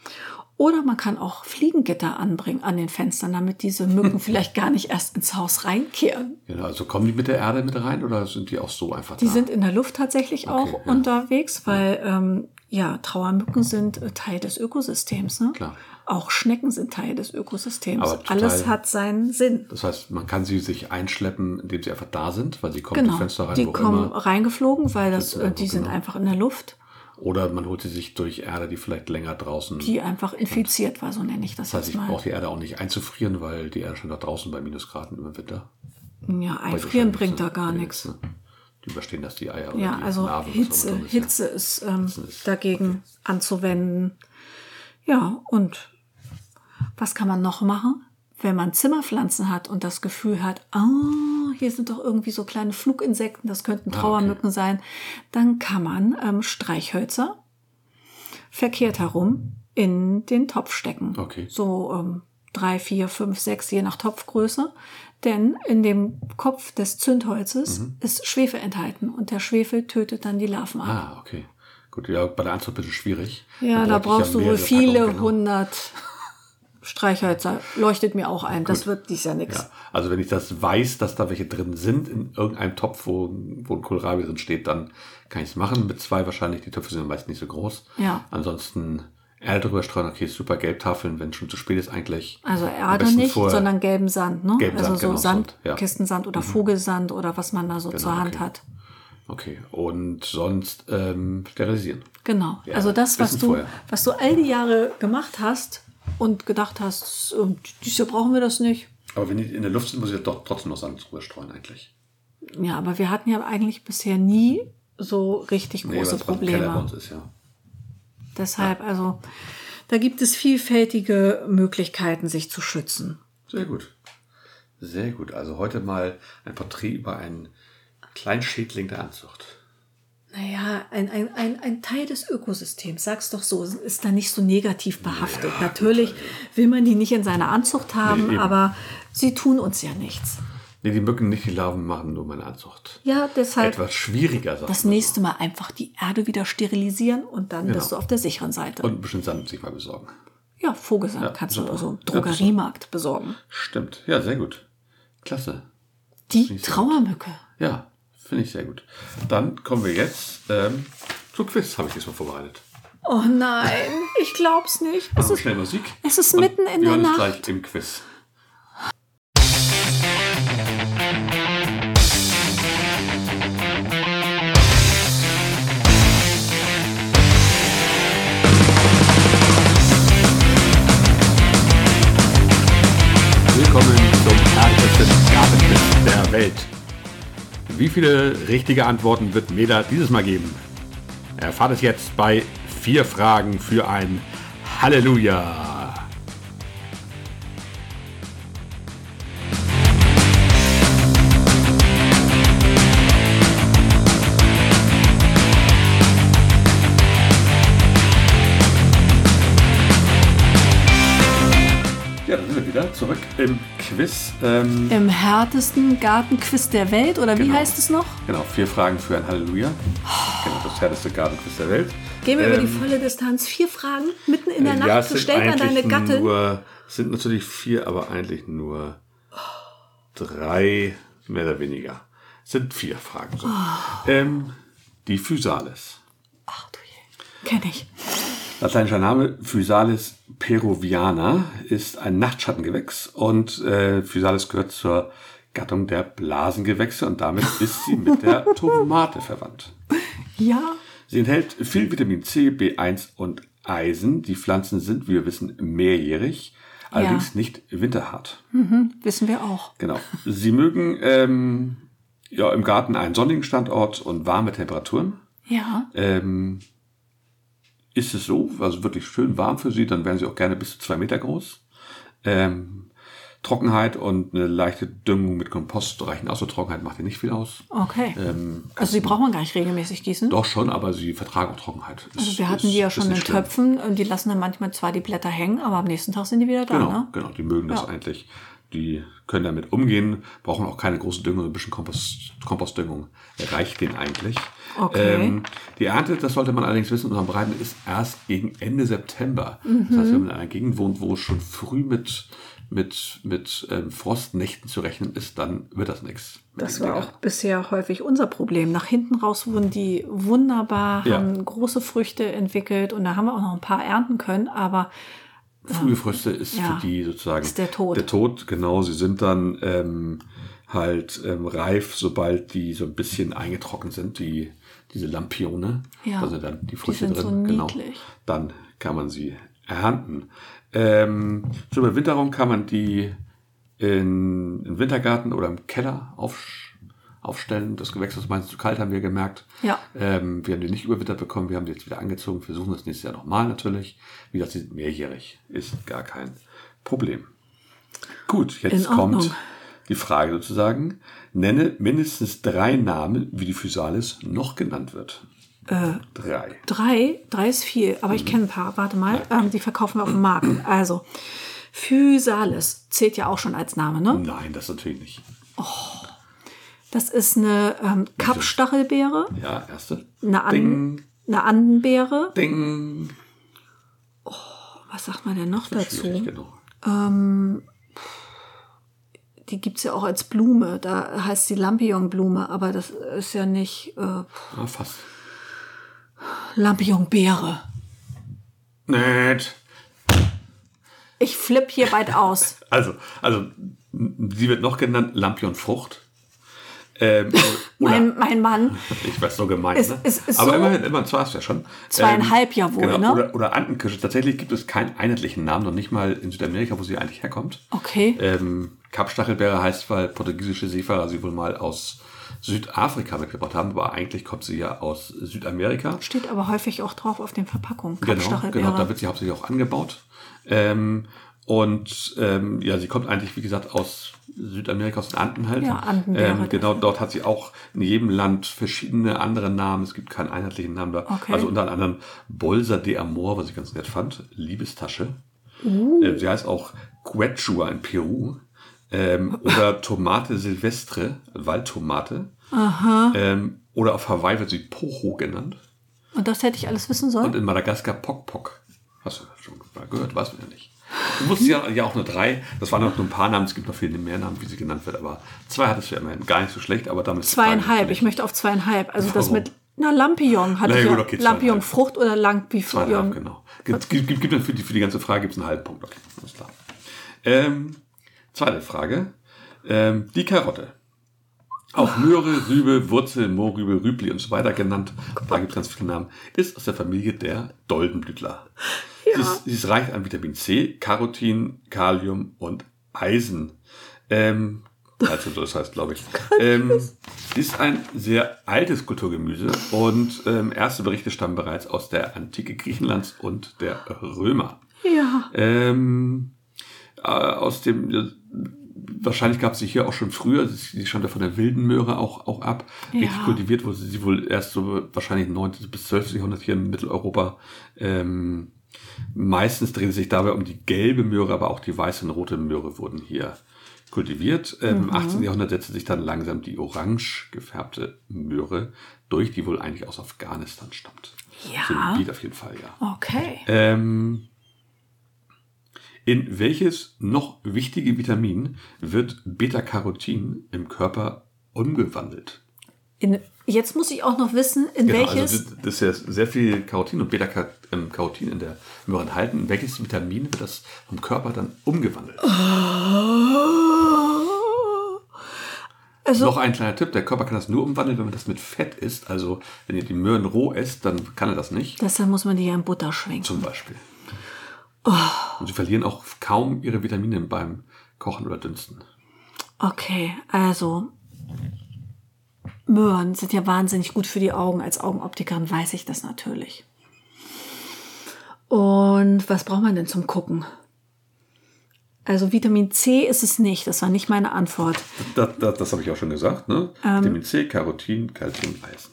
[SPEAKER 2] Oder man kann auch Fliegengitter anbringen an den Fenstern, damit diese Mücken vielleicht gar nicht erst ins Haus reinkehren.
[SPEAKER 1] Genau, also kommen die mit der Erde mit rein oder sind die auch so einfach
[SPEAKER 2] Die
[SPEAKER 1] da?
[SPEAKER 2] sind in der Luft tatsächlich auch
[SPEAKER 1] Okay, ja.
[SPEAKER 2] unterwegs, weil ähm, ja, Trauermücken sind äh, Teil des Ökosystems. Ne?
[SPEAKER 1] Klar.
[SPEAKER 2] Auch Schnecken sind Teil des Ökosystems.
[SPEAKER 1] Aber total-
[SPEAKER 2] Alles hat seinen Sinn.
[SPEAKER 1] das heißt, man kann sie sich einschleppen, indem sie einfach da sind, weil sie kommen durch
[SPEAKER 2] Genau.
[SPEAKER 1] Fenster rein,
[SPEAKER 2] die
[SPEAKER 1] wo auch
[SPEAKER 2] kommen
[SPEAKER 1] immer.
[SPEAKER 2] reingeflogen, weil das,
[SPEAKER 1] Sitzen
[SPEAKER 2] äh, die
[SPEAKER 1] irgendwo,
[SPEAKER 2] sind
[SPEAKER 1] genau.
[SPEAKER 2] einfach in der Luft.
[SPEAKER 1] Oder man holt sie sich durch Erde, die vielleicht länger draußen.
[SPEAKER 2] Die einfach infiziert war, so nenne ich das,
[SPEAKER 1] das heißt,
[SPEAKER 2] jetzt
[SPEAKER 1] ich
[SPEAKER 2] mal.
[SPEAKER 1] brauche die Erde auch nicht einzufrieren, weil die Erde schon da draußen bei Minusgraden im Winter.
[SPEAKER 2] ja,
[SPEAKER 1] Weil die
[SPEAKER 2] einfrieren
[SPEAKER 1] schon-
[SPEAKER 2] bringt da gar
[SPEAKER 1] nee,
[SPEAKER 2] nichts.
[SPEAKER 1] ne? Die überstehen das die Eier. oder
[SPEAKER 2] Ja,
[SPEAKER 1] die
[SPEAKER 2] also
[SPEAKER 1] Larven, was auch
[SPEAKER 2] Hitze,
[SPEAKER 1] immer das ist, ja.
[SPEAKER 2] Hitze ist ähm,
[SPEAKER 1] ist-
[SPEAKER 2] dagegen anzuwenden. Ja, und was kann man noch machen? Wenn man Zimmerpflanzen hat und das Gefühl hat, ah, hier sind doch irgendwie so kleine Fluginsekten, das könnten
[SPEAKER 1] Ah,
[SPEAKER 2] Trauermücken sein, dann kann man ähm, Streichhölzer verkehrt herum in den Topf stecken.
[SPEAKER 1] Okay.
[SPEAKER 2] So ähm, drei, vier, fünf, sechs, je nach Topfgröße. Denn in dem Kopf des Zündholzes
[SPEAKER 1] Mhm.
[SPEAKER 2] ist Schwefel enthalten und der Schwefel tötet dann die Larven ab.
[SPEAKER 1] Ah, okay. Gut, ja, bei der Anzucht ein bisschen schwierig.
[SPEAKER 2] ja,
[SPEAKER 1] bräuchte
[SPEAKER 2] da
[SPEAKER 1] ich
[SPEAKER 2] brauchst du wohl
[SPEAKER 1] mehrere
[SPEAKER 2] viele
[SPEAKER 1] Packungen, genau.
[SPEAKER 2] hundert Streichhölzer. Leuchtet mir auch ein. Das wird dies ja nichts.
[SPEAKER 1] Ja, also wenn ich das weiß, dass da welche drin sind, in irgendeinem Topf, wo, wo ein Kohlrabi drin steht, dann kann ich es machen. Mit zwei wahrscheinlich, die Töpfe sind meist nicht so groß.
[SPEAKER 2] Ja.
[SPEAKER 1] Ansonsten Erde drüber streuen, okay, super Gelbtafeln, wenn es schon zu spät ist eigentlich.
[SPEAKER 2] Also
[SPEAKER 1] Am
[SPEAKER 2] Erde
[SPEAKER 1] besten
[SPEAKER 2] nicht,
[SPEAKER 1] vorher-
[SPEAKER 2] sondern gelben Sand. Ne?
[SPEAKER 1] Gelben
[SPEAKER 2] also
[SPEAKER 1] Sand,
[SPEAKER 2] so
[SPEAKER 1] genau,
[SPEAKER 2] Sand,
[SPEAKER 1] Sand, ja. Mhm. Genau,
[SPEAKER 2] Kistensand oder Vogelsand oder was man da so zur Hand
[SPEAKER 1] okay.
[SPEAKER 2] hat.
[SPEAKER 1] Okay, und sonst ähm, sterilisieren.
[SPEAKER 2] Genau.
[SPEAKER 1] Ja,
[SPEAKER 2] also das, was
[SPEAKER 1] wissen
[SPEAKER 2] du,
[SPEAKER 1] vorher.
[SPEAKER 2] was du all die Jahre gemacht hast und gedacht hast, ähm, diese brauchen wir das nicht.
[SPEAKER 1] Aber wenn die in der Luft sind, muss ich doch trotzdem noch Sand drüber streuen eigentlich.
[SPEAKER 2] Ja, aber wir hatten ja eigentlich bisher nie so richtig
[SPEAKER 1] weil es
[SPEAKER 2] große
[SPEAKER 1] bei uns im Keller bei
[SPEAKER 2] Probleme.
[SPEAKER 1] uns ist, ja.
[SPEAKER 2] Deshalb, also, da gibt es vielfältige Möglichkeiten, sich zu schützen.
[SPEAKER 1] Sehr gut. Sehr gut. Also heute mal ein Porträt über einen Kleinschädling der Anzucht.
[SPEAKER 2] Naja, ein, ein, ein, ein Teil des Ökosystems, sag's doch so, ist da nicht so negativ behaftet. Natürlich will man die nicht in seiner Anzucht haben,
[SPEAKER 1] also. Nee, eben.
[SPEAKER 2] aber sie tun uns ja nichts.
[SPEAKER 1] Nee, die Mücken nicht, die Larven machen nur meine Anzucht.
[SPEAKER 2] Ja, deshalb.
[SPEAKER 1] Etwas schwieriger, sagt
[SPEAKER 2] Das
[SPEAKER 1] man.
[SPEAKER 2] nächste Mal einfach die Erde wieder sterilisieren und dann
[SPEAKER 1] Genau.
[SPEAKER 2] bist du auf der sicheren Seite.
[SPEAKER 1] Und ein bisschen Sand sich mal besorgen.
[SPEAKER 2] ja, Vogelsang
[SPEAKER 1] Ja,
[SPEAKER 2] kannst
[SPEAKER 1] super.
[SPEAKER 2] du also im
[SPEAKER 1] Ja,
[SPEAKER 2] Drogeriemarkt besorgen.
[SPEAKER 1] Stimmt. Ja, sehr gut. Klasse.
[SPEAKER 2] Die
[SPEAKER 1] Schließend.
[SPEAKER 2] Trauermücke.
[SPEAKER 1] Ja, finde ich sehr gut. Dann kommen wir jetzt ähm, zu Quiz, habe ich diesmal vorbereitet.
[SPEAKER 2] Oh nein, ich glaub's nicht. Es
[SPEAKER 1] Machen wir
[SPEAKER 2] ist,
[SPEAKER 1] schnell Musik.
[SPEAKER 2] es ist
[SPEAKER 1] und
[SPEAKER 2] mitten
[SPEAKER 1] wir
[SPEAKER 2] in der
[SPEAKER 1] hören uns
[SPEAKER 2] Nacht.
[SPEAKER 1] gleich im Quiz. Willkommen zum härtesten Gartenquiz der Welt. Wie viele richtige Antworten wird Meda dieses Mal geben? Erfahrt es jetzt bei vier Fragen für ein Halleluja. Ja, da sind wir wieder zurück im Quiz. Ähm,
[SPEAKER 2] Im härtesten Gartenquiz der Welt, oder wie
[SPEAKER 1] Genau.
[SPEAKER 2] heißt es noch?
[SPEAKER 1] Genau, vier Fragen für ein Halleluja. Genau, das härteste Gartenquiz der Welt.
[SPEAKER 2] Gehen wir über die
[SPEAKER 1] Ähm,
[SPEAKER 2] volle Distanz. Vier Fragen mitten in der
[SPEAKER 1] Äh,
[SPEAKER 2] Nacht.
[SPEAKER 1] es
[SPEAKER 2] Bestellt man deine
[SPEAKER 1] eigentlich
[SPEAKER 2] Gattin.
[SPEAKER 1] Nur, es sind natürlich vier, aber eigentlich nur drei, mehr oder weniger. Es sind vier Fragen. So.
[SPEAKER 2] Oh.
[SPEAKER 1] Ähm, die Physalis.
[SPEAKER 2] Ach du je. Kenn ich.
[SPEAKER 1] Lateinischer Name Physalis peruviana ist ein Nachtschattengewächs und äh, Physalis gehört zur Gattung der Blasengewächse und damit ist sie mit der Tomate verwandt.
[SPEAKER 2] Ja.
[SPEAKER 1] Sie enthält viel Vitamin C, B1 und Eisen. Die Pflanzen sind, wie wir wissen, mehrjährig, allerdings nicht winterhart.
[SPEAKER 2] Mhm, wissen wir auch.
[SPEAKER 1] Genau. Sie mögen ähm, ja, im Garten einen sonnigen Standort und warme Temperaturen.
[SPEAKER 2] Ja.
[SPEAKER 1] Ähm, ist es so, also wirklich schön warm für sie, dann wären sie auch gerne bis zu zwei Meter groß. Ähm, Trockenheit und eine leichte Düngung mit Kompost reichen aus. So Trockenheit macht ihr nicht viel aus.
[SPEAKER 2] Okay.
[SPEAKER 1] Ähm,
[SPEAKER 2] also die braucht man gar nicht regelmäßig gießen.
[SPEAKER 1] doch schon, aber sie vertragen auch Trockenheit. Ist-
[SPEAKER 2] Also wir hatten
[SPEAKER 1] ist-
[SPEAKER 2] die ja
[SPEAKER 1] ist
[SPEAKER 2] schon in
[SPEAKER 1] nicht schlimm.
[SPEAKER 2] Töpfen und die lassen dann manchmal zwar die Blätter hängen, aber am nächsten Tag sind die wieder da,
[SPEAKER 1] Genau,
[SPEAKER 2] ne?
[SPEAKER 1] genau. Die mögen das
[SPEAKER 2] Ja.
[SPEAKER 1] eigentlich. Die können damit umgehen, brauchen auch keine große Düngung, ein bisschen Kompost, Kompostdüngung reicht denen eigentlich. Ähm,
[SPEAKER 2] Okay.
[SPEAKER 1] die Ernte, das sollte man allerdings wissen, unserem Breiten ist erst gegen Ende September. Das
[SPEAKER 2] Mhm.
[SPEAKER 1] heißt, wenn man in einer Gegend wohnt, wo schon früh mit, mit, mit ähm, Frostnächten zu rechnen ist, dann wird das nichts.
[SPEAKER 2] Das war auch bisher häufig unser Problem. Nach hinten raus wurden die wunderbar,
[SPEAKER 1] Ja.
[SPEAKER 2] haben große Früchte entwickelt und da haben wir auch noch ein paar ernten können, aber
[SPEAKER 1] Frühe Fröste ist
[SPEAKER 2] Ah, Ja.
[SPEAKER 1] für die sozusagen
[SPEAKER 2] Ist der Tod.
[SPEAKER 1] Der Tod, genau. Sie sind dann ähm, halt ähm, reif, sobald die so ein bisschen eingetrocknet sind, die, diese Lampione.
[SPEAKER 2] Ja,
[SPEAKER 1] Da sind dann die Früchte
[SPEAKER 2] sind
[SPEAKER 1] drin.
[SPEAKER 2] so
[SPEAKER 1] genau.
[SPEAKER 2] niedlich.
[SPEAKER 1] Dann kann man sie ernten. Ähm, zur Überwinterung kann man die in, im Wintergarten oder im Keller aufsch- aufstellen. Das Gewächs ist meistens zu kalt, haben wir gemerkt.
[SPEAKER 2] Ja.
[SPEAKER 1] Ähm, wir haben die nicht überwittert bekommen, wir haben die jetzt wieder angezogen. Wir versuchen das nächstes Jahr nochmal natürlich. Wie gesagt, sie sind mehrjährig. Ist gar kein Problem. Gut, jetzt
[SPEAKER 2] In Ordnung.
[SPEAKER 1] kommt die Frage sozusagen. Nenne mindestens drei Namen, wie die Physalis noch genannt wird.
[SPEAKER 2] Äh,
[SPEAKER 1] Drei.
[SPEAKER 2] Drei, drei ist viel, aber
[SPEAKER 1] Mhm.
[SPEAKER 2] ich kenne ein paar. Warte mal, ähm, die verkaufen wir auf dem Markt. Also, Physalis zählt ja auch schon als Name, ne?
[SPEAKER 1] Nein, das natürlich nicht.
[SPEAKER 2] Das ist eine ähm, Kapstachelbeere,
[SPEAKER 1] Ja, erste.
[SPEAKER 2] eine, An
[SPEAKER 1] Ding,
[SPEAKER 2] eine Andenbeere.
[SPEAKER 1] ding.
[SPEAKER 2] Was sagt man denn noch
[SPEAKER 1] Schwierig,
[SPEAKER 2] dazu?
[SPEAKER 1] genau.
[SPEAKER 2] Die gibt es ja auch als Blume. Da heißt sie Lampionblume, aber das ist ja nicht äh,
[SPEAKER 1] Ah, fast.
[SPEAKER 2] Lampionbeere.
[SPEAKER 1] Nett.
[SPEAKER 2] Ich flippe hier weit aus.
[SPEAKER 1] Also, also, m- sie wird noch genannt Lampionfrucht. Ähm, oder,
[SPEAKER 2] Mein, mein Mann,
[SPEAKER 1] ich weiß so gemein,
[SPEAKER 2] Ist-
[SPEAKER 1] ne?
[SPEAKER 2] ist- ist
[SPEAKER 1] Aber
[SPEAKER 2] so-
[SPEAKER 1] immerhin, immerhin zwei ist ja schon. Ähm, genau,
[SPEAKER 2] Zweieinhalb ja wohl, ne?
[SPEAKER 1] Oder, oder Antenkirsche. Tatsächlich gibt es keinen einheitlichen Namen, noch nicht mal in Südamerika, wo sie eigentlich herkommt.
[SPEAKER 2] okay.
[SPEAKER 1] Ähm, Kapstachelbeere heißt, weil portugiesische Seefahrer sie wohl mal aus Südafrika mitgebracht haben, aber eigentlich kommt sie ja aus Südamerika.
[SPEAKER 2] Steht aber häufig auch drauf auf den Verpackungen.
[SPEAKER 1] Genau,
[SPEAKER 2] Kapstachelbeere.
[SPEAKER 1] genau, da wird sie hauptsächlich auch angebaut. Ähm, und ähm, ja, sie kommt eigentlich, wie gesagt, aus Südamerika, aus den Anden halt.
[SPEAKER 2] Ja, Andenbeere
[SPEAKER 1] ähm, genau, dort hat sie auch in jedem Land verschiedene andere Namen. Es gibt keinen einheitlichen Namen da.
[SPEAKER 2] Okay.
[SPEAKER 1] Also unter anderem Bolsa de Amor, was ich ganz nett fand. Liebestasche. Äh, sie heißt auch Quechua in Peru. Ähm, oder Tomate Silvestre, Waldtomate. Ähm, oder auf Hawaii wird sie Poho genannt.
[SPEAKER 2] Und das hätte ich alles wissen
[SPEAKER 1] Und
[SPEAKER 2] sollen.
[SPEAKER 1] in Madagaskar Pok Pok. Hast du schon mal gehört, weißt du ja nicht. Du musst ja, ja auch nur drei, das waren noch nur ein paar Namen, es gibt noch viele mehr Namen, wie sie genannt wird, aber zwei hattest du ja immerhin. Gar nicht so schlecht, aber damit.
[SPEAKER 2] Zweieinhalb. Ich möchte auf zweieinhalb. Also das
[SPEAKER 1] Warum?
[SPEAKER 2] mit na Lampion hatte
[SPEAKER 1] Na
[SPEAKER 2] ich
[SPEAKER 1] gut,
[SPEAKER 2] ja.
[SPEAKER 1] okay, zweieinhalb.
[SPEAKER 2] Lampion Frucht oder
[SPEAKER 1] Zweieinhalb,
[SPEAKER 2] Lampion.
[SPEAKER 1] genau. Gibt, gibt, gibt, gibt dann für die, für die ganze Frage gibt's einen halben Punkt. Okay, alles klar. Ähm, zweite Frage. Ähm, die Karotte. Auch Möhre, Rübe, Wurzel, Mohrrübe, Rübli und so weiter genannt. Da gibt es ganz viele Namen. Ist aus der Familie der Doldenblütler. Sie, ist, sie ist reich an Vitamin C, Carotin, Kalium und Eisen. Ähm, also so das heißt, glaube ich. Ähm, sie ist ein sehr altes Kulturgemüse und ähm, erste Berichte stammen bereits aus der Antike Griechenlands und der Römer.
[SPEAKER 2] Ja.
[SPEAKER 1] Ähm, äh, aus dem, wahrscheinlich gab es sie hier auch schon früher, sie sie stammt ja von der wilden Möhre auch, auch ab. Richtig kultiviert wurde sie wohl erst so wahrscheinlich 19. bis 12. Jahrhundert hier in Mitteleuropa. Ähm, meistens dreht es sich dabei um die gelbe Möhre, aber auch die weiße und rote Möhre wurden hier kultiviert. Ähm, Im 18. Jahrhundert setzte sich dann langsam die orange gefärbte Möhre durch, die wohl eigentlich aus Afghanistan stammt. So
[SPEAKER 2] Ja.
[SPEAKER 1] ein Lied auf jeden Fall, ja.
[SPEAKER 2] Okay.
[SPEAKER 1] Ähm, in welches noch wichtige Vitamin wird Beta-Carotin im Körper umgewandelt?
[SPEAKER 2] In, jetzt muss ich auch noch wissen, in welches.
[SPEAKER 1] also das- das ist ja sehr viel Carotin und Beta-Carotin in der Möhre enthalten. In welches Vitamin wird das vom Körper dann umgewandelt?
[SPEAKER 2] Also-
[SPEAKER 1] Noch ein kleiner Tipp, der Körper kann das nur umwandeln, wenn man das mit Fett isst. Also wenn ihr die Möhren roh esst, dann kann er das nicht.
[SPEAKER 2] Deshalb muss man die ja in Butter schwenken.
[SPEAKER 1] Zum Beispiel. Und sie verlieren auch kaum ihre Vitamine beim Kochen oder Dünsten.
[SPEAKER 2] Okay, also. Möhren sind ja wahnsinnig gut für die Augen. Als Augenoptikerin weiß ich das natürlich. Und was braucht man denn zum Gucken? Also Vitamin C ist es nicht. Das war nicht meine Antwort.
[SPEAKER 1] Das, das, das habe ich auch schon gesagt, ne?
[SPEAKER 2] Ähm.
[SPEAKER 1] Vitamin C, Carotin, Calcium, Eisen.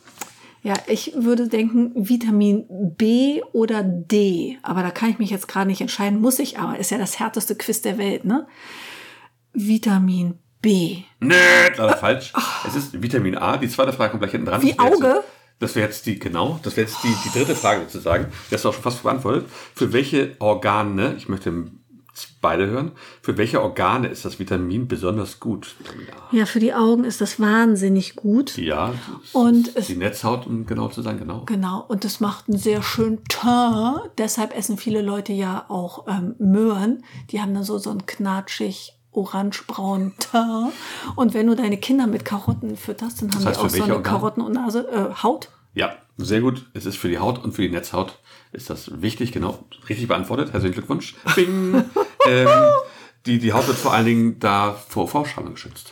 [SPEAKER 2] Ja, ich würde denken Vitamin B oder D. Aber da kann ich mich jetzt gerade nicht entscheiden. Muss ich aber. Ist ja das härteste Quiz der Welt, ne? Vitamin B.
[SPEAKER 1] Nee, leider falsch. Es ist Vitamin A. Die zweite Frage kommt gleich hinten dran.
[SPEAKER 2] Wie
[SPEAKER 1] Das wär jetzt-
[SPEAKER 2] Auge?
[SPEAKER 1] Das wäre jetzt die, genau, das wäre jetzt die, die dritte Frage sozusagen. Das ist auch schon fast beantwortet. Für welche Organe, ich möchte beide hören, für welche Organe ist das Vitamin besonders gut? Vitamin A.
[SPEAKER 2] Ja, für die Augen ist das wahnsinnig gut.
[SPEAKER 1] Ja,
[SPEAKER 2] Und es-
[SPEAKER 1] die Netzhaut, um genau zu sein, genau.
[SPEAKER 2] Genau, und das macht einen sehr schönen Teint. Deshalb essen viele Leute ja auch ähm, Möhren. Die haben dann so, so einen knatschig orangebraunen Teint. Und wenn du deine Kinder mit Karotten fütterst, dann haben
[SPEAKER 1] heißt,
[SPEAKER 2] die auch
[SPEAKER 1] für
[SPEAKER 2] so
[SPEAKER 1] welche
[SPEAKER 2] eine
[SPEAKER 1] Organe?
[SPEAKER 2] Karotten- und Nase, äh, Haut.
[SPEAKER 1] Ja, sehr gut. Es ist für die Haut und für die Netzhaut ist das wichtig, genau. Richtig beantwortet. Herzlichen Glückwunsch. Bing. ähm, die, die Haut wird vor allen Dingen da vor Vorstrahlung geschützt.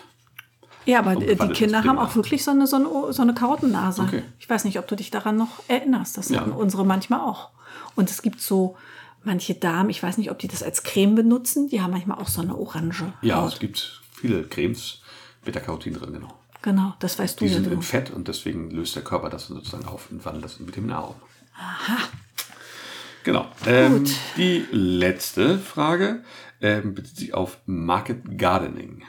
[SPEAKER 2] Ja, aber
[SPEAKER 1] Und
[SPEAKER 2] äh, die
[SPEAKER 1] Wandeln
[SPEAKER 2] Kinder
[SPEAKER 1] ist
[SPEAKER 2] haben
[SPEAKER 1] prima.
[SPEAKER 2] auch wirklich so eine, so eine, so eine Karottennase.
[SPEAKER 1] Okay.
[SPEAKER 2] Ich weiß nicht, ob du dich daran noch erinnerst. Das
[SPEAKER 1] Ja.
[SPEAKER 2] hatten unsere manchmal auch. Und es gibt so manche Damen, ich weiß nicht, ob die das als Creme benutzen, die haben manchmal auch so eine orange
[SPEAKER 1] Ja, es
[SPEAKER 2] Haut.
[SPEAKER 1] gibt viele Cremes mit der Carotin drin, genau.
[SPEAKER 2] Genau, das weißt du
[SPEAKER 1] Die
[SPEAKER 2] ja.
[SPEAKER 1] sind
[SPEAKER 2] Du.
[SPEAKER 1] in Fett und deswegen löst der Körper das sozusagen auf und wandelt das in Vitamin A um. Aha. Genau. Ähm,
[SPEAKER 2] Gut.
[SPEAKER 1] die letzte Frage ähm, bezieht sich auf Market Gardening.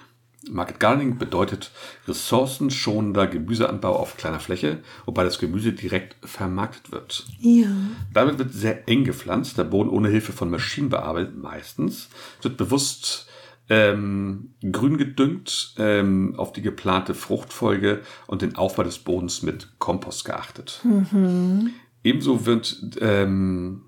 [SPEAKER 1] Market Gardening bedeutet ressourcenschonender Gemüseanbau auf kleiner Fläche, wobei das Gemüse direkt vermarktet wird.
[SPEAKER 2] Ja.
[SPEAKER 1] Damit wird sehr eng gepflanzt, der Boden ohne Hilfe von Maschinen bearbeitet, meistens. Es wird bewusst ähm, grün gedüngt, ähm, auf die geplante Fruchtfolge und den Aufbau des Bodens mit Kompost geachtet. Ebenso wird ähm,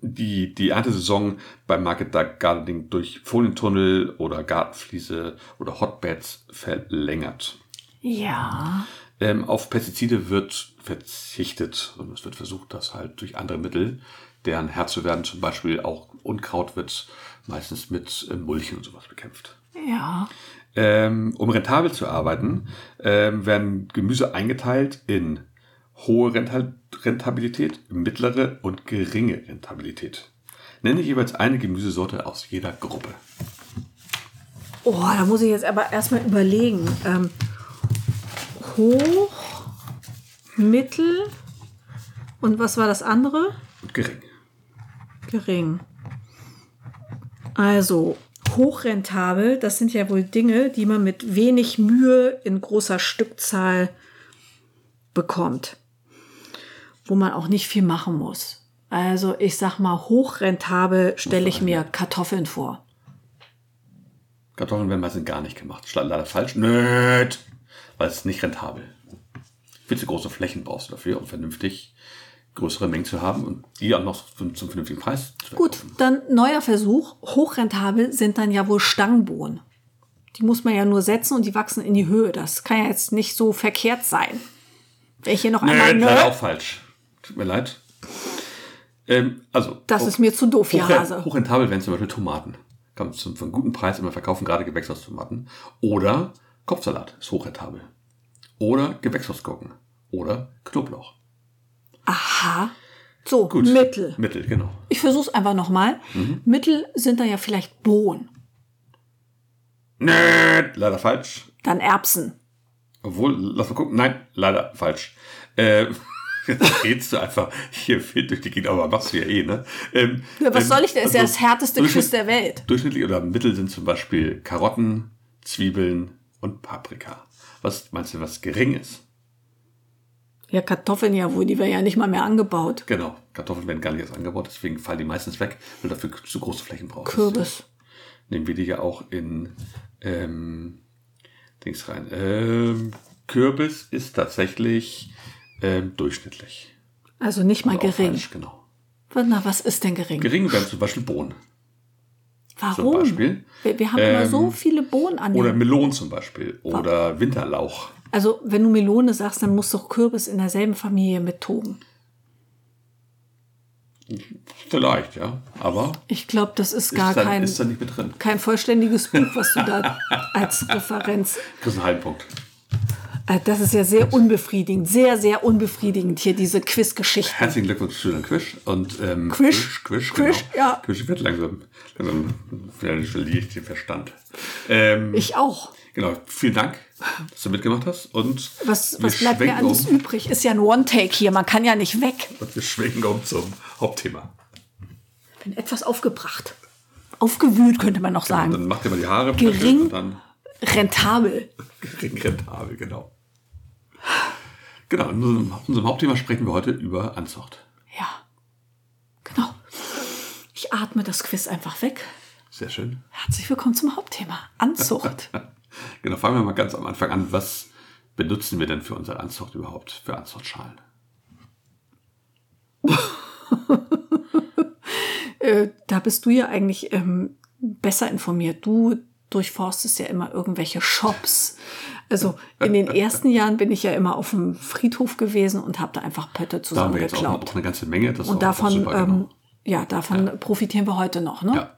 [SPEAKER 1] die, die Erntesaison beim Market Duck Gardening durch Folientunnel oder Gartenfliese oder Hotbeds verlängert.
[SPEAKER 2] Ja.
[SPEAKER 1] Ähm, auf Pestizide wird verzichtet und es wird versucht, das halt durch andere Mittel, deren Herr zu werden, zum Beispiel auch Unkraut wird meistens mit äh, Mulchen und sowas bekämpft.
[SPEAKER 2] Ja.
[SPEAKER 1] Ähm, um rentabel zu arbeiten, ähm, werden Gemüse eingeteilt in hohe Renta- Rentabilität, mittlere und geringe Rentabilität. Nenne jeweils eine Gemüsesorte aus jeder Gruppe.
[SPEAKER 2] Oh, da muss ich jetzt aber erstmal überlegen. Ähm, hoch, mittel und was war das andere?
[SPEAKER 1] Und gering.
[SPEAKER 2] Gering. Also hochrentabel, das sind ja wohl Dinge, die man mit wenig Mühe in großer Stückzahl bekommt, wo man auch nicht viel machen muss. Also ich sag mal, hochrentabel stelle ich mir Kartoffeln vor.
[SPEAKER 1] Kartoffeln werden meistens gar nicht gemacht. Schla- Leider falsch. Nöt! Weil es ist nicht rentabel. Viel zu große Flächen brauchst du dafür, um vernünftig größere Mengen zu haben und die auch noch zum, zum vernünftigen Preis zu
[SPEAKER 2] Gut,
[SPEAKER 1] verkaufen.
[SPEAKER 2] dann neuer Versuch. Hochrentabel sind dann ja wohl Stangenbohnen. Die muss man ja nur setzen und die wachsen in die Höhe. Das kann ja jetzt nicht so verkehrt sein. Wenn ich hier noch einmal...
[SPEAKER 1] Nöt,
[SPEAKER 2] Nö,
[SPEAKER 1] leider auch falsch. Tut mir leid. Ähm, also,
[SPEAKER 2] Das ist mir zu doof, ja, Hase.
[SPEAKER 1] Hochrentabel wären zum Beispiel Tomaten. Kann man zum, für einen guten Preis immer verkaufen, gerade Gewächshaustomaten. Oder Kopfsalat ist hochrentabel. Oder Gewächshausgurken. Oder Knoblauch.
[SPEAKER 2] Aha. So,
[SPEAKER 1] Gut.
[SPEAKER 2] Mittel.
[SPEAKER 1] Mittel, genau.
[SPEAKER 2] Ich versuch's einfach nochmal. Mittel sind dann ja vielleicht Bohnen,
[SPEAKER 1] Nöt, leider falsch.
[SPEAKER 2] dann Erbsen.
[SPEAKER 1] Obwohl, lass mal gucken. Nein, leider falsch. Äh, jetzt redst du einfach hier fehlt durch die Gegend, aber machst du ja eh, ne? Ähm,
[SPEAKER 2] Ja, was
[SPEAKER 1] ähm,
[SPEAKER 2] soll ich denn? Ist ja das härteste
[SPEAKER 1] durchschnitt-
[SPEAKER 2] Quiz der Welt.
[SPEAKER 1] Durchschnittlich oder Mittel sind zum Beispiel Karotten, Zwiebeln und Paprika. Was meinst du, was gering ist?
[SPEAKER 2] Ja, Kartoffeln ja wohl, die werden ja nicht mal mehr angebaut.
[SPEAKER 1] Genau, Kartoffeln werden gar nicht erst angebaut, deswegen fallen die meistens weg, weil du dafür zu große Flächen brauchst.
[SPEAKER 2] Kürbis.
[SPEAKER 1] Nehmen wir die ja auch in ähm, Dings rein. Ähm, Kürbis ist tatsächlich ähm, durchschnittlich.
[SPEAKER 2] Also nicht mal
[SPEAKER 1] Auch
[SPEAKER 2] gering.
[SPEAKER 1] falsch, genau.
[SPEAKER 2] Na, was ist denn gering?
[SPEAKER 1] Gering wären zum Beispiel Bohnen
[SPEAKER 2] Warum?
[SPEAKER 1] zum Beispiel. Ähm,
[SPEAKER 2] Wir, wir haben immer so viele Bohnen an.
[SPEAKER 1] oder
[SPEAKER 2] den-
[SPEAKER 1] Melonen zum Beispiel oder Winterlauch.
[SPEAKER 2] Also, wenn du Melone sagst, dann muss doch Kürbis in derselben Familie mit Toben.
[SPEAKER 1] Vielleicht, ja. Aber
[SPEAKER 2] Ich glaube, das ist
[SPEAKER 1] ist,
[SPEAKER 2] gar
[SPEAKER 1] dann,
[SPEAKER 2] kein,
[SPEAKER 1] ist dann nicht mit drin.
[SPEAKER 2] kein vollständiges Buch, was du da als Referenz
[SPEAKER 1] Kriegst einen halben Punkt.
[SPEAKER 2] Äh, Das ist ja sehr unbefriedigend, sehr, sehr unbefriedigend hier diese Quizgeschichten.
[SPEAKER 1] Herzlichen Glückwunsch zu deinem Quisch. Und, ähm,
[SPEAKER 2] Quisch?
[SPEAKER 1] Quisch,
[SPEAKER 2] Quisch,
[SPEAKER 1] genau.
[SPEAKER 2] ja.
[SPEAKER 1] Quisch wird langsam, langsam vielleicht verliere ich den Verstand. Ähm,
[SPEAKER 2] Ich auch.
[SPEAKER 1] genau, vielen Dank, dass du mitgemacht hast. Und
[SPEAKER 2] Was,
[SPEAKER 1] wir
[SPEAKER 2] was bleibt mir
[SPEAKER 1] schwenken
[SPEAKER 2] alles
[SPEAKER 1] um,
[SPEAKER 2] übrig? Ist ja ein One-Take hier, man kann ja nicht weg.
[SPEAKER 1] und wir schwenken um zum Hauptthema. Genau,
[SPEAKER 2] Bin etwas aufgebracht. Aufgewühlt könnte man noch
[SPEAKER 1] Und
[SPEAKER 2] sagen.
[SPEAKER 1] dann macht ihr mal die Haare
[SPEAKER 2] Gering-
[SPEAKER 1] und dann
[SPEAKER 2] Rentabel.
[SPEAKER 1] gering rentabel, genau. Genau, in unserem, unserem Hauptthema sprechen wir heute über Anzucht.
[SPEAKER 2] Ja. Genau. Ich atme das Quiz einfach weg.
[SPEAKER 1] Sehr schön.
[SPEAKER 2] Herzlich willkommen zum Hauptthema. Anzucht.
[SPEAKER 1] Genau, fangen wir mal ganz am Anfang an. Was benutzen wir denn für unsere Anzucht überhaupt, für Anzuchtschalen?
[SPEAKER 2] Äh, da bist du ja eigentlich ähm, besser informiert. Du durchforstest ja immer irgendwelche Shops, Also in den ersten Jahren bin ich ja immer auf dem Friedhof gewesen und habe da einfach Pötte
[SPEAKER 1] Da haben wir jetzt auch,
[SPEAKER 2] zusammengeklaut.
[SPEAKER 1] auch eine ganze Menge. Das ist
[SPEAKER 2] Und
[SPEAKER 1] auch- auch
[SPEAKER 2] davon,
[SPEAKER 1] super, genau.
[SPEAKER 2] ähm, ja, davon profitieren wir heute noch. Ne?
[SPEAKER 1] Ja.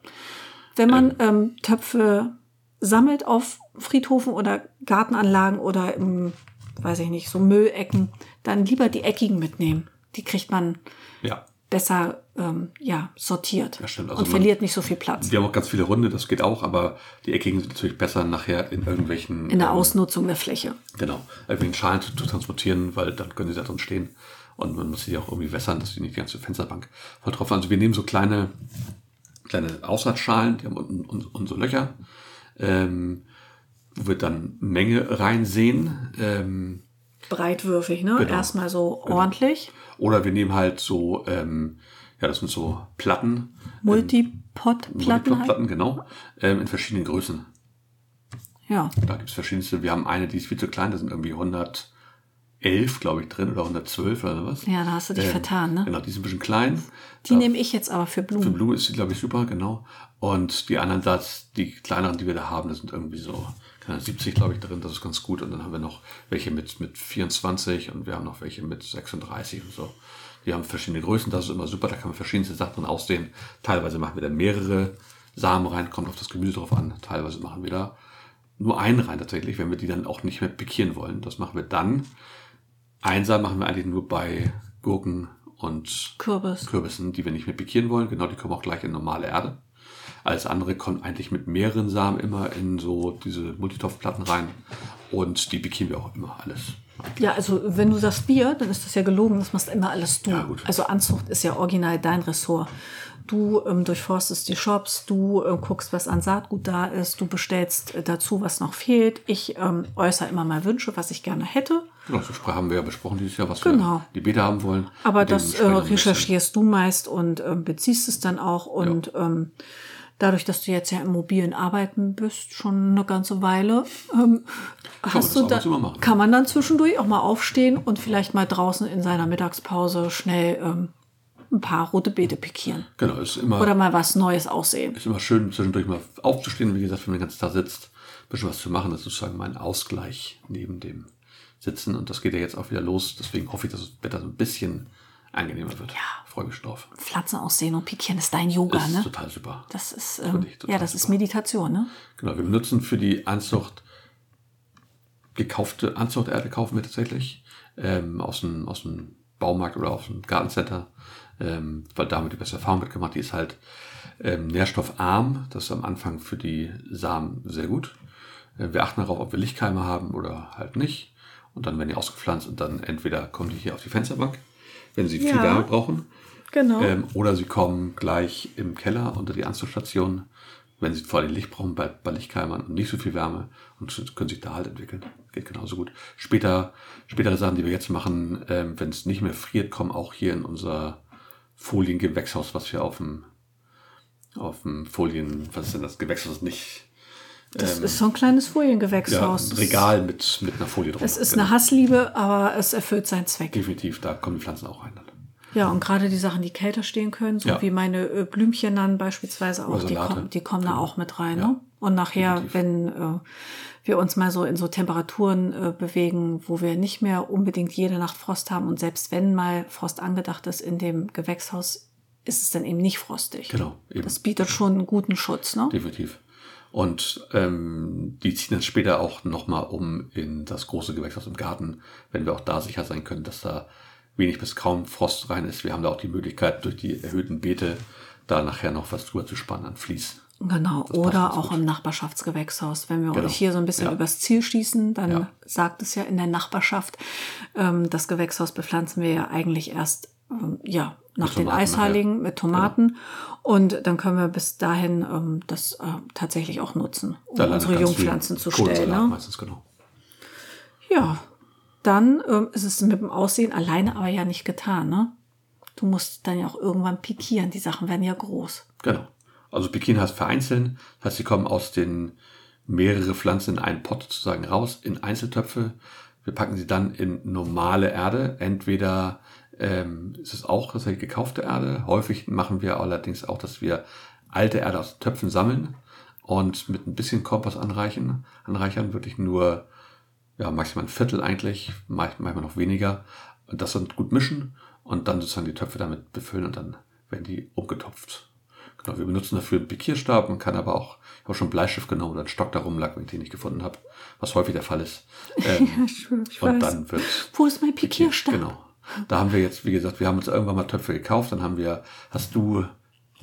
[SPEAKER 2] Wenn man ähm, Töpfe sammelt auf Friedhofen oder Gartenanlagen oder im, weiß ich nicht, so Müllecken, dann lieber die eckigen mitnehmen. Die kriegt man
[SPEAKER 1] ja.
[SPEAKER 2] besser ähm, ja, sortiert
[SPEAKER 1] Ja, stimmt. Also man-
[SPEAKER 2] und verliert nicht so viel Platz
[SPEAKER 1] Wir haben auch ganz viele Runde, das geht auch, aber die Eckigen sind natürlich besser nachher in irgendwelchen.
[SPEAKER 2] in der
[SPEAKER 1] ähm,
[SPEAKER 2] Ausnutzung der Fläche.
[SPEAKER 1] Genau, irgendwelchen Schalen zu, zu transportieren, weil dann können sie da drin stehen. Und man muss sie auch irgendwie wässern, dass sie nicht die ganze Fensterbank voll drauf Also wir nehmen so kleine, kleine Aussatzschalen, die haben unten un, un, so Löcher, ähm, wo wir dann Menge reinsehen. Ähm,
[SPEAKER 2] Breitwürfig, ne?
[SPEAKER 1] Genau.
[SPEAKER 2] Erstmal so ordentlich.
[SPEAKER 1] oder wir nehmen halt so, ähm, ja, das sind so Platten.
[SPEAKER 2] Multipot-Platten halt.
[SPEAKER 1] Platten, genau, ähm, in verschiedenen Größen.
[SPEAKER 2] Ja.
[SPEAKER 1] Da gibt es verschiedenste. Wir haben eine, die ist viel zu klein, da sind irgendwie 111, glaube ich, drin oder 112 oder was.
[SPEAKER 2] Ja, da hast du dich vertan, ne?
[SPEAKER 1] Genau, die sind ein bisschen klein.
[SPEAKER 2] Die nehme ich jetzt aber für
[SPEAKER 1] Für
[SPEAKER 2] Blumen.
[SPEAKER 1] Blue ist sie, glaube ich, super, genau. Und die anderen, das, die kleineren, die wir da haben, das sind irgendwie so keine Ahnung, 70, glaube ich, drin. Das ist ganz gut. Und dann haben wir noch welche mit, mit 24 und wir haben noch welche mit 36 und so. Die haben verschiedene Größen, das ist immer super. Da kann man verschiedenste Sachen drin aussehen. Teilweise machen wir da mehrere Samen rein, kommt auf das Gemüse drauf an. Teilweise machen wir da nur einen rein tatsächlich, wenn wir die dann auch nicht mehr pikieren wollen. Das machen wir dann. Einser machen wir eigentlich nur bei Gurken und
[SPEAKER 2] Kürbis.
[SPEAKER 1] Kürbissen, die wir nicht mehr pikieren wollen. Genau, die kommen auch gleich in normale Erde. Alles andere kommt eigentlich mit mehreren Samen immer in so diese Multitopfplatten rein. Und die pikieren wir auch immer alles.
[SPEAKER 2] Ja, also wenn du sagst wir, dann ist das ja gelogen. Das machst immer alles du.
[SPEAKER 1] Ja, gut.
[SPEAKER 2] Also Anzucht ist ja original dein Ressort. Du ähm, durchforstest die Shops, du ähm, guckst, was an Saatgut da ist, du bestellst äh, dazu, was noch fehlt. Ich ähm, äußere immer mal Wünsche, was ich gerne hätte.
[SPEAKER 1] Genau, so Sprache haben wir ja besprochen dieses Jahr, was
[SPEAKER 2] Genau.
[SPEAKER 1] wir die Beta haben wollen.
[SPEAKER 2] Aber
[SPEAKER 1] Mit dem
[SPEAKER 2] das äh,
[SPEAKER 1] sprechen wir ein bisschen.
[SPEAKER 2] recherchierst du meist und ähm, beziehst es dann auch. Und ähm, dadurch, dass du jetzt ja im mobilen Arbeiten bist, schon eine ganze Weile, ähm, hast
[SPEAKER 1] das
[SPEAKER 2] du
[SPEAKER 1] ab und
[SPEAKER 2] da,
[SPEAKER 1] zu mal machen.
[SPEAKER 2] kann man dann zwischendurch auch mal aufstehen und vielleicht mal draußen in seiner Mittagspause schnell ähm, ein paar rote Beete pikieren.
[SPEAKER 1] Genau, ist immer,
[SPEAKER 2] Oder mal was Neues aussehen.
[SPEAKER 1] ist immer schön, zwischendurch mal aufzustehen. Wie gesagt, wenn man den ganzen Tag sitzt, ein bisschen was zu machen. Das ist sozusagen mein Ausgleich neben dem Sitzen. Und das geht ja jetzt auch wieder los. Deswegen hoffe ich, dass das Wetter so ein bisschen angenehmer wird. Ja. Freue mich schon drauf.
[SPEAKER 2] Pflanzen aussehen und pikieren ist dein Yoga,
[SPEAKER 1] Ist
[SPEAKER 2] ne?
[SPEAKER 1] total super.
[SPEAKER 2] Das ist, ähm,
[SPEAKER 1] ich total
[SPEAKER 2] ja, das ist Meditation, ne?
[SPEAKER 1] Genau, wir benutzen für die Anzucht gekaufte Anzuchterde kaufen wir tatsächlich ähm, aus, dem, aus dem Baumarkt oder aus dem Gartencenter, ähm, weil da haben wir die beste Erfahrung mitgemacht. Die ist halt ähm, nährstoffarm, das ist am Anfang für die Samen sehr gut. Äh, wir achten darauf, ob wir Lichtkeime haben oder halt nicht. Und dann werden die ausgepflanzt und dann entweder kommen die hier auf die Fensterbank, wenn sie viel
[SPEAKER 2] Ja.
[SPEAKER 1] Wärme brauchen,
[SPEAKER 2] Genau.
[SPEAKER 1] ähm, oder sie kommen gleich im Keller unter die Anzugstation, wenn sie vor allem Licht brauchen, bei, bei Lichtkeimern und nicht so viel Wärme und so können sich da halt entwickeln. Geht genauso gut. Später, spätere Sachen, die wir jetzt machen, ähm, wenn es nicht mehr friert, kommen auch hier in unser Foliengewächshaus, was wir auf dem, auf dem Folien, was ist denn das Gewächshaus nicht?
[SPEAKER 2] das ist so ein kleines
[SPEAKER 1] Ja,
[SPEAKER 2] Foliengewächshaus.
[SPEAKER 1] ein Regal mit, mit einer Folie drauf.
[SPEAKER 2] Es ist eine Hassliebe, aber es erfüllt seinen Zweck.
[SPEAKER 1] Definitiv, da kommen die Pflanzen auch rein. Dann.
[SPEAKER 2] Ja, und gerade die Sachen, die kälter stehen können, so
[SPEAKER 1] Ja.
[SPEAKER 2] wie meine äh, Blümchen dann beispielsweise auch,
[SPEAKER 1] Oder
[SPEAKER 2] die,
[SPEAKER 1] Salate. Genau.
[SPEAKER 2] kommen, die kommen da auch mit rein.
[SPEAKER 1] Ja.
[SPEAKER 2] Ne? Und nachher, wenn äh, wir uns mal so in so Temperaturen äh, bewegen, wo wir nicht mehr unbedingt jede Nacht Frost haben und selbst wenn mal Frost angedacht ist in dem Gewächshaus, ist es dann eben nicht frostig.
[SPEAKER 1] Genau, eben.
[SPEAKER 2] Das bietet schon einen guten Schutz. Ne?
[SPEAKER 1] Definitiv. Und ähm, die ziehen dann später auch nochmal um in das große Gewächshaus im Garten, wenn wir auch da sicher sein können, dass da wenig bis kaum Frost rein ist. Wir haben da auch die Möglichkeit, durch die erhöhten Beete da nachher noch was drüber zu spannen an Vlies.
[SPEAKER 2] Genau,
[SPEAKER 1] passt
[SPEAKER 2] oder
[SPEAKER 1] ganz
[SPEAKER 2] auch
[SPEAKER 1] gut.
[SPEAKER 2] im Nachbarschaftsgewächshaus. Wenn wir
[SPEAKER 1] Genau.
[SPEAKER 2] uns hier so ein bisschen
[SPEAKER 1] Ja.
[SPEAKER 2] übers Ziel schießen, dann
[SPEAKER 1] Ja.
[SPEAKER 2] sagt es ja in der Nachbarschaft, ähm, das Gewächshaus bepflanzen wir ja eigentlich erst ähm, ja,
[SPEAKER 1] Tomaten
[SPEAKER 2] nach den
[SPEAKER 1] Genau. nachher.
[SPEAKER 2] Eisheiligen mit Tomaten. Und dann können wir bis dahin ähm, das äh, tatsächlich auch nutzen, um
[SPEAKER 1] Da landet
[SPEAKER 2] unsere
[SPEAKER 1] ganz
[SPEAKER 2] Jungpflanzen
[SPEAKER 1] viel
[SPEAKER 2] zu
[SPEAKER 1] Kohlsalat
[SPEAKER 2] stellen. Ne?
[SPEAKER 1] Meistens, genau.
[SPEAKER 2] Ja, dann ähm, ist es mit dem Aussehen alleine aber ja nicht getan. Ne? Du musst dann ja auch irgendwann pikieren. Die Sachen werden ja groß.
[SPEAKER 1] Genau. Also Pekin heißt vereinzeln, das heißt, sie kommen aus den mehrere Pflanzen in einen Pott sozusagen raus, in Einzeltöpfe. Wir packen sie dann in normale Erde. Entweder ähm, ist es auch tatsächlich gekaufte Erde. Häufig machen wir allerdings auch, dass wir alte Erde aus Töpfen sammeln und mit ein bisschen Kompass anreichen, anreichern, wirklich nur ja, maximal ein Viertel eigentlich, manchmal noch weniger. Und das dann gut mischen und dann sozusagen die Töpfe damit befüllen und dann werden die umgetopft. Genau, wir benutzen dafür einen Pikierstab. Man kann aber auch, ich habe schon einen Bleistift genommen oder einen Stock da rumlag, wenn ich den nicht gefunden habe, was häufig der Fall ist. Ähm,
[SPEAKER 2] Ja, ich ich
[SPEAKER 1] und
[SPEAKER 2] weiß.
[SPEAKER 1] dann wird
[SPEAKER 2] Wo ist mein Pikierstab?
[SPEAKER 1] Genau. Da haben wir jetzt, wie gesagt, wir haben uns irgendwann mal Töpfe gekauft, dann haben wir, hast du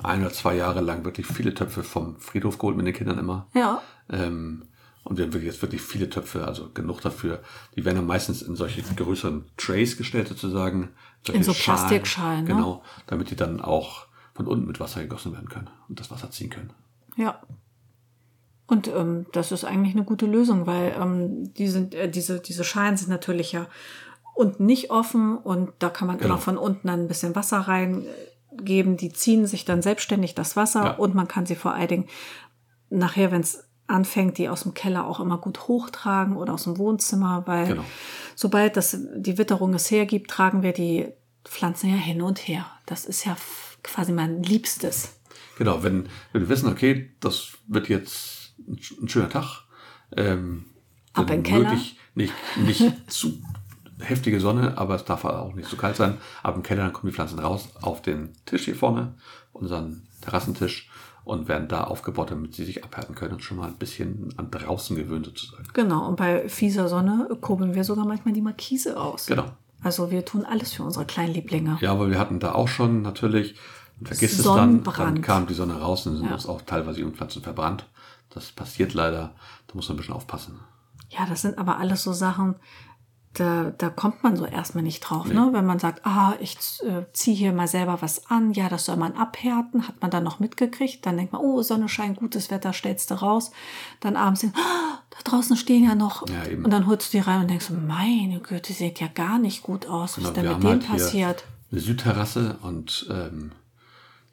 [SPEAKER 1] ein oder zwei Jahre lang wirklich viele Töpfe vom Friedhof geholt mit den Kindern immer.
[SPEAKER 2] Ja.
[SPEAKER 1] Ähm, und wir haben wirklich jetzt wirklich viele Töpfe, also genug dafür. Die werden dann meistens in solche größeren Trays gestellt sozusagen. Solche
[SPEAKER 2] In so Plastikschalen, ne?
[SPEAKER 1] Genau, damit die dann auch von unten mit Wasser gegossen werden können und das Wasser ziehen können.
[SPEAKER 2] Ja. Und ähm, das ist eigentlich eine gute Lösung, weil ähm, die sind, äh, diese, diese Schalen sind natürlich ja und nicht offen und da kann man
[SPEAKER 1] Genau.
[SPEAKER 2] immer von unten dann ein bisschen Wasser reingeben. Die ziehen sich dann selbstständig das Wasser
[SPEAKER 1] Ja.
[SPEAKER 2] und man kann sie vor allen Dingen nachher, wenn es anfängt, die aus dem Keller auch immer gut hochtragen oder aus dem Wohnzimmer, weil
[SPEAKER 1] Genau.
[SPEAKER 2] sobald das, die Witterung es hergibt, tragen wir die Pflanzen ja hin und her. Das ist ja f- quasi mein Liebstes.
[SPEAKER 1] Genau, wenn, wenn wir wissen, okay, das wird jetzt ein, sch- ein schöner Tag. Ähm,
[SPEAKER 2] Ab
[SPEAKER 1] dann
[SPEAKER 2] in den Keller.
[SPEAKER 1] möglich Nicht, nicht zu heftige Sonne, aber es darf auch nicht zu kalt sein. Ab im Keller, dann kommen die Pflanzen raus auf den Tisch hier vorne, unseren Terrassentisch, und werden da aufgebaut, damit sie sich abhärten können und schon mal ein bisschen an draußen gewöhnt sozusagen.
[SPEAKER 2] Genau, und bei fieser Sonne kurbeln wir sogar manchmal die Markise aus.
[SPEAKER 1] Genau.
[SPEAKER 2] Also wir tun alles für unsere Kleinlieblinge.
[SPEAKER 1] Ja, aber wir hatten da auch schon natürlich, man vergisst es dann,
[SPEAKER 2] Sonnenbrand.
[SPEAKER 1] dann kam die Sonne raus und sind
[SPEAKER 2] Ja.
[SPEAKER 1] uns auch teilweise die Pflanzen verbrannt. Das passiert leider, da muss man ein bisschen aufpassen.
[SPEAKER 2] Ja, das sind aber alles so Sachen, da, da kommt man so erstmal nicht drauf, ne? Wenn man sagt, ah, ich äh, ziehe hier mal selber was an, ja, das soll man abhärten, hat man dann noch mitgekriegt, dann denkt man, oh, Sonne scheint, gutes Wetter, stellst du raus, dann abends denkt, ah, da draußen stehen ja noch.
[SPEAKER 1] Ja, eben.
[SPEAKER 2] und dann holst du die rein und denkst, meine Güte, die sieht ja gar nicht gut aus, was
[SPEAKER 1] Genau,
[SPEAKER 2] ist denn
[SPEAKER 1] wir
[SPEAKER 2] mit
[SPEAKER 1] haben halt
[SPEAKER 2] dem passiert?
[SPEAKER 1] hier eine Südterrasse und ähm,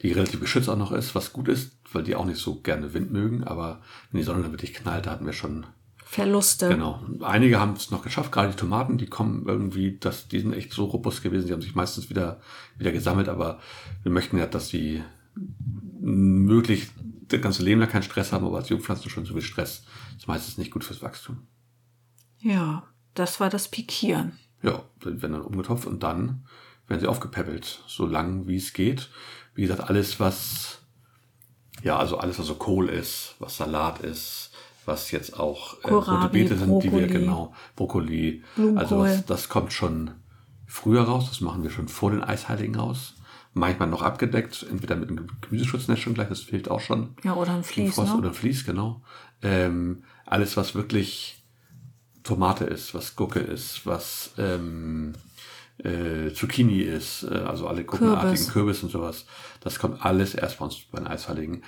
[SPEAKER 1] die relativ geschützt auch noch ist, was gut ist, weil die auch nicht so gerne Wind mögen, aber wenn die Sonne dann wirklich knallt, da hatten wir schon,
[SPEAKER 2] Verluste.
[SPEAKER 1] genau. Einige haben es noch geschafft, gerade die Tomaten, die kommen irgendwie, das, die sind echt so robust gewesen, die haben sich meistens wieder, wieder gesammelt, aber wir möchten ja, dass die möglich das ganze Leben lang keinen Stress haben, aber als Jungpflanzen schon so viel Stress ist meistens nicht gut fürs Wachstum.
[SPEAKER 2] Ja, das war das Pikieren.
[SPEAKER 1] Ja, dann werden dann umgetopft und dann werden sie aufgepäppelt, so lang wie es geht. Wie gesagt, alles, was, ja, also alles, was so Kohl ist, was Salat ist, was jetzt auch äh,
[SPEAKER 2] Kohlrabi,
[SPEAKER 1] rote Beete sind, die wir
[SPEAKER 2] Brokkoli.
[SPEAKER 1] genau, Brokkoli,
[SPEAKER 2] Blumenkohl.
[SPEAKER 1] also was, das kommt schon früher raus, das machen wir schon vor den Eisheiligen raus. Manchmal noch abgedeckt, entweder mit einem Gemüseschutznetz schon gleich, das fehlt auch schon.
[SPEAKER 2] Ja, oder ein Vlies,
[SPEAKER 1] Frost
[SPEAKER 2] ne?
[SPEAKER 1] oder Vlies, genau. Ähm, alles, was wirklich Tomate ist, was Gurke ist, was ähm, äh, Zucchini ist, äh, also alle gruppenartigen
[SPEAKER 2] Kürbis.
[SPEAKER 1] Kürbis. und sowas. Das kommt alles erst bei uns bei den Eisheiligen.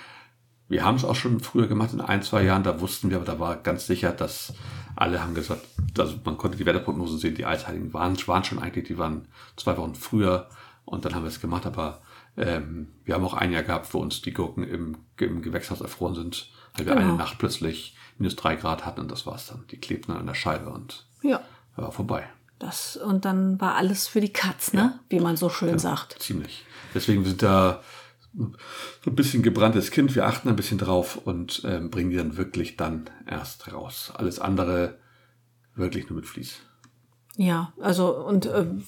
[SPEAKER 1] Wir haben es auch schon früher gemacht, in ein, zwei Jahren, da wussten wir, aber da war ganz sicher, dass alle haben gesagt, also man konnte die Wetterprognosen sehen, die Eisheiligen waren, waren schon eigentlich, die waren zwei Wochen früher und dann haben wir es gemacht, aber ähm, wir haben auch ein Jahr gehabt, wo uns die Gurken im, im Gewächshaus erfroren sind, weil wir
[SPEAKER 2] Genau.
[SPEAKER 1] eine Nacht plötzlich minus drei Grad hatten und das war's dann. Die klebten dann an der Scheibe und
[SPEAKER 2] Ja.
[SPEAKER 1] war vorbei.
[SPEAKER 2] Das, und dann war alles für die Katz, ne? Wie man so schön sagt.
[SPEAKER 1] Ziemlich. Deswegen sind da so ein bisschen gebranntes Kind. Wir achten ein bisschen drauf und ähm, bringen die dann wirklich dann erst raus. Alles andere wirklich nur mit Vlies.
[SPEAKER 2] Ja, also und ähm,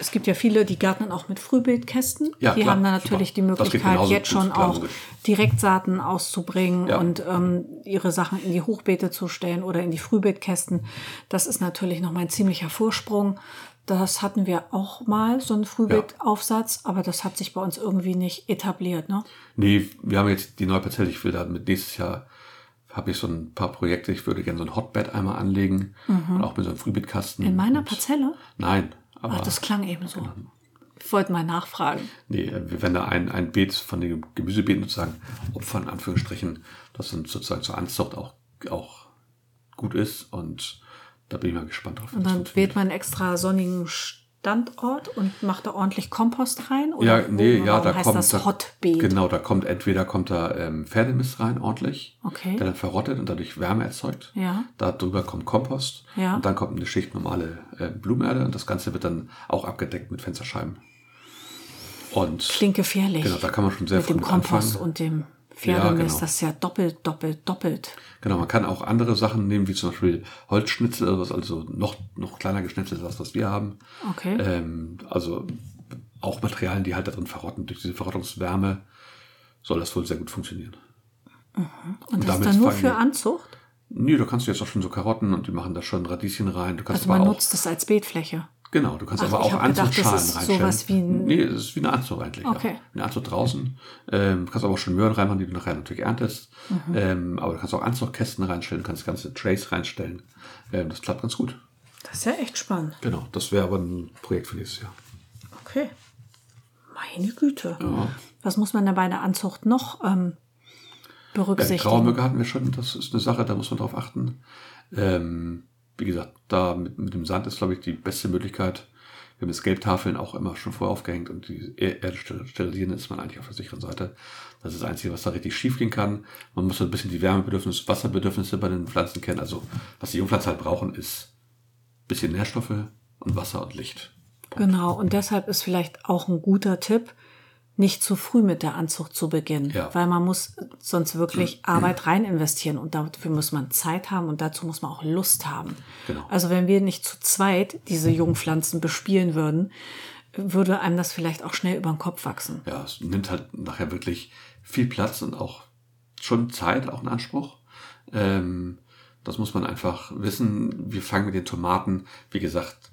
[SPEAKER 2] es gibt ja viele, die gärtnern auch mit Frühbildkästen.
[SPEAKER 1] Ja,
[SPEAKER 2] die
[SPEAKER 1] klar,
[SPEAKER 2] haben dann natürlich
[SPEAKER 1] super. Das
[SPEAKER 2] die
[SPEAKER 1] geht
[SPEAKER 2] Möglichkeit,
[SPEAKER 1] genauso
[SPEAKER 2] jetzt
[SPEAKER 1] gut,
[SPEAKER 2] schon
[SPEAKER 1] klar,
[SPEAKER 2] auch
[SPEAKER 1] logisch.
[SPEAKER 2] Direktsaaten auszubringen
[SPEAKER 1] Ja.
[SPEAKER 2] und ähm, ihre Sachen in die Hochbeete zu stellen oder in die Frühbeetkästen. Das ist natürlich nochmal ein ziemlicher Vorsprung. Das hatten wir auch mal, so einen Frühbeetaufsatz, aber das hat sich bei uns irgendwie nicht etabliert, ne?
[SPEAKER 1] Nee, wir haben jetzt die neue Parzelle. Ich will da mit nächstes Jahr habe ich so ein paar Projekte. Ich würde gerne so ein Hotbed einmal anlegen und auch mit so einem Frühbeetkasten.
[SPEAKER 2] Mhm. In meiner
[SPEAKER 1] Und-
[SPEAKER 2] Parzelle?
[SPEAKER 1] Nein, aber genau.
[SPEAKER 2] Ach, das klang eben so. Ich wollte mal nachfragen.
[SPEAKER 1] Nee, äh, wir werden da ein, ein Beet von den Gemüsebeeten sozusagen opfern, in Anführungsstrichen, das dann sozusagen zur Anzucht auch, auch gut ist. Und da bin ich mal gespannt drauf. wie
[SPEAKER 2] Und
[SPEAKER 1] das
[SPEAKER 2] dann
[SPEAKER 1] funktioniert.
[SPEAKER 2] wählt man einen extra sonnigen Standort und macht da ordentlich Kompost rein? Oder
[SPEAKER 1] ja, nee,
[SPEAKER 2] wo-
[SPEAKER 1] ja,
[SPEAKER 2] warum
[SPEAKER 1] da
[SPEAKER 2] heißt
[SPEAKER 1] kommt
[SPEAKER 2] das
[SPEAKER 1] da,
[SPEAKER 2] Hotbeet.
[SPEAKER 1] Genau, da kommt entweder kommt da ähm, Pferdemist rein, ordentlich,
[SPEAKER 2] Okay.
[SPEAKER 1] der dann verrottet und dadurch Wärme erzeugt.
[SPEAKER 2] Ja.
[SPEAKER 1] Da drüber kommt Kompost
[SPEAKER 2] Ja.
[SPEAKER 1] und dann kommt eine Schicht normale äh, Blumenerde und das Ganze wird dann auch abgedeckt mit Fensterscheiben. Und
[SPEAKER 2] Klingt gefährlich.
[SPEAKER 1] Genau, da kann man schon sehr
[SPEAKER 2] Mit
[SPEAKER 1] früh
[SPEAKER 2] dem
[SPEAKER 1] mit
[SPEAKER 2] Kompost
[SPEAKER 1] anfangen.
[SPEAKER 2] und dem Pferdemist,
[SPEAKER 1] Ja, genau.
[SPEAKER 2] das ist ja doppelt, doppelt, doppelt.
[SPEAKER 1] Genau, man kann auch andere Sachen nehmen, wie zum Beispiel Holzschnitzel, oder was, also noch, noch kleiner geschnitzelt ist, als was wir haben.
[SPEAKER 2] Okay.
[SPEAKER 1] Ähm, also auch Materialien, die halt darin verrotten. Durch diese Verrottungswärme soll das wohl sehr gut funktionieren.
[SPEAKER 2] und das
[SPEAKER 1] damit
[SPEAKER 2] ist dann nur
[SPEAKER 1] fangen
[SPEAKER 2] für
[SPEAKER 1] wir-
[SPEAKER 2] Anzucht?
[SPEAKER 1] Nö, da kannst du jetzt auch schon so Karotten und die machen da schon Radieschen rein. Du kannst
[SPEAKER 2] Also
[SPEAKER 1] aber
[SPEAKER 2] man
[SPEAKER 1] auch,
[SPEAKER 2] nutzt das als Beetfläche.
[SPEAKER 1] genau, du kannst
[SPEAKER 2] Ach,
[SPEAKER 1] aber
[SPEAKER 2] ich
[SPEAKER 1] auch
[SPEAKER 2] hab gedacht,
[SPEAKER 1] Anzugschalen
[SPEAKER 2] das ist
[SPEAKER 1] reinstellen.
[SPEAKER 2] sowas wie ein-
[SPEAKER 1] nee, es ist wie eine Anzug eigentlich.
[SPEAKER 2] Okay.
[SPEAKER 1] Ja. Wie Ein Anzug draußen. Ähm, du kannst aber auch schon Möhren reinmachen, die du nachher natürlich erntest.
[SPEAKER 2] Mhm.
[SPEAKER 1] Ähm, aber du kannst auch Anzugkästen reinstellen, du kannst ganze Trays reinstellen. Ähm, das klappt ganz gut.
[SPEAKER 2] Das ist ja echt spannend.
[SPEAKER 1] Genau, das wäre aber ein Projekt für nächstes Jahr.
[SPEAKER 2] Okay. Meine Güte.
[SPEAKER 1] Ja.
[SPEAKER 2] Was muss man da bei der Anzucht noch ähm,
[SPEAKER 1] Äh,
[SPEAKER 2] berücksichtigen?
[SPEAKER 1] Trauermücke hatten wir schon, das ist eine Sache, da muss man drauf achten. Ähm, wie gesagt, da mit, mit dem Sand ist, glaube ich, die beste Möglichkeit. Wir haben jetzt Gelbtafeln auch immer schon vorher aufgehängt und die Er- Erde steril- sterilisieren, dann ist man eigentlich auf der sicheren Seite. Das ist das Einzige, was da richtig schief gehen kann. Man muss so ein bisschen die Wärmebedürfnisse, Wasserbedürfnisse bei den Pflanzen kennen. Also, was die Jungpflanzen halt brauchen, ist ein bisschen Nährstoffe und Wasser und Licht.
[SPEAKER 2] Genau, und deshalb ist vielleicht auch ein guter Tipp, nicht zu früh mit der Anzucht zu beginnen,
[SPEAKER 1] Ja.
[SPEAKER 2] weil man muss sonst wirklich Arbeit rein investieren und dafür muss man Zeit haben und dazu muss man auch Lust haben.
[SPEAKER 1] Genau.
[SPEAKER 2] Also wenn wir nicht zu zweit diese Jungpflanzen bespielen würden, würde einem das vielleicht auch schnell über den Kopf wachsen.
[SPEAKER 1] ja, es nimmt halt nachher wirklich viel Platz und auch schon Zeit auch in Anspruch. Ähm, das muss man einfach wissen. Wir fangen mit den Tomaten, wie gesagt,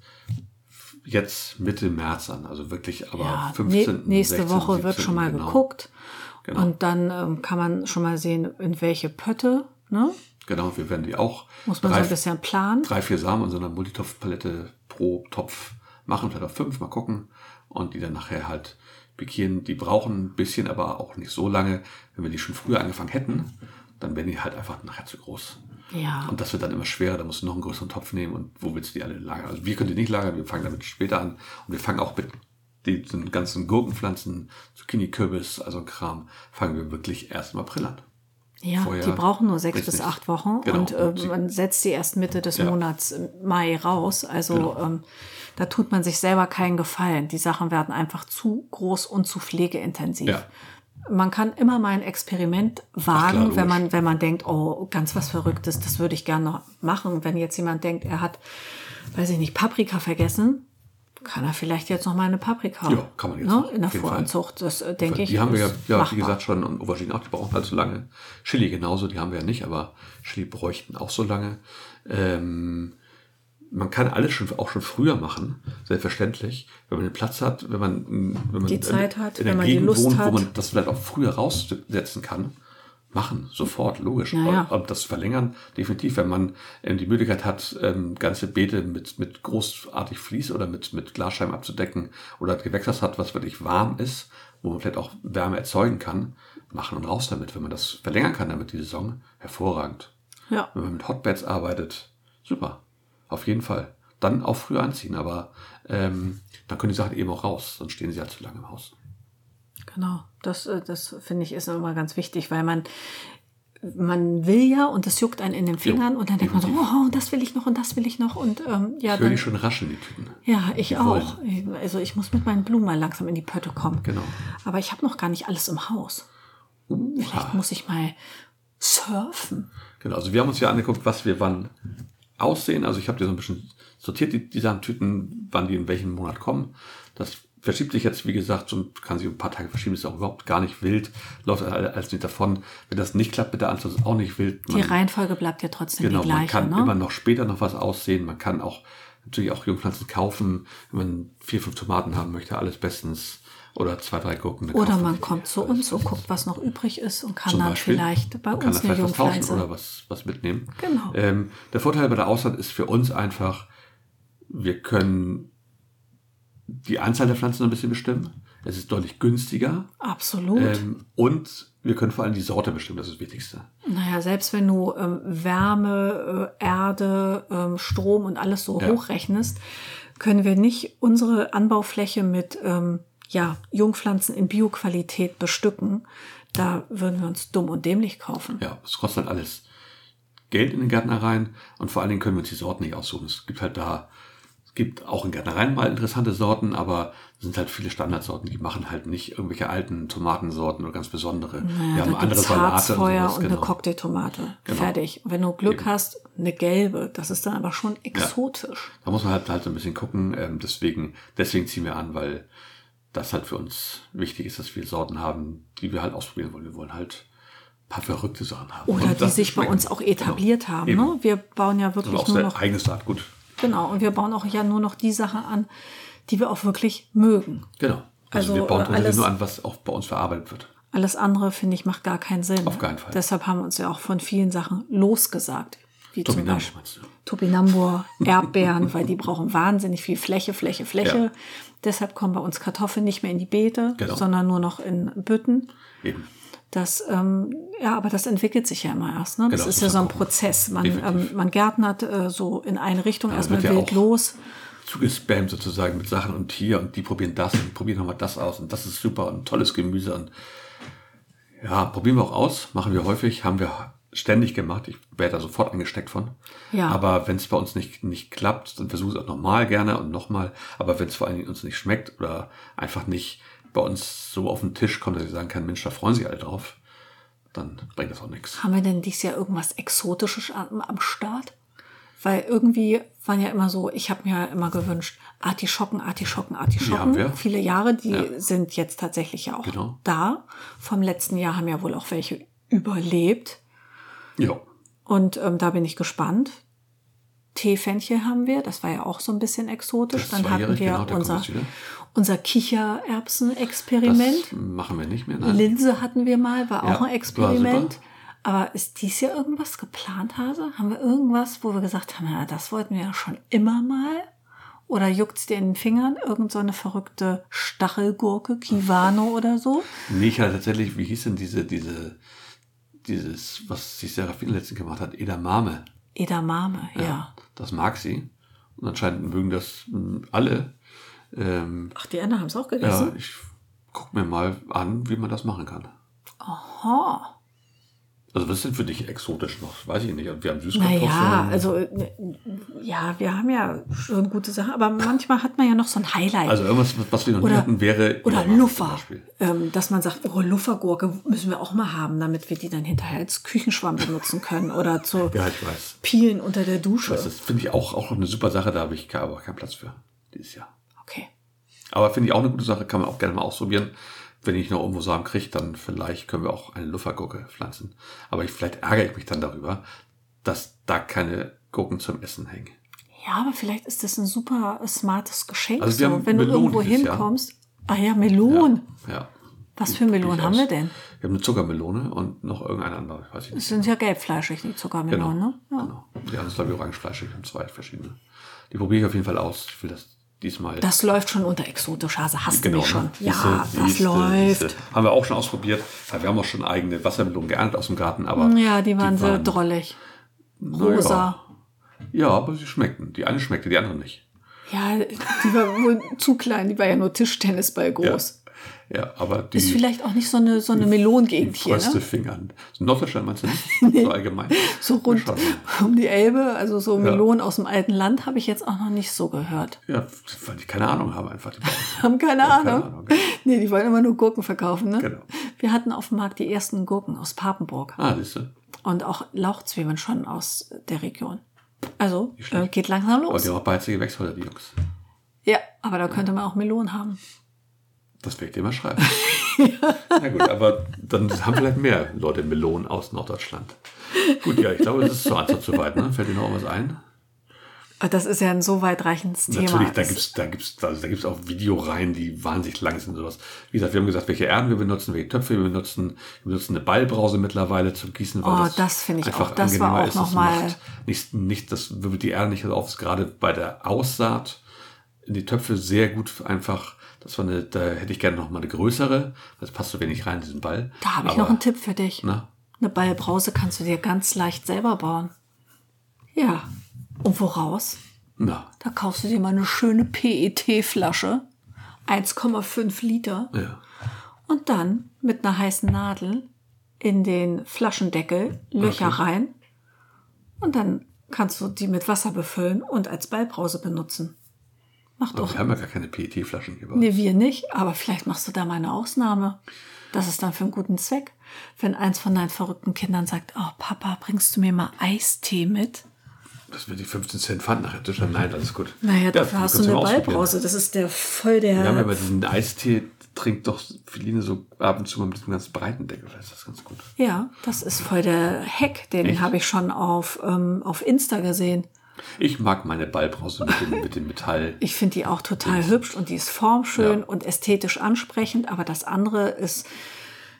[SPEAKER 1] jetzt Mitte März an. Also wirklich aber
[SPEAKER 2] Ja,
[SPEAKER 1] 15.
[SPEAKER 2] nä- nächste
[SPEAKER 1] 16.,
[SPEAKER 2] Woche wird
[SPEAKER 1] 17.,
[SPEAKER 2] schon mal
[SPEAKER 1] genau.
[SPEAKER 2] geguckt
[SPEAKER 1] Genau.
[SPEAKER 2] und dann ähm, kann man schon mal sehen, in welche Pötte, ne?
[SPEAKER 1] Genau, wir werden die auch
[SPEAKER 2] Muss man so ein bisschen planen.
[SPEAKER 1] drei, vier Samen in so einer Multitopf-Palette pro Topf machen, vielleicht auch fünf, mal gucken. Und die dann nachher halt pikieren. Die brauchen ein bisschen, aber auch nicht so lange. Wenn wir die schon früher angefangen hätten, dann wären die halt einfach nachher zu groß.
[SPEAKER 2] Ja.
[SPEAKER 1] Und das wird dann immer schwerer, da musst du noch einen größeren Topf nehmen und wo willst du die alle lagern? Also wir können die nicht lagern, wir fangen damit später an. Und wir fangen auch mit diesen ganzen Gurkenpflanzen, Zucchini-Kürbis, also Kram, fangen wir wirklich erst im April an.
[SPEAKER 2] Ja,
[SPEAKER 1] Vorher
[SPEAKER 2] die brauchen nur sechs
[SPEAKER 1] ist
[SPEAKER 2] bis
[SPEAKER 1] nicht.
[SPEAKER 2] acht Wochen
[SPEAKER 1] Genau.
[SPEAKER 2] und äh,
[SPEAKER 1] Und sie-
[SPEAKER 2] man setzt sie erst Mitte des
[SPEAKER 1] Ja. Genau.
[SPEAKER 2] Monats äh, Mai raus. Also ähm, da tut man sich selber keinen Gefallen. Die Sachen werden einfach zu groß und zu pflegeintensiv.
[SPEAKER 1] Ja.
[SPEAKER 2] Man kann immer mal ein Experiment wagen,
[SPEAKER 1] logisch.
[SPEAKER 2] wenn man wenn man denkt, oh, ganz was Verrücktes, das würde ich gerne noch machen. Wenn jetzt jemand denkt, er hat, weiß ich nicht, Paprika vergessen, kann er vielleicht jetzt noch mal eine Paprika
[SPEAKER 1] Ja, kann man jetzt
[SPEAKER 2] ne,
[SPEAKER 1] noch,
[SPEAKER 2] in der
[SPEAKER 1] auf jeden Fall.
[SPEAKER 2] Voranzucht. Das äh, denke ich.
[SPEAKER 1] Die haben wir ja,
[SPEAKER 2] ist
[SPEAKER 1] ja
[SPEAKER 2] machbar.
[SPEAKER 1] wie gesagt, schon und Auberginen auch, die brauchen halt so lange. Chili genauso, die haben wir ja nicht, aber Chili bräuchten auch so lange. Ähm, man kann alles schon, auch schon früher machen, selbstverständlich, wenn man den Platz hat, wenn man, wenn man
[SPEAKER 2] Die Zeit
[SPEAKER 1] in,
[SPEAKER 2] hat,
[SPEAKER 1] in der
[SPEAKER 2] wenn man die
[SPEAKER 1] Gegend
[SPEAKER 2] Lust
[SPEAKER 1] wohnt,
[SPEAKER 2] hat.
[SPEAKER 1] wo man das vielleicht auch früher raussetzen kann. Machen, sofort, logisch.
[SPEAKER 2] Ja, ja.
[SPEAKER 1] Ob- Ob das verlängern, definitiv, wenn man ähm, die Möglichkeit hat, ähm, ganze Beete mit, mit großartig Vlies oder mit, mit Glasscheiben abzudecken oder ein Gewächshaus hat, was wirklich warm ist, wo man vielleicht auch Wärme erzeugen kann, machen und raus damit. Wenn man das verlängern kann, damit die Saison, hervorragend.
[SPEAKER 2] Ja.
[SPEAKER 1] Wenn man mit Hotbeds arbeitet, super. Auf jeden Fall. Dann auch früher anziehen, aber ähm, dann können die Sachen eben auch raus, sonst stehen sie ja zu lange im Haus.
[SPEAKER 2] Genau, das, äh, das finde ich ist immer ganz wichtig, weil man, man will ja und das juckt einen in den Fingern und dann denkt man so, oh, das will ich noch und das will ich noch und ähm, ja,
[SPEAKER 1] Ich höre die
[SPEAKER 2] dann,
[SPEAKER 1] schon rascheln, die Tüten.
[SPEAKER 2] ja, ich
[SPEAKER 1] die
[SPEAKER 2] auch. Also ich muss mit meinen Blumen mal langsam in die Pötte kommen.
[SPEAKER 1] Genau.
[SPEAKER 2] Aber ich habe noch gar nicht alles im Haus. Vielleicht muss ich mal surfen.
[SPEAKER 1] Genau, also wir haben uns ja angeguckt, was wir wann aussehen. Also ich habe dir so ein bisschen sortiert, die, die Samtüten, wann die in welchem Monat kommen. Das verschiebt sich jetzt, wie gesagt, so, kann sich um ein paar Tage verschieben, ist auch überhaupt gar nicht wild, läuft alles nicht davon. Wenn das nicht klappt mit der Anzahl, ist auch nicht wild.
[SPEAKER 2] Die
[SPEAKER 1] Man-
[SPEAKER 2] Reihenfolge bleibt ja trotzdem
[SPEAKER 1] Genau,
[SPEAKER 2] die
[SPEAKER 1] man
[SPEAKER 2] gleiche.
[SPEAKER 1] kann
[SPEAKER 2] ne?
[SPEAKER 1] immer noch später noch was aussehen. Man kann auch natürlich auch Jungpflanzen kaufen, wenn man vier, fünf Tomaten haben möchte, alles bestens. Oder zwei, drei Gurken. dann
[SPEAKER 2] oder
[SPEAKER 1] kauft
[SPEAKER 2] man
[SPEAKER 1] die.
[SPEAKER 2] kommt zu
[SPEAKER 1] Alles
[SPEAKER 2] uns und
[SPEAKER 1] bestens.
[SPEAKER 2] guckt, was noch übrig ist und kann
[SPEAKER 1] Zum
[SPEAKER 2] dann
[SPEAKER 1] Beispiel
[SPEAKER 2] vielleicht bei
[SPEAKER 1] kann
[SPEAKER 2] uns
[SPEAKER 1] er
[SPEAKER 2] eine
[SPEAKER 1] vielleicht was tauschen
[SPEAKER 2] Jungpflanze.
[SPEAKER 1] oder was, was mitnehmen.
[SPEAKER 2] Genau.
[SPEAKER 1] Ähm, der Vorteil bei der Aussaat ist für uns einfach, wir können die Anzahl der Pflanzen ein bisschen bestimmen. Es ist deutlich günstiger.
[SPEAKER 2] Absolut.
[SPEAKER 1] Ähm, und wir können vor allem die Sorte bestimmen, das ist das Wichtigste.
[SPEAKER 2] Naja, selbst wenn du ähm, Wärme, äh, Erde, ähm, Strom und alles so
[SPEAKER 1] Ja.
[SPEAKER 2] hochrechnest, können wir nicht unsere Anbaufläche mit ähm, ja, Jungpflanzen in Bioqualität bestücken. Da würden wir uns dumm und dämlich kaufen.
[SPEAKER 1] Ja, es kostet halt alles Geld in den Gärtnereien und vor allen Dingen können wir uns die Sorten nicht aussuchen. Es gibt halt da Es gibt auch in Gärtnereien mal interessante Sorten, aber es sind halt viele Standardsorten, die machen halt nicht irgendwelche alten Tomatensorten oder ganz besondere.
[SPEAKER 2] Naja,
[SPEAKER 1] Wir haben
[SPEAKER 2] da
[SPEAKER 1] andere
[SPEAKER 2] gibt's
[SPEAKER 1] Salate
[SPEAKER 2] Harzfeuer
[SPEAKER 1] und sowas,
[SPEAKER 2] und eine
[SPEAKER 1] genau.
[SPEAKER 2] Cocktailtomate.
[SPEAKER 1] Genau.
[SPEAKER 2] Fertig. Und wenn du Glück
[SPEAKER 1] Eben.
[SPEAKER 2] hast, eine gelbe. Das ist dann aber schon exotisch.
[SPEAKER 1] Da muss man halt, halt so ein bisschen gucken. Ähm, deswegen, deswegen ziehen wir an, weil das halt für uns wichtig ist, dass wir Sorten haben, die wir halt ausprobieren wollen. Wir wollen halt ein paar verrückte Sachen haben.
[SPEAKER 2] Oder
[SPEAKER 1] Und
[SPEAKER 2] die
[SPEAKER 1] das
[SPEAKER 2] sich bei
[SPEAKER 1] schmeckt. genau.
[SPEAKER 2] uns auch etabliert haben.
[SPEAKER 1] Eben.
[SPEAKER 2] Ne? Wir bauen ja
[SPEAKER 1] Genau.
[SPEAKER 2] wirklich
[SPEAKER 1] Auch
[SPEAKER 2] nur
[SPEAKER 1] sein
[SPEAKER 2] noch.
[SPEAKER 1] eigenes Saatgut.
[SPEAKER 2] Genau. Und wir bauen auch ja nur noch die Sachen an, die wir auch wirklich mögen.
[SPEAKER 1] Genau. Also,
[SPEAKER 2] Also,
[SPEAKER 1] wir bauen
[SPEAKER 2] äh,
[SPEAKER 1] uns
[SPEAKER 2] alles-
[SPEAKER 1] nur an, was auch bei uns verarbeitet wird.
[SPEAKER 2] Alles andere, finde ich, macht gar keinen Sinn. ne?
[SPEAKER 1] Auf keinen Fall.
[SPEAKER 2] Deshalb haben wir uns ja auch von vielen Sachen losgesagt. Wie zum
[SPEAKER 1] Dominant,
[SPEAKER 2] Beispiel
[SPEAKER 1] meinst du?
[SPEAKER 2] Topinambur, Erdbeeren, weil die brauchen wahnsinnig viel Fläche, Fläche, Fläche.
[SPEAKER 1] Ja.
[SPEAKER 2] Deshalb kommen bei uns Kartoffeln nicht mehr in die Beete,
[SPEAKER 1] Genau.
[SPEAKER 2] sondern nur noch in Bütten.
[SPEAKER 1] Eben.
[SPEAKER 2] Das, ähm, ja, aber das entwickelt sich ja immer erst. Ne? Das
[SPEAKER 1] Genau,
[SPEAKER 2] ist
[SPEAKER 1] das
[SPEAKER 2] ja
[SPEAKER 1] muss
[SPEAKER 2] so ein
[SPEAKER 1] man gucken.
[SPEAKER 2] Prozess. Man, ähm,
[SPEAKER 1] Definitiv.
[SPEAKER 2] man gärtnert äh, so in eine Richtung,
[SPEAKER 1] Ja,
[SPEAKER 2] erstmal
[SPEAKER 1] wird ja
[SPEAKER 2] wild
[SPEAKER 1] auch-
[SPEAKER 2] los.
[SPEAKER 1] Zugespammt sozusagen mit Sachen und hier und die probieren das und probieren nochmal das aus und das ist super und tolles Gemüse und ja, probieren wir auch aus, machen wir häufig, haben wir ständig gemacht. Ich werde da sofort angesteckt von.
[SPEAKER 2] Ja.
[SPEAKER 1] Aber wenn es bei uns nicht, nicht klappt, dann versuche es auch nochmal gerne und nochmal. Aber wenn es vor allen Dingen uns nicht schmeckt oder einfach nicht bei uns so auf den Tisch kommt, dass ich sagen kann, Mensch, da freuen sich alle drauf, dann bringt das auch nichts.
[SPEAKER 2] Haben wir denn dieses Jahr irgendwas Exotisches am, am Start? Weil irgendwie waren ja immer so, ich habe mir ja immer gewünscht, Artischocken, Artischocken, Artischocken.
[SPEAKER 1] haben wir.
[SPEAKER 2] Viele Jahre, die
[SPEAKER 1] Ja.
[SPEAKER 2] sind jetzt tatsächlich ja auch
[SPEAKER 1] Genau.
[SPEAKER 2] da. Vom letzten Jahr haben ja wohl auch welche überlebt.
[SPEAKER 1] Ja.
[SPEAKER 2] Und ähm, da bin ich gespannt. Teefenchel haben wir, das war ja auch so ein bisschen exotisch.
[SPEAKER 1] Das
[SPEAKER 2] Dann hatten
[SPEAKER 1] zweijährig,
[SPEAKER 2] wir
[SPEAKER 1] genau, da kommt
[SPEAKER 2] unser,
[SPEAKER 1] das wieder.
[SPEAKER 2] unser
[SPEAKER 1] Das
[SPEAKER 2] Kichererbsen-Experiment.
[SPEAKER 1] machen wir nicht mehr.
[SPEAKER 2] Linse hatten wir mal, war
[SPEAKER 1] Ah. Ja,
[SPEAKER 2] auch ein
[SPEAKER 1] war
[SPEAKER 2] Experiment.
[SPEAKER 1] super.
[SPEAKER 2] Aber ist dies Jahr irgendwas geplant, Hase? Haben wir irgendwas, wo wir gesagt haben, ja, das wollten wir ja schon immer mal? Oder juckt's dir in den Fingern? Irgend so eine verrückte Stachelgurke, Kiwano oder so?
[SPEAKER 1] Nee, ich hatte also tatsächlich, wie hieß denn diese, diese, dieses, was sich Serafine letztens gemacht hat, Edamame.
[SPEAKER 2] Edamame, ja.
[SPEAKER 1] Das mag sie. Und anscheinend mögen das mh, alle. Ähm,
[SPEAKER 2] Ach, die anderen haben's auch
[SPEAKER 1] ja, ich guck mir mal an, wie man das machen kann.
[SPEAKER 2] Aha.
[SPEAKER 1] Also, was ist denn für dich exotisch noch? Weiß ich nicht. Wir haben Süßkartoffeln.
[SPEAKER 2] Naja, also, äh, ja, wir haben ja schon gute Sachen, aber manchmal hat man ja noch so ein Highlight.
[SPEAKER 1] Also irgendwas, was wir noch
[SPEAKER 2] Oder-
[SPEAKER 1] nie hatten, wäre.
[SPEAKER 2] Oder
[SPEAKER 1] Edamame zum
[SPEAKER 2] Luffer.
[SPEAKER 1] Beispiel.
[SPEAKER 2] Ähm, dass man sagt, oh, Luffergurke müssen wir auch mal haben, damit wir die dann hinterher als Küchenschwamm benutzen können oder zu
[SPEAKER 1] Ja, ich weiß.
[SPEAKER 2] Pielen unter der Dusche.
[SPEAKER 1] Das ist- finde ich auch, auch eine super Sache. Da habe ich ke- aber keinen Platz für dieses Jahr.
[SPEAKER 2] okay.
[SPEAKER 1] Aber finde ich auch eine gute Sache, kann man auch gerne mal ausprobieren. Wenn ich noch irgendwo Samen kriege, dann vielleicht können wir auch eine Luffergurke pflanzen. Aber ich, vielleicht ärgere ich mich dann darüber, dass da keine Gurken zum Essen hängen.
[SPEAKER 2] Ja, aber vielleicht ist das ein super äh, smartes Geschenk.
[SPEAKER 1] Also wir
[SPEAKER 2] so.
[SPEAKER 1] haben
[SPEAKER 2] Wenn
[SPEAKER 1] Melonen
[SPEAKER 2] du irgendwo
[SPEAKER 1] dieses Jahr.
[SPEAKER 2] hinkommst. Ah ja, Melonen.
[SPEAKER 1] Ja.
[SPEAKER 2] Was für Melonen
[SPEAKER 1] Durchaus.
[SPEAKER 2] haben wir denn?
[SPEAKER 1] Wir haben eine Zuckermelone und noch irgendeine andere, weiß ich
[SPEAKER 2] Das
[SPEAKER 1] nicht.
[SPEAKER 2] sind ja gelbfleischig, die
[SPEAKER 1] Genau.
[SPEAKER 2] Zuckermelonen, ne? Ja.
[SPEAKER 1] genau. Die haben es, glaube ich, orangefleischig. Wir haben zwei verschiedene. Die probiere ich auf jeden Fall aus. Ich will das diesmal.
[SPEAKER 2] Das läuft schon unter exotisch, Hase. Hast du
[SPEAKER 1] Genau.
[SPEAKER 2] mich schon?
[SPEAKER 1] ne?
[SPEAKER 2] Ja,
[SPEAKER 1] Siehste,
[SPEAKER 2] das
[SPEAKER 1] siehste,
[SPEAKER 2] läuft.
[SPEAKER 1] siehste. Haben wir auch schon ausprobiert. Ja, Wir haben auch schon eigene Wassermelonen geerntet aus dem Garten, aber.
[SPEAKER 2] Ja, die waren sehr drollig.
[SPEAKER 1] naja.
[SPEAKER 2] Rosa.
[SPEAKER 1] Ja, aber sie schmeckten. Die eine schmeckte, die andere nicht.
[SPEAKER 2] Ja, die war wohl zu klein. Die war ja nur Tischtennisball groß.
[SPEAKER 1] Ja, aber die
[SPEAKER 2] Ist vielleicht auch nicht so eine, so eine Melonengegend hier,
[SPEAKER 1] größte
[SPEAKER 2] ne?
[SPEAKER 1] Finger an. So Norddeutschland meinst du nicht? So allgemein.
[SPEAKER 2] So rund
[SPEAKER 1] Mal schauen.
[SPEAKER 2] um die Elbe, also so Melonen aus dem alten Land, habe ich jetzt auch noch nicht so gehört.
[SPEAKER 1] Ja, weil die keine Ahnung haben einfach. Die Bauern.
[SPEAKER 2] Haben keine
[SPEAKER 1] Ja, keine
[SPEAKER 2] Ahnung.
[SPEAKER 1] Ahnung.
[SPEAKER 2] Nee, die wollen immer nur Gurken verkaufen, ne?
[SPEAKER 1] Genau.
[SPEAKER 2] Wir hatten auf dem Markt die ersten Gurken aus Papenburg
[SPEAKER 1] ah, siehst du.
[SPEAKER 2] und auch Lauchzwiebeln schon aus der Region. Also,
[SPEAKER 1] Nicht schlecht.
[SPEAKER 2] äh, geht langsam
[SPEAKER 1] Aber die
[SPEAKER 2] los.
[SPEAKER 1] haben auch beizige Gewächshäuser, die Jungs.
[SPEAKER 2] Ja, aber da könnte man auch Melonen haben.
[SPEAKER 1] Das werde ich dir mal schreiben. Na gut, aber dann haben vielleicht mehr Leute Melonen aus Norddeutschland. Gut, ja, ich glaube, das ist zur Antwort zu weit. Ne? Fällt dir noch irgendwas ein?
[SPEAKER 2] Aber Das ist ja ein so weitreichendes Thema.
[SPEAKER 1] Natürlich, da
[SPEAKER 2] Das-
[SPEAKER 1] gibt's da gibt's, da, da gibt's auch Videoreihen, die wahnsinnig lang sind und sowas. Wie gesagt, wir haben gesagt, welche Erden wir benutzen, welche Töpfe wir benutzen. Wir benutzen eine Ballbrause mittlerweile zum Gießen.
[SPEAKER 2] Oh, das finde ich
[SPEAKER 1] einfach
[SPEAKER 2] auch. Das war
[SPEAKER 1] angenehmer
[SPEAKER 2] auch
[SPEAKER 1] ist. Das
[SPEAKER 2] noch mal-
[SPEAKER 1] macht Nicht, nicht, das wirbelt die Erde nicht auf. Ist Gerade bei der Aussaat in die Töpfe sehr gut einfach. Das war eine, da hätte ich gerne noch mal eine größere. Das passt so wenig rein in diesen Ball.
[SPEAKER 2] Da habe ich
[SPEAKER 1] Aber-
[SPEAKER 2] noch einen Tipp für dich.
[SPEAKER 1] Na?
[SPEAKER 2] Eine Ballbrause kannst du dir ganz leicht selber bauen. Ja. Und woraus?
[SPEAKER 1] Na,
[SPEAKER 2] Da kaufst du dir mal eine schöne E PET-Flasche, 1,5 Liter,
[SPEAKER 1] ja.
[SPEAKER 2] und dann mit einer heißen Nadel in den Flaschendeckel Löcher rein. Und dann kannst du die mit Wasser befüllen und als Ballbrause benutzen. Mach
[SPEAKER 1] Aber
[SPEAKER 2] doch.
[SPEAKER 1] wir haben ja gar keine PET-Flaschen gebaut.
[SPEAKER 2] Nee, wir nicht, aber vielleicht machst du da mal eine Ausnahme. Das ist dann für einen guten Zweck. Wenn eins von deinen verrückten Kindern sagt, oh Papa, bringst du mir mal Eistee mit?
[SPEAKER 1] Das wird die 15 Cent Pfand nachher Tisch. Nein, alles gut.
[SPEAKER 2] Naja,
[SPEAKER 1] Ja,
[SPEAKER 2] dafür
[SPEAKER 1] wir
[SPEAKER 2] hast du
[SPEAKER 1] können's ja
[SPEAKER 2] eine
[SPEAKER 1] mal ausprobieren.
[SPEAKER 2] Ballbrause. Das ist der voll der.
[SPEAKER 1] Wir haben ja bei diesen Eistee trinkt doch Feline so ab und zu mal mit diesem ganz breiten Deckel. Das ist ganz gut.
[SPEAKER 2] Ja, das ist voll der Hack, den
[SPEAKER 1] Echt?
[SPEAKER 2] habe ich schon auf, ähm, auf Insta gesehen.
[SPEAKER 1] Ich mag meine Ballbrause mit dem, mit dem Metall.
[SPEAKER 2] Ich finde die auch total hübsch und die ist formschön
[SPEAKER 1] Ja.
[SPEAKER 2] und ästhetisch ansprechend, aber das andere ist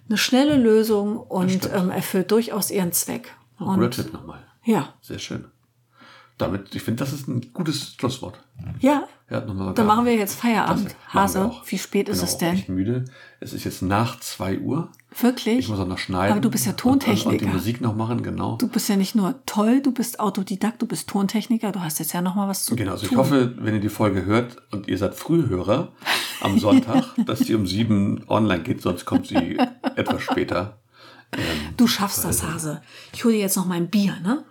[SPEAKER 2] eine schnelle Lösung und
[SPEAKER 1] stimmt.
[SPEAKER 2] ähm, erfüllt durchaus ihren Zweck.
[SPEAKER 1] Guter
[SPEAKER 2] Und
[SPEAKER 1] Tipp nochmal.
[SPEAKER 2] ja,
[SPEAKER 1] Sehr schön. Damit, ich finde, das ist ein gutes Schlusswort.
[SPEAKER 2] ja,
[SPEAKER 1] Ja, nochmal
[SPEAKER 2] dann machen wir jetzt Feierabend.
[SPEAKER 1] Perfekt, machen wir
[SPEAKER 2] Hase,
[SPEAKER 1] auch.
[SPEAKER 2] wie spät ist
[SPEAKER 1] Bin
[SPEAKER 2] es
[SPEAKER 1] auch
[SPEAKER 2] denn?
[SPEAKER 1] echt müde. Es ist jetzt nach 2 Uhr.
[SPEAKER 2] Wirklich?
[SPEAKER 1] Ich muss auch noch schneiden.
[SPEAKER 2] Aber du bist ja
[SPEAKER 1] Und, und, und die
[SPEAKER 2] Tontechniker.
[SPEAKER 1] Musik noch machen, genau.
[SPEAKER 2] Du bist ja nicht nur toll, du bist Autodidakt, du bist Tontechniker, du hast jetzt ja noch mal was zu
[SPEAKER 1] Genau, also ich
[SPEAKER 2] tun.
[SPEAKER 1] hoffe, wenn ihr die Folge hört und ihr seid Frühhörer am Sonntag, dass die um sieben online geht, sonst kommt sie etwas später.
[SPEAKER 2] Du schaffst das,
[SPEAKER 1] Also-
[SPEAKER 2] Hase. Ich hole dir jetzt noch mein Bier, ne?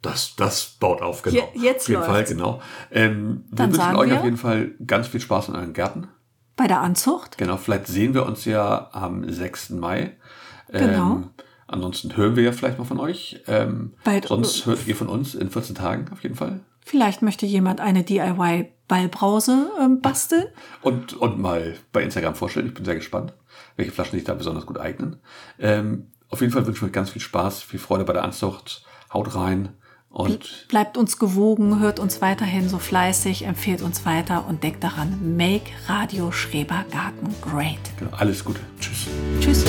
[SPEAKER 1] Das, das baut auf, genau.
[SPEAKER 2] Je- jetzt
[SPEAKER 1] auf jeden Fall,
[SPEAKER 2] läuft's.
[SPEAKER 1] genau. Ähm, wir
[SPEAKER 2] Dann
[SPEAKER 1] wünschen
[SPEAKER 2] sagen
[SPEAKER 1] euch
[SPEAKER 2] wir-
[SPEAKER 1] auf jeden Fall ganz viel Spaß in euren Gärten.
[SPEAKER 2] Bei der Anzucht.
[SPEAKER 1] Genau, vielleicht sehen wir uns ja am 6. Mai. Ähm,
[SPEAKER 2] Genau.
[SPEAKER 1] Ansonsten hören wir ja vielleicht mal von euch. Ähm,
[SPEAKER 2] Bald-
[SPEAKER 1] sonst hört ihr von uns in 14 Tagen auf jeden Fall.
[SPEAKER 2] Vielleicht möchte jemand eine DIY-Ballbrause ähm, basteln.
[SPEAKER 1] Und, und mal bei Instagram vorstellen. Ich bin sehr gespannt, welche Flaschen sich da besonders gut eignen. Ähm, auf jeden Fall wünschen wir euch ganz viel Spaß, viel Freude bei der Anzucht. Haut rein und
[SPEAKER 2] Bleibt uns gewogen, hört uns weiterhin so fleißig, empfehlt uns weiter und denkt daran, make Radio Schreber Garten great.
[SPEAKER 1] genau, alles Gute. Tschüss.
[SPEAKER 2] Tschüss.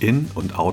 [SPEAKER 3] In- und